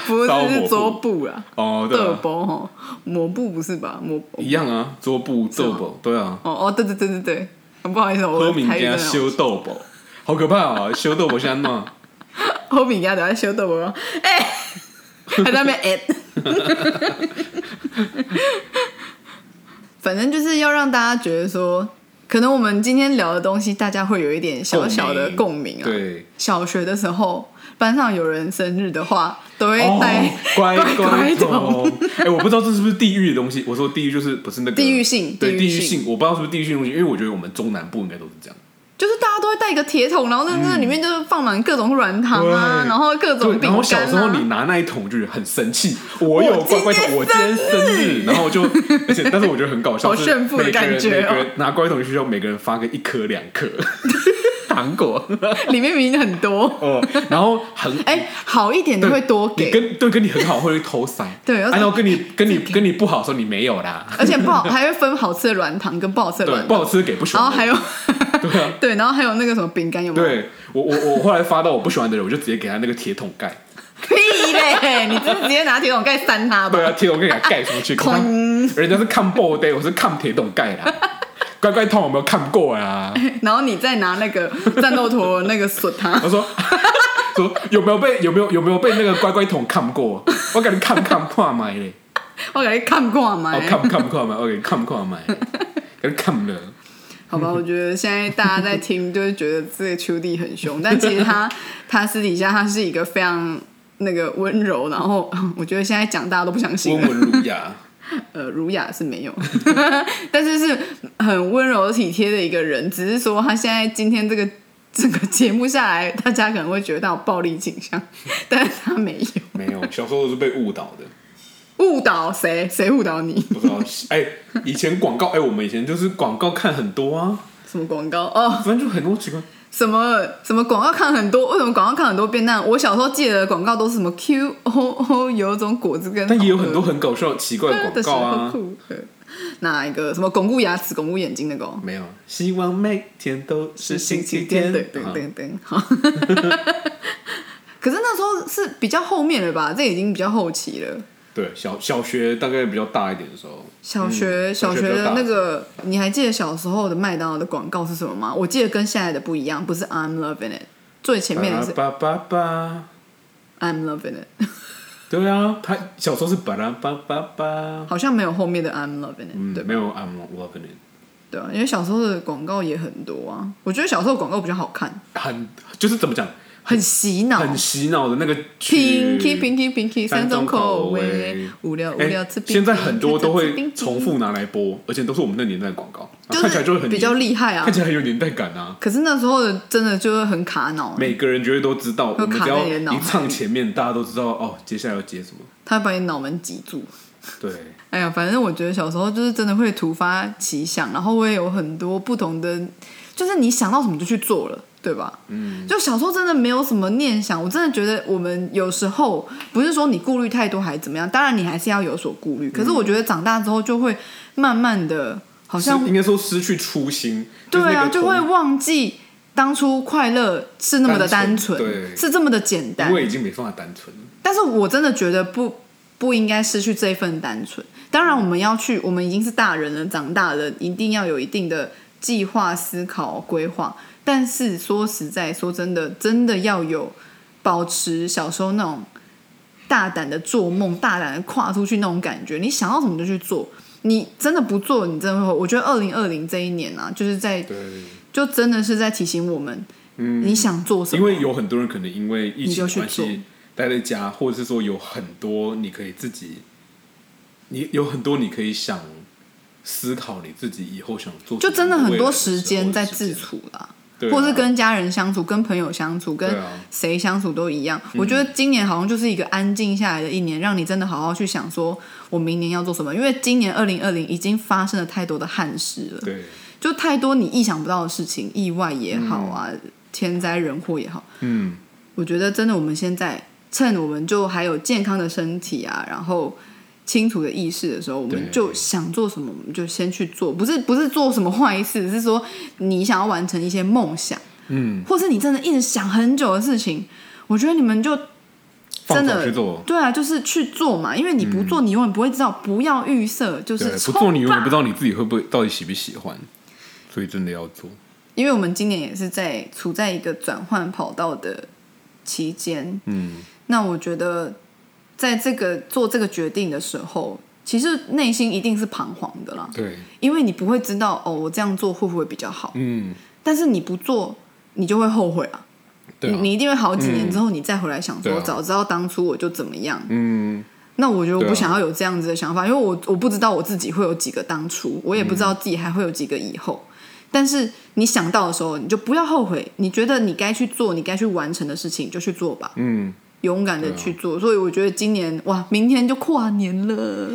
[SPEAKER 1] 不
[SPEAKER 2] 烧
[SPEAKER 1] 是
[SPEAKER 2] 抹
[SPEAKER 1] 是
[SPEAKER 2] 布
[SPEAKER 1] 桌布啦，
[SPEAKER 2] 哦，哦对
[SPEAKER 1] 豆
[SPEAKER 2] 啊，
[SPEAKER 1] 包哈，抹布不是吧？抹布
[SPEAKER 2] 一样啊，桌布豆宝，对啊，
[SPEAKER 1] 哦哦，对对对对对，不好意思，我
[SPEAKER 2] 后
[SPEAKER 1] 的
[SPEAKER 2] 面
[SPEAKER 1] 台语
[SPEAKER 2] 跟
[SPEAKER 1] 真
[SPEAKER 2] 他
[SPEAKER 1] 的好，
[SPEAKER 2] 啊修豆宝，好可怕啊！修豆宝现在弄，
[SPEAKER 1] 后面家等下修豆包，哎，还在那
[SPEAKER 2] [laughs]
[SPEAKER 1] 边哎。反正就是要让大家觉得说，可能我们今天聊的东西，大家会有一点 [laughs] 小小的共鸣啊。
[SPEAKER 2] 对，
[SPEAKER 1] 小学的时候，班上有人生日的话，都会
[SPEAKER 2] 哦
[SPEAKER 1] 带、
[SPEAKER 2] 乖
[SPEAKER 1] 乖
[SPEAKER 2] 桶，哎，我不知道这是不是地狱的东西，我说地狱就是不是那个
[SPEAKER 1] 地域性
[SPEAKER 2] 对
[SPEAKER 1] 地
[SPEAKER 2] 地
[SPEAKER 1] 域
[SPEAKER 2] 域
[SPEAKER 1] 性
[SPEAKER 2] 性，我不知道是不是地域性的东西，因为我觉得我们中南部应该都是这样。
[SPEAKER 1] 就是大家都会带一个铁桶，然后那那里面就是放满各种软糖啊，
[SPEAKER 2] 对
[SPEAKER 1] 然后各种
[SPEAKER 2] 对，然
[SPEAKER 1] 饼
[SPEAKER 2] 后
[SPEAKER 1] 干
[SPEAKER 2] 小时候你
[SPEAKER 1] 啊。
[SPEAKER 2] 拿那一桶就是很生气，我有乖乖桶，
[SPEAKER 1] 我
[SPEAKER 2] 我
[SPEAKER 1] 今
[SPEAKER 2] 今
[SPEAKER 1] 天
[SPEAKER 2] 天生日，然后我就，而且但是我觉得很搞笑，
[SPEAKER 1] [laughs] 好
[SPEAKER 2] 是
[SPEAKER 1] 炫富的
[SPEAKER 2] 每个人
[SPEAKER 1] 感觉哦
[SPEAKER 2] 每个人拿乖乖桶去就每个人发个一颗两颗
[SPEAKER 1] [laughs]
[SPEAKER 2] [laughs] 糖果，
[SPEAKER 1] 里面明明很多，
[SPEAKER 2] 哦，然后很
[SPEAKER 1] 哎、好一点都会多
[SPEAKER 2] 你
[SPEAKER 1] 给，
[SPEAKER 2] 跟对跟你很好会偷塞，
[SPEAKER 1] [laughs] 对
[SPEAKER 2] 啊然后跟你跟你跟你不好的时候你没有啦，
[SPEAKER 1] [laughs] 而且不好还会分好吃的软糖跟不好吃的
[SPEAKER 2] 对，
[SPEAKER 1] 软
[SPEAKER 2] 不
[SPEAKER 1] 糖，
[SPEAKER 2] 好吃给不喜
[SPEAKER 1] 然后
[SPEAKER 2] 欢的
[SPEAKER 1] 哦还
[SPEAKER 2] 人，
[SPEAKER 1] 有
[SPEAKER 2] [laughs] 对啊。
[SPEAKER 1] [laughs] 对，然后还有那个什么饼干有没有？
[SPEAKER 2] 对我我我后来发到我不喜欢的人，我就直接给他那个铁桶盖，
[SPEAKER 1] 屁嘞！你就是直接拿铁桶盖扇它吧
[SPEAKER 2] 对。啊，铁桶盖给它盖出
[SPEAKER 1] [laughs]
[SPEAKER 2] 去，
[SPEAKER 1] 哐
[SPEAKER 2] 看
[SPEAKER 1] 啊
[SPEAKER 2] 人家是看 b o day，我是看铁桶盖啦。乖乖桶有没有看过啊？
[SPEAKER 1] 然后你再拿那个战斗陀那个损
[SPEAKER 2] [laughs]
[SPEAKER 1] 它，
[SPEAKER 2] 我说说有没有被有没有有没有被那个乖乖桶看过？我给你看看看买嘞，
[SPEAKER 1] 我感觉看挂嘛、哎
[SPEAKER 2] 哦看看看买，我给你看看买，给你看
[SPEAKER 1] [laughs]
[SPEAKER 2] 了。
[SPEAKER 1] 好
[SPEAKER 2] [laughs]
[SPEAKER 1] 吧，我觉得现在大家在听，就是觉得这个丘弟很凶，但其实
[SPEAKER 2] [laughs]
[SPEAKER 1] 他他私底下他是一个非常那个温柔，然后我觉得现在讲大家都不相信
[SPEAKER 2] 温
[SPEAKER 1] 了，
[SPEAKER 2] 文儒雅，
[SPEAKER 1] 呃，儒雅是没有， [laughs] 但是是很温柔体贴的一个人，只是说他现在今天这个整个节目下来，大家可能会觉得他有暴力倾向，但是他没有
[SPEAKER 2] 没有小时候都是被误导的。
[SPEAKER 1] 误导谁，谁误导你？
[SPEAKER 2] 不知道，哎、以前广告，哎、我们以前就是广告看很多啊，
[SPEAKER 1] 什么广告哦？
[SPEAKER 2] 反正就很多奇怪。
[SPEAKER 1] 什么什么广告看很多，为什么广告看很多变那？我小时候记得的广告都是什么 Q O O 有一种果汁跟，
[SPEAKER 2] 但也有很多很搞笑、奇怪的广告啊。
[SPEAKER 1] 酷的，哪一个什么巩固牙齿、巩固眼睛那个哦？
[SPEAKER 2] 没有，希望每天都是星期天。
[SPEAKER 1] 对对
[SPEAKER 2] 啊
[SPEAKER 1] 对对，好。可是那时候是比较后面了吧？这已经比较后期了。
[SPEAKER 2] 对小小学大概比较大一点的时候，
[SPEAKER 1] 小学、
[SPEAKER 2] 嗯
[SPEAKER 1] 小学
[SPEAKER 2] 比较
[SPEAKER 1] 的
[SPEAKER 2] 大
[SPEAKER 1] 那个，你还记得小时候的麦当劳的广告是什么吗？我记得跟现在的不一样，不是 I'm loving it，最前面的是
[SPEAKER 2] 巴拉巴巴，
[SPEAKER 1] I'm loving it，
[SPEAKER 2] 对啊，他小时候是巴拉巴巴巴，
[SPEAKER 1] 好像没有后面的 I'm loving it，、
[SPEAKER 2] 嗯
[SPEAKER 1] 对吧，
[SPEAKER 2] 没有 I'm not loving it，
[SPEAKER 1] 对啊，因为小时候的广告也很多啊，我觉得小时候广告比较好看，
[SPEAKER 2] 很就是怎么讲，
[SPEAKER 1] 很洗脑。
[SPEAKER 2] 很洗脑的那个曲
[SPEAKER 1] Pinky Pinky Pinky 三种口味，无聊无
[SPEAKER 2] 哎
[SPEAKER 1] 聊吃冰。
[SPEAKER 2] 现在很多
[SPEAKER 1] [laughs]
[SPEAKER 2] 都会重复拿来播，而且都是我们那年代的广告，啊
[SPEAKER 1] 就是
[SPEAKER 2] 看起来就会很
[SPEAKER 1] 比较厉害啊
[SPEAKER 2] 看。起来很有年代感啊。
[SPEAKER 1] 可是那时候的真的就是很卡脑，
[SPEAKER 2] 每个人绝对都知道，
[SPEAKER 1] 会
[SPEAKER 2] 我们
[SPEAKER 1] 卡
[SPEAKER 2] 只
[SPEAKER 1] 在
[SPEAKER 2] 要
[SPEAKER 1] 你的脑海
[SPEAKER 2] 一
[SPEAKER 1] 里
[SPEAKER 2] 唱前面，大家都知道哦，接下来要接什么。
[SPEAKER 1] 他把你脑门挤住。
[SPEAKER 2] 对，
[SPEAKER 1] 哎呀，反正我觉得小时候就是真的会突发奇想，然后会有很多不同的，就是你想到什么就去做了，对吧？嗯，就小时候真的没有什么念想，我真的觉得我们有时候不是说你顾虑太多还是怎么样，当然你还是要有所顾虑，
[SPEAKER 2] 嗯
[SPEAKER 1] 可是我觉得长大之后就会慢慢的，好
[SPEAKER 2] 失
[SPEAKER 1] 像
[SPEAKER 2] 应该说失去初心。
[SPEAKER 1] 对
[SPEAKER 2] 是那
[SPEAKER 1] 啊，
[SPEAKER 2] 个
[SPEAKER 1] 就会
[SPEAKER 2] 童
[SPEAKER 1] 忘记当初快乐是那么的单
[SPEAKER 2] 单
[SPEAKER 1] 纯
[SPEAKER 2] 纯，对
[SPEAKER 1] 是这么的简单
[SPEAKER 2] 因，为已经没办法单纯了。
[SPEAKER 1] 但是我真的觉得不不应该失去这一份单纯。当然，我们要去，我们已经是大人了，长大了，一定要有一定的计划、思考、规划。但是说实在，说真的，真的要有保持小时候那种大胆的做梦、大胆的跨出去那种感觉。你想要什么就去做，你真的不做，你真的会后悔。我觉得二零二零这一年啊，就是在
[SPEAKER 2] 对，嗯
[SPEAKER 1] 就真的是在提醒我们，你想做什么，
[SPEAKER 2] 因为有很多人可能因为疫
[SPEAKER 1] 你就
[SPEAKER 2] 情
[SPEAKER 1] 去
[SPEAKER 2] 关
[SPEAKER 1] 做
[SPEAKER 2] 系待在家，或者是说有很多你可以自己，你有很多你可以想思考你自己以后想做什
[SPEAKER 1] 就
[SPEAKER 2] 么，
[SPEAKER 1] 真的很
[SPEAKER 2] 未来
[SPEAKER 1] 多
[SPEAKER 2] 的
[SPEAKER 1] 时间在自
[SPEAKER 2] 间，
[SPEAKER 1] 处啦。
[SPEAKER 2] 对啊
[SPEAKER 1] 或是跟家人相处、跟朋友相处、跟
[SPEAKER 2] 对啊嗯
[SPEAKER 1] 谁相处都一样。我觉得今年好像就是一个安静下来的一年，让你真的好好去想，说我明年要做什么。因为今年二零二零已经发生了太多的憾事了，
[SPEAKER 2] 对
[SPEAKER 1] 就太多你意想不到的事情，意外也好啊，天灾人祸也好，
[SPEAKER 2] 嗯，
[SPEAKER 1] 我觉得真的我们现在趁我们就还有健康的身体啊，然后。清楚的意识的时候，我们
[SPEAKER 2] 对
[SPEAKER 1] 就想做什么，我们就先去做，不是不是做什么坏事，是说你想要完成一些梦想，
[SPEAKER 2] 嗯，
[SPEAKER 1] 或是你真的一直想很久的事情，我觉得你们就
[SPEAKER 2] 放
[SPEAKER 1] 真
[SPEAKER 2] 手
[SPEAKER 1] 的
[SPEAKER 2] 去做，嗯
[SPEAKER 1] 对啊，就是去做嘛，因为你不做，你永远不会知道，不要预设，就
[SPEAKER 2] 对
[SPEAKER 1] 是，
[SPEAKER 2] 不做你永
[SPEAKER 1] 冲
[SPEAKER 2] 远
[SPEAKER 1] 吧
[SPEAKER 2] 不知道你自己会不会到底喜不喜欢，所以真的要做。
[SPEAKER 1] 因为我们今年也是在处在一个转换跑道的期间，
[SPEAKER 2] 嗯，
[SPEAKER 1] 那我觉得在这个做这个决定的时候，其实内心一定是彷徨的啦，
[SPEAKER 2] 对，
[SPEAKER 1] 因为你不会知道哦，我这样做会不会比较好，
[SPEAKER 2] 嗯，
[SPEAKER 1] 但是你不做，你就会后悔啊，
[SPEAKER 2] 对、
[SPEAKER 1] 你
[SPEAKER 2] 啊，
[SPEAKER 1] 你一定会好几年之后你再回来想说，
[SPEAKER 2] 对啊
[SPEAKER 1] 早知道当初我就怎么样，
[SPEAKER 2] 嗯，
[SPEAKER 1] 那我觉得我
[SPEAKER 2] 对
[SPEAKER 1] 不
[SPEAKER 2] 啊
[SPEAKER 1] 想要有这样子的想法，因为我我不知道我自己会有几个当初，我也不知道自己还会有几个以后。但是你想到的时候，你就不要后悔。你觉得你该去做、你该去完成的事情，你就去做吧，
[SPEAKER 2] 嗯，啊
[SPEAKER 1] 勇敢的去做。所以我觉得今年哇，明天就跨年了，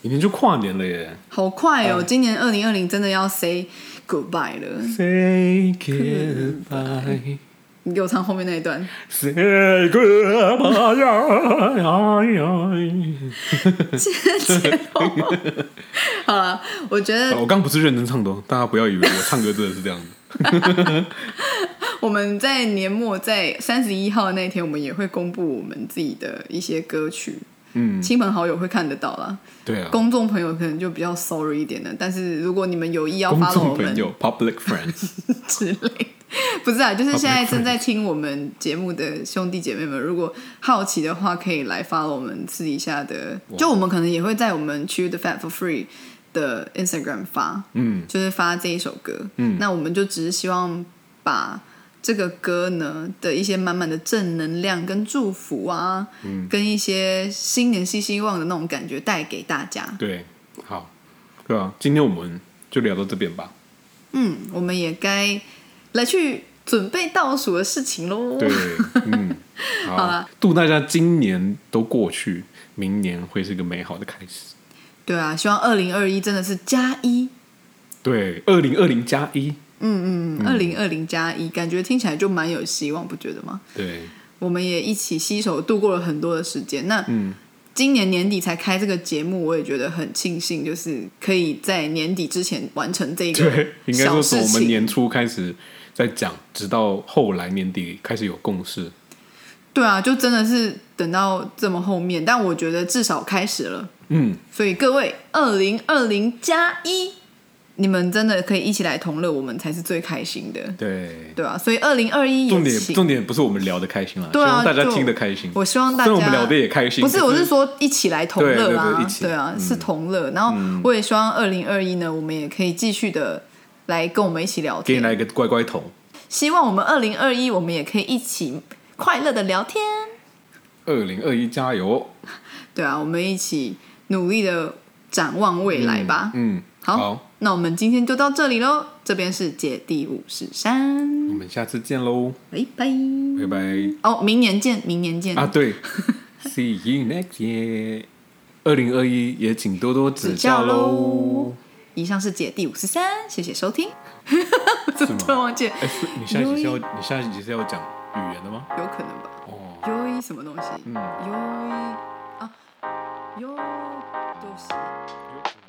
[SPEAKER 2] 明天就跨年了耶
[SPEAKER 1] 好快哦！今年二零二零真的要 say goodbye 了。
[SPEAKER 2] ，Say goodbye。
[SPEAKER 1] 你给我唱后面那一段，
[SPEAKER 2] Say goodbye，哎
[SPEAKER 1] 好了，我觉得
[SPEAKER 2] 我刚不是认真唱的，哦，大家不要以为我唱歌真的是这样
[SPEAKER 1] [laughs]
[SPEAKER 2] 子。
[SPEAKER 1] 我们在年末，在三十一号那一天，我们也会公布我们自己的一些歌曲，
[SPEAKER 2] 嗯，
[SPEAKER 1] 亲朋好友会看得到啦。
[SPEAKER 2] 对啊，
[SPEAKER 1] 公众朋友可能就比较 sorry 一点的，但是如果你们有意要
[SPEAKER 2] 公
[SPEAKER 1] follow
[SPEAKER 2] 众
[SPEAKER 1] 我们
[SPEAKER 2] 朋友 （public friends），
[SPEAKER 1] 之类的，不是啊，就是现在正在听我们节目的兄弟姐妹们，如果好奇的话，可以来 follow 我们私底下的，就我们可能也会在我们 Chew the Fat for Free 的 Instagram 发，
[SPEAKER 2] 嗯，
[SPEAKER 1] 就是发这一首歌，
[SPEAKER 2] 嗯
[SPEAKER 1] 那我们就只是希望把这个歌呢的一些满满的正能量跟祝福啊，
[SPEAKER 2] 嗯
[SPEAKER 1] 跟一些新年新希望的那种感觉带给大家，
[SPEAKER 2] 对，好，对啊，今天我们就聊到这边吧。
[SPEAKER 1] 嗯，我们也该来去准备倒数的事情喽。
[SPEAKER 2] 对，
[SPEAKER 1] [laughs]
[SPEAKER 2] 嗯，好
[SPEAKER 1] 啦
[SPEAKER 2] 祝大家今年都过去，明年会是个美好的开始。
[SPEAKER 1] 对啊，希望二零二一真的是加一，
[SPEAKER 2] 对，二零二零加一，
[SPEAKER 1] 嗯嗯，二零二零加一，感觉听起来就蛮有希望，不觉得吗？
[SPEAKER 2] 对，
[SPEAKER 1] 我们也一起携手度过了很多的时间。那 [laughs]
[SPEAKER 2] 嗯，
[SPEAKER 1] 今年年底才开这个节目，我也觉得很庆幸，就是可以在年底之前完成这个
[SPEAKER 2] 对，应该
[SPEAKER 1] 小
[SPEAKER 2] 说从
[SPEAKER 1] 事
[SPEAKER 2] 我们
[SPEAKER 1] 情。
[SPEAKER 2] 年初开始在讲，直到后来年底开始有共识。
[SPEAKER 1] 对啊，就真的是等到这么后面，但我觉得至少开始了。
[SPEAKER 2] 嗯，
[SPEAKER 1] 所以各位，二零二零加一，你们真的可以一起来同乐，我们才是最开心的，
[SPEAKER 2] 对。
[SPEAKER 1] 对啊，所以二零二一
[SPEAKER 2] 重
[SPEAKER 1] 也
[SPEAKER 2] 点
[SPEAKER 1] 请，
[SPEAKER 2] 重点不是我们聊的开心啦，
[SPEAKER 1] 对啊
[SPEAKER 2] 希望大家
[SPEAKER 1] 就
[SPEAKER 2] 听得开心。
[SPEAKER 1] 我希望大
[SPEAKER 2] 虽然
[SPEAKER 1] 家
[SPEAKER 2] 我们聊的也开心，
[SPEAKER 1] 不是，
[SPEAKER 2] 可
[SPEAKER 1] 我是说一起来同乐
[SPEAKER 2] 对对
[SPEAKER 1] 啦
[SPEAKER 2] 对一，起嗯
[SPEAKER 1] 对啊，是同乐。然后我也希望二零二一呢，我们也可以继续的来跟我们一起聊
[SPEAKER 2] 给你
[SPEAKER 1] 天，
[SPEAKER 2] 来一个乖乖桶。
[SPEAKER 1] 希望我们二零二一我们也可以一起快乐的聊天，
[SPEAKER 2] 二零二一加油！
[SPEAKER 1] 对啊，我们一起努力的展望未来吧。
[SPEAKER 2] 嗯，
[SPEAKER 1] 好，那我们今天就到这里喽。这边是姐弟五十三，
[SPEAKER 2] 我们下次见喽，
[SPEAKER 1] 拜拜。
[SPEAKER 2] 拜拜。
[SPEAKER 1] 哦，明年见，明年见。
[SPEAKER 2] 啊， [laughs] 对，See you next year。二零二一也请多多指教
[SPEAKER 1] 指教
[SPEAKER 2] 喽
[SPEAKER 1] 喽。以上是姐弟五十三，谢谢收听。
[SPEAKER 2] 是吗
[SPEAKER 1] [laughs] 突然忘记了，
[SPEAKER 2] 哎，是你下一集是要你下一集是要讲语言的吗？
[SPEAKER 1] 有可能吧？
[SPEAKER 2] 哦，
[SPEAKER 1] 优一什么东西？
[SPEAKER 2] 嗯
[SPEAKER 1] 优一啊，优都是。
[SPEAKER 2] 有可能